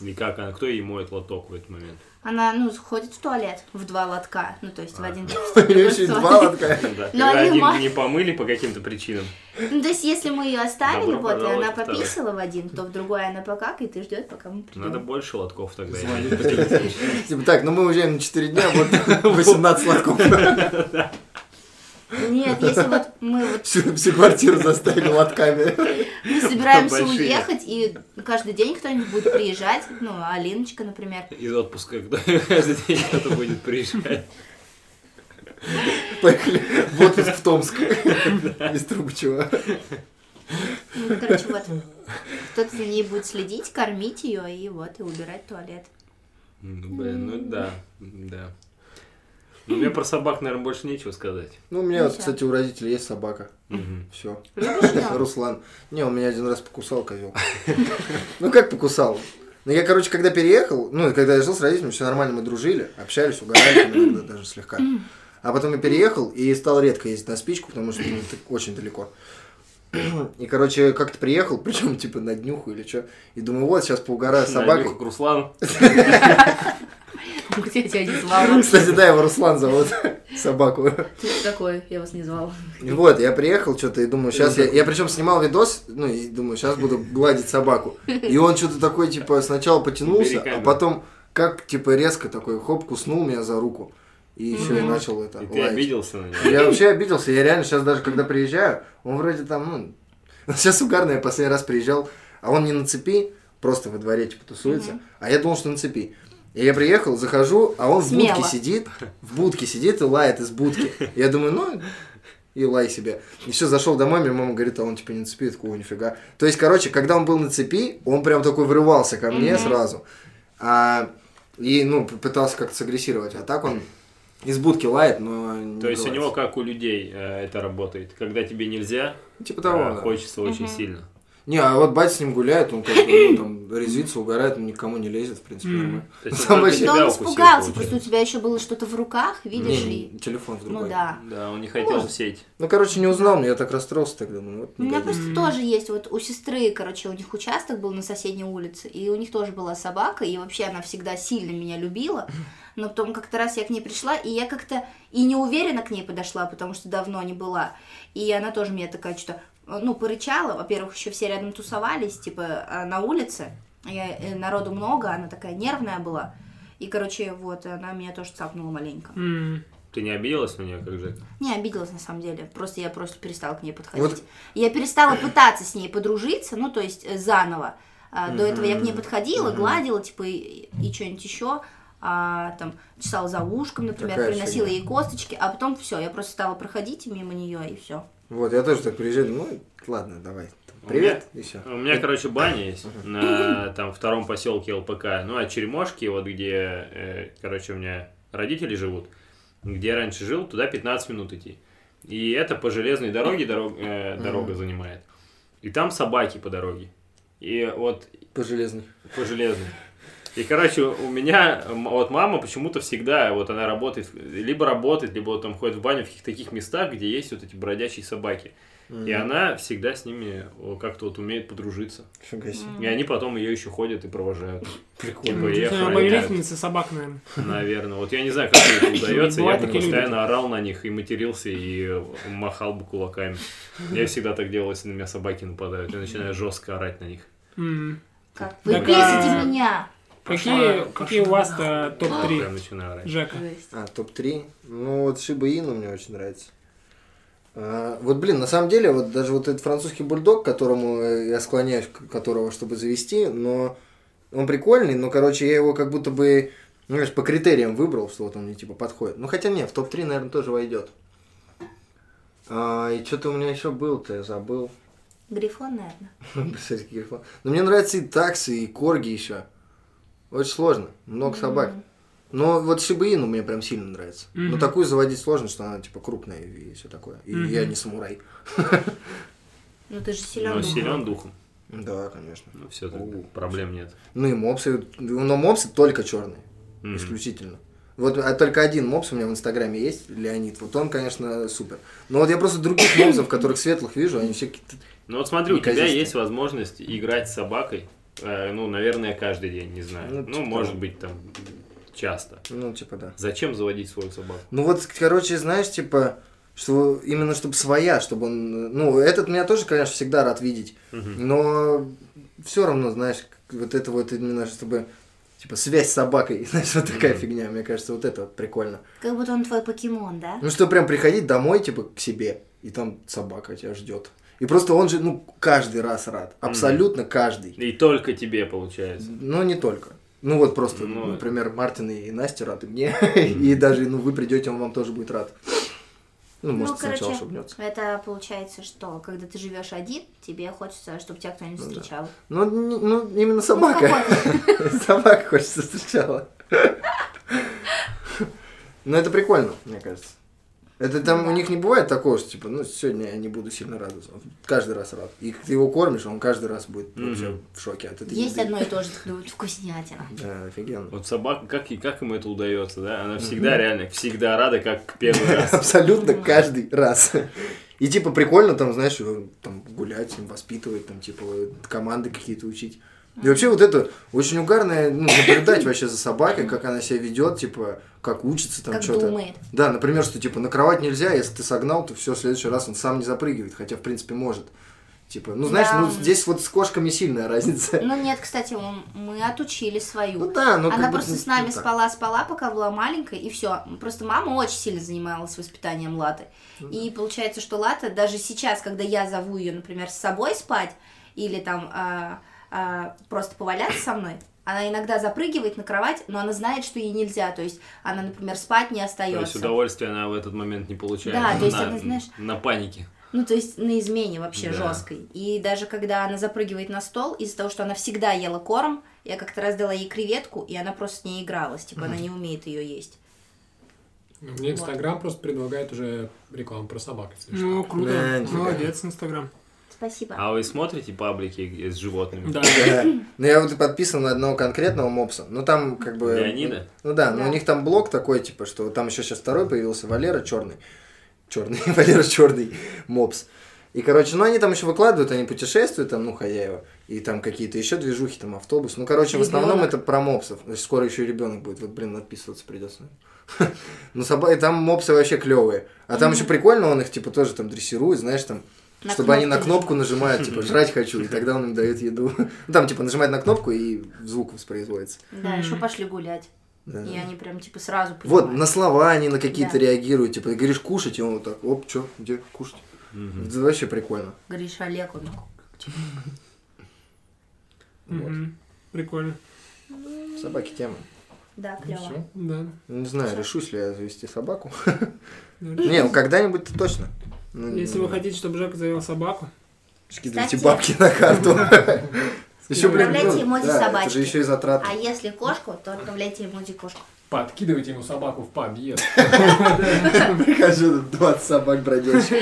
Speaker 3: И как она, а кто ей моет лоток в этот момент?
Speaker 5: Она, ну, ходит в туалет в два лотка, ну, то есть в один
Speaker 4: Еще А. и два лотка.
Speaker 3: Ну да,
Speaker 5: Но
Speaker 3: когда
Speaker 5: они
Speaker 3: один
Speaker 5: ма-
Speaker 3: не помыли по каким-то причинам.
Speaker 5: Ну, то есть, если мы ее оставили,
Speaker 3: Добро
Speaker 5: вот, и
Speaker 3: пожаловать
Speaker 5: она
Speaker 3: в второй.
Speaker 5: пописала в один, то в другой она покакает и ждет, пока мы придем.
Speaker 3: Надо больше лотков тогда.
Speaker 2: Звонить.
Speaker 3: иметь.
Speaker 4: Типа так, ну мы уезжаем на 4 дня, вот 18 лотков.
Speaker 5: Нет, если вот мы вот
Speaker 4: Всю, всю квартиру заставили лотками.
Speaker 5: мы собираемся
Speaker 3: Большие.
Speaker 5: уехать, и каждый день кто-нибудь будет приезжать, ну, Алиночка, например.
Speaker 3: Из отпуска кто- каждый день кто-то будет приезжать.
Speaker 4: Поехали в отпуск в Томск. Без Трубачева.
Speaker 5: Ну, короче, вот, кто-то за ней будет следить, кормить ее и вот, и убирать туалет.
Speaker 3: Ну, блин, ну да, да. Ну, мне про собак, наверное, больше нечего сказать.
Speaker 4: Ну, у меня, вот,
Speaker 5: Миша.
Speaker 4: кстати, у родителей есть собака.
Speaker 3: Мгм.
Speaker 4: Все.
Speaker 5: Любишь её?
Speaker 4: Руслан. Не, он меня один раз покусал, козел. Ну, как покусал? Ну, я, короче, когда переехал, ну, и когда я жил с родителями, все нормально, мы дружили, общались, угорали там иногда даже слегка. А потом я переехал и стал редко ездить на спичку, потому что ну, это очень далеко. И, короче, как-то приехал, причем, типа, на днюху или что. И думаю, вот, сейчас поугараю с собакой.
Speaker 3: Набегу к Руслану.
Speaker 5: Где тебя не звала?
Speaker 4: Кстати, да, его Руслан зовут, собаку.
Speaker 5: Ты такой, я вас не звала.
Speaker 4: И Вот, я приехал что-то и думаю, сейчас я... Я причем снимал видос, ну, и думаю, сейчас буду гладить собаку. И он что-то такой, типа, сначала
Speaker 3: Бери
Speaker 4: потянулся, а
Speaker 3: камеру.
Speaker 4: потом как, типа, резко такой, хоп, куснул меня за руку. И еще и
Speaker 5: Мгм.
Speaker 4: начал это
Speaker 3: И ты
Speaker 4: лаять.
Speaker 3: обиделся на него.
Speaker 4: Я вообще обиделся, я реально сейчас даже, когда приезжаю, он вроде там, ну... Сейчас угарно, я последний раз приезжал, а он не на цепи, просто во дворе, типа, тусуется, а я думал, что на цепи. И я приехал, захожу, а он
Speaker 5: Смело.
Speaker 4: в будке сидит, в будке сидит и лает из будки. Я думаю, ну, и лай себе. И все, зашел домой, мне мама говорит, а он типа не на цепи, я такой, «О, нифига. То есть, короче, когда он был на цепи, он прям такой врывался ко мне
Speaker 5: Мгм.
Speaker 4: сразу. А, и, ну, пытался как-то сагрессировать. А так он из будки лает, но не
Speaker 5: Ну,
Speaker 3: То есть у
Speaker 4: врывается.
Speaker 3: него, как у людей, э, это работает. Когда тебе нельзя,
Speaker 4: Типа того,
Speaker 3: э,
Speaker 4: да.
Speaker 3: хочется очень
Speaker 5: Мгм.
Speaker 3: сильно.
Speaker 4: Не, а вот батя с ним гуляет, он как бы ну, там резвится, угорает, он никому не лезет, в принципе,
Speaker 1: Мгм.
Speaker 4: нормально.
Speaker 3: То есть
Speaker 4: Сам
Speaker 3: только
Speaker 4: вообще-
Speaker 5: Да
Speaker 3: тебя
Speaker 5: он
Speaker 3: укусил,
Speaker 5: испугался,
Speaker 3: получается.
Speaker 5: просто у тебя еще было что-то в руках, видишь,
Speaker 4: Не,
Speaker 5: и...
Speaker 4: не, Ну, телефон в другой.
Speaker 5: Ну да.
Speaker 3: Да, он не хотел
Speaker 4: Может.
Speaker 3: сеть.
Speaker 4: Ну, короче, не узнал, меня так расстроился тогда. Ну, вот,
Speaker 5: У меня
Speaker 4: негодяй.
Speaker 5: просто тоже есть, вот у сестры, короче, у них участок был на соседней улице, и у них тоже была собака, и вообще она всегда сильно меня любила, но потом как-то раз я к ней пришла, и я как-то и неуверенно к ней подошла, потому что давно не была, и она тоже меня такая что-то, э, ну, порычала, во-первых, еще все рядом тусовались, типа, а на улице, а я, э, народу много, она такая нервная была, и, короче, вот, она меня тоже цапнула маленько.
Speaker 1: М.
Speaker 3: Ты не обиделась на нее, как же?
Speaker 5: Не, обиделась на самом деле. Просто я просто перестала к ней подходить.
Speaker 4: Вот.
Speaker 5: Я перестала пытаться с ней подружиться, ну, то есть э, заново. А, До этого я к ней подходила,
Speaker 4: Мгм.
Speaker 5: гладила, типа, и, что-нибудь еще. А, там, чесала за ушком, например,
Speaker 4: Такая
Speaker 5: приносила
Speaker 4: фигня.
Speaker 5: ей косточки, а потом все, я просто стала проходить мимо нее, и все.
Speaker 4: Вот, я тоже так приезжаю, думаю, ну, ладно, давай. там,
Speaker 3: У
Speaker 4: Привет, и все.
Speaker 3: У меня, короче, баня есть на там втором поселке ЛПК. Ну, а Черемошки, вот где, э, короче, у меня родители живут, где я раньше жил, туда 15 минут идти. И это по железной дороге дорог- э, дорога занимает. И там собаки по дороге. И вот
Speaker 4: По железной.
Speaker 3: по железной. И, короче, у меня, м, вот мама почему-то всегда, вот она работает, либо работает, либо вот там ходит в баню в каких-то таких местах, где есть вот эти бродячие собаки. И она всегда с ними о, как-то вот умеет подружиться.
Speaker 4: Фига себе.
Speaker 3: И они потом ее еще ходят и провожают.
Speaker 1: Ну,
Speaker 3: Типа,
Speaker 1: не
Speaker 3: и
Speaker 1: знаю, Мои
Speaker 3: охраняют,
Speaker 1: референсы собак, наверное.
Speaker 3: наверное. Вот я не знаю, как ей это удается. Я
Speaker 1: Бывают
Speaker 3: бы
Speaker 1: такие люди.
Speaker 3: постоянно орал на них и матерился, и махал бы кулаками. Я всегда так делал, если на меня собаки нападают. Я начинаю жестко орать на них.
Speaker 1: М.
Speaker 5: Как? Вы
Speaker 1: Так,
Speaker 5: бесите
Speaker 1: а-
Speaker 5: меня!
Speaker 1: Какие, какие у вас-то
Speaker 3: Я прям
Speaker 1: топ-3,
Speaker 3: начинаю орать.
Speaker 1: Жека?
Speaker 5: Жесть.
Speaker 4: А, топ-3. Ну, вот Шиба Ину мне очень нравится. А, вот, блин, на самом деле, вот даже вот этот французский бульдог, к которому э, я склоняюсь, к- которого, чтобы завести, но он прикольный, но, короче, я его как будто бы, ну, знаешь, по критериям выбрал, что вот он мне, типа, подходит. Ну, хотя нет, в топ-3, наверное, тоже войдет. А, и что-то у меня еще был-то, я забыл.
Speaker 5: Грифон, наверное.
Speaker 4: Представляете, какие рекламы. Но мне нравятся и таксы, и корги еще. Очень сложно. Много собак. Но вот Шибаину мне прям сильно нравится. Но
Speaker 1: Мгм.
Speaker 4: такую заводить сложно, что она типа крупная и все такое. И я не самурай.
Speaker 5: Ну ты же силен.
Speaker 3: Но
Speaker 5: был.
Speaker 3: силен духом.
Speaker 4: Да, конечно.
Speaker 3: Ну, все,
Speaker 4: У.
Speaker 3: проблем нет.
Speaker 4: Ну и мопсы. Но мопсы только черные.
Speaker 3: М.
Speaker 4: Исключительно. Вот а только один мопс у меня в инстаграме есть, Леонид. Вот он, конечно, супер. Но вот я просто других мопсов, которых светлых вижу, они все какие-то...
Speaker 3: Ну вот смотри, у тебя
Speaker 4: Неказистые.
Speaker 3: есть возможность играть с собакой Э, Ну, наверное, каждый день, не знаю.
Speaker 4: Ну,
Speaker 3: Ну,
Speaker 4: типа
Speaker 3: может
Speaker 4: того.
Speaker 3: быть, там часто.
Speaker 4: Ну, типа, да.
Speaker 3: Зачем заводить свою собаку?
Speaker 4: Ну вот, короче, знаешь, типа, что именно чтобы своя, чтобы он... Ну, этот меня тоже, конечно, всегда рад видеть.
Speaker 3: Мгм.
Speaker 4: Но все равно, знаешь, к- вот это вот именно, чтобы... Типа, связь с собакой, знаешь, вот такая
Speaker 3: Мгм.
Speaker 4: фигня. Мне кажется, вот это вот прикольно.
Speaker 5: Как будто он твой покемон, да?
Speaker 4: Ну, что прям приходить домой, типа, к себе, и там собака тебя ждет. И просто он же, ну, каждый раз рад. Абсолютно каждый.
Speaker 3: И только тебе получается.
Speaker 4: Ну, не только. Ну, вот просто,
Speaker 3: Ну,
Speaker 4: например, Мартин и Настя рады мне. И даже, ну, вы придете, он вам тоже будет рад. Ну, может, сначала шубнется.
Speaker 5: это получается, что когда ты живешь один, тебе хочется, чтобы тебя кто-нибудь
Speaker 4: Ну да.
Speaker 5: встречал.
Speaker 4: Ну, не- ну, именно
Speaker 5: Ну,
Speaker 4: собака.
Speaker 5: какой?
Speaker 4: Собака хочется сначала. Но Ну, это прикольно, мне кажется. Это там у них не бывает такого, что типа, ну, сегодня я не буду сильно радоваться. Он каждый раз рад. И ты его кормишь, он каждый раз будет вообще
Speaker 3: Мгм.
Speaker 4: в шоке от этой
Speaker 5: Есть
Speaker 4: еды.
Speaker 5: одно и то же, так думают, вкуснятина.
Speaker 4: Да, офигенно.
Speaker 3: Вот собака, как, и как им это удается, да? Она всегда реально, всегда рада, как первый раз.
Speaker 4: Абсолютно каждый раз. И типа прикольно там, знаешь, его там гулять, им воспитывать, там типа команды какие-то учить. И вообще вот это очень угарное, ну, наблюдать вообще за собакой, как она себя ведет, типа, как учится там
Speaker 5: Как
Speaker 4: что-то.
Speaker 5: думает.
Speaker 4: Да, например, что типа на кровать нельзя, если ты согнал, то все, в следующий раз он сам не запрыгивает, хотя в принципе может. Типа, ну знаешь,
Speaker 5: Да.
Speaker 4: ну здесь вот с кошками сильная разница.
Speaker 5: Ну нет, кстати, он- мы отучили свою.
Speaker 4: Э. Ну да, ну как
Speaker 5: Она
Speaker 4: бы,
Speaker 5: просто
Speaker 4: ну,
Speaker 5: с нами
Speaker 4: ну, так.
Speaker 5: спала-спала, пока была маленькая, и все. Просто мама очень сильно занималась воспитанием Латы.
Speaker 4: Ну
Speaker 5: И получается, что Лата даже сейчас, когда я зову ее, например, с собой спать, или там а, а, просто поваляться со мной, она иногда запрыгивает на кровать, но она знает, что ей нельзя. То есть она, например, спать не
Speaker 3: То есть
Speaker 5: остается.
Speaker 3: удовольствие она в этот момент не получает.
Speaker 5: Да, то есть
Speaker 3: на,
Speaker 5: она, знаешь-
Speaker 3: на панике.
Speaker 5: Ну, то есть на измене вообще
Speaker 3: Да.
Speaker 5: жесткой. И даже когда она запрыгивает на стол, из-за того, что она всегда ела корм, я как-то раз дала ей креветку, и она просто с ней игралась, типа она не умеет ее есть.
Speaker 2: Мне Инстаграм просто предлагает уже рекламу про собак, если что.
Speaker 1: Ну, круто.
Speaker 4: Да, нифига.
Speaker 1: Молодец, Инстаграм.
Speaker 5: Спасибо.
Speaker 3: А вы смотрите паблики где- с животными?
Speaker 1: Да.
Speaker 4: Да. Ну я вот и подписан на одного конкретного мопса. Ну там как бы.
Speaker 3: Леонида?
Speaker 4: Ну да, но
Speaker 5: Да.
Speaker 4: у них там блок такой, типа, что там еще сейчас второй появился, Валера черный. Черный, Валера черный мопс. И, короче, ну они там еще выкладывают, они путешествуют, там, ну, хозяева, и там какие-то еще движухи, там, автобус. Ну, короче, в основном
Speaker 5: Ребёнок.
Speaker 4: это про мопсов. Значит, скоро еще и ребенок будет. Вот, блин, отписываться придется. Ну, собаки, там мопсы вообще клевые. А там еще прикольно, он их, типа, тоже там дрессирует, знаешь, там,
Speaker 5: На
Speaker 4: чтобы они на
Speaker 5: кнопку
Speaker 4: кнопку нажимают, типа, жрать хочу, и тогда он им дает еду. Ну, там, типа, нажимает на кнопку, и звук воспроизводится.
Speaker 5: Да, еще пошли гулять.
Speaker 4: Да.
Speaker 5: И они прям типа сразу понимают.
Speaker 4: Вот, на слова они на какие-то
Speaker 5: Да.
Speaker 4: реагируют. Типа, ты говоришь кушать, и он вот так, оп, чё, где кушать?
Speaker 3: Мгм.
Speaker 4: Это вообще прикольно.
Speaker 5: Гриша Олег, он такой,
Speaker 1: Мгм. Прикольно.
Speaker 4: Собаки тема. Ну,
Speaker 5: Да, клево.
Speaker 2: Все.
Speaker 1: Да.
Speaker 4: Не знаю,
Speaker 5: Всё.
Speaker 4: решусь ли я завести собаку.
Speaker 1: Ну,
Speaker 4: Не, ну когда-нибудь-то точно. Ну,
Speaker 1: Если
Speaker 4: ну,
Speaker 1: вы хотите, чтобы Жека завел собаку,
Speaker 4: Скидывайте
Speaker 5: Кстати.
Speaker 4: бабки на карту. Еще, блин,
Speaker 5: Отправляйте
Speaker 4: ну,
Speaker 5: эмоти
Speaker 4: да,
Speaker 5: собачки.
Speaker 4: Это же еще и затраты.
Speaker 5: А если кошку, то отправляйте эмодзи кошку.
Speaker 2: Подкидывайте ему собаку в подъезд.
Speaker 4: Прихожу, тут 20 собак бродячих.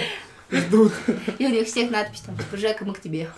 Speaker 5: И у них всех надпись там, типа, Жека, мы к тебе.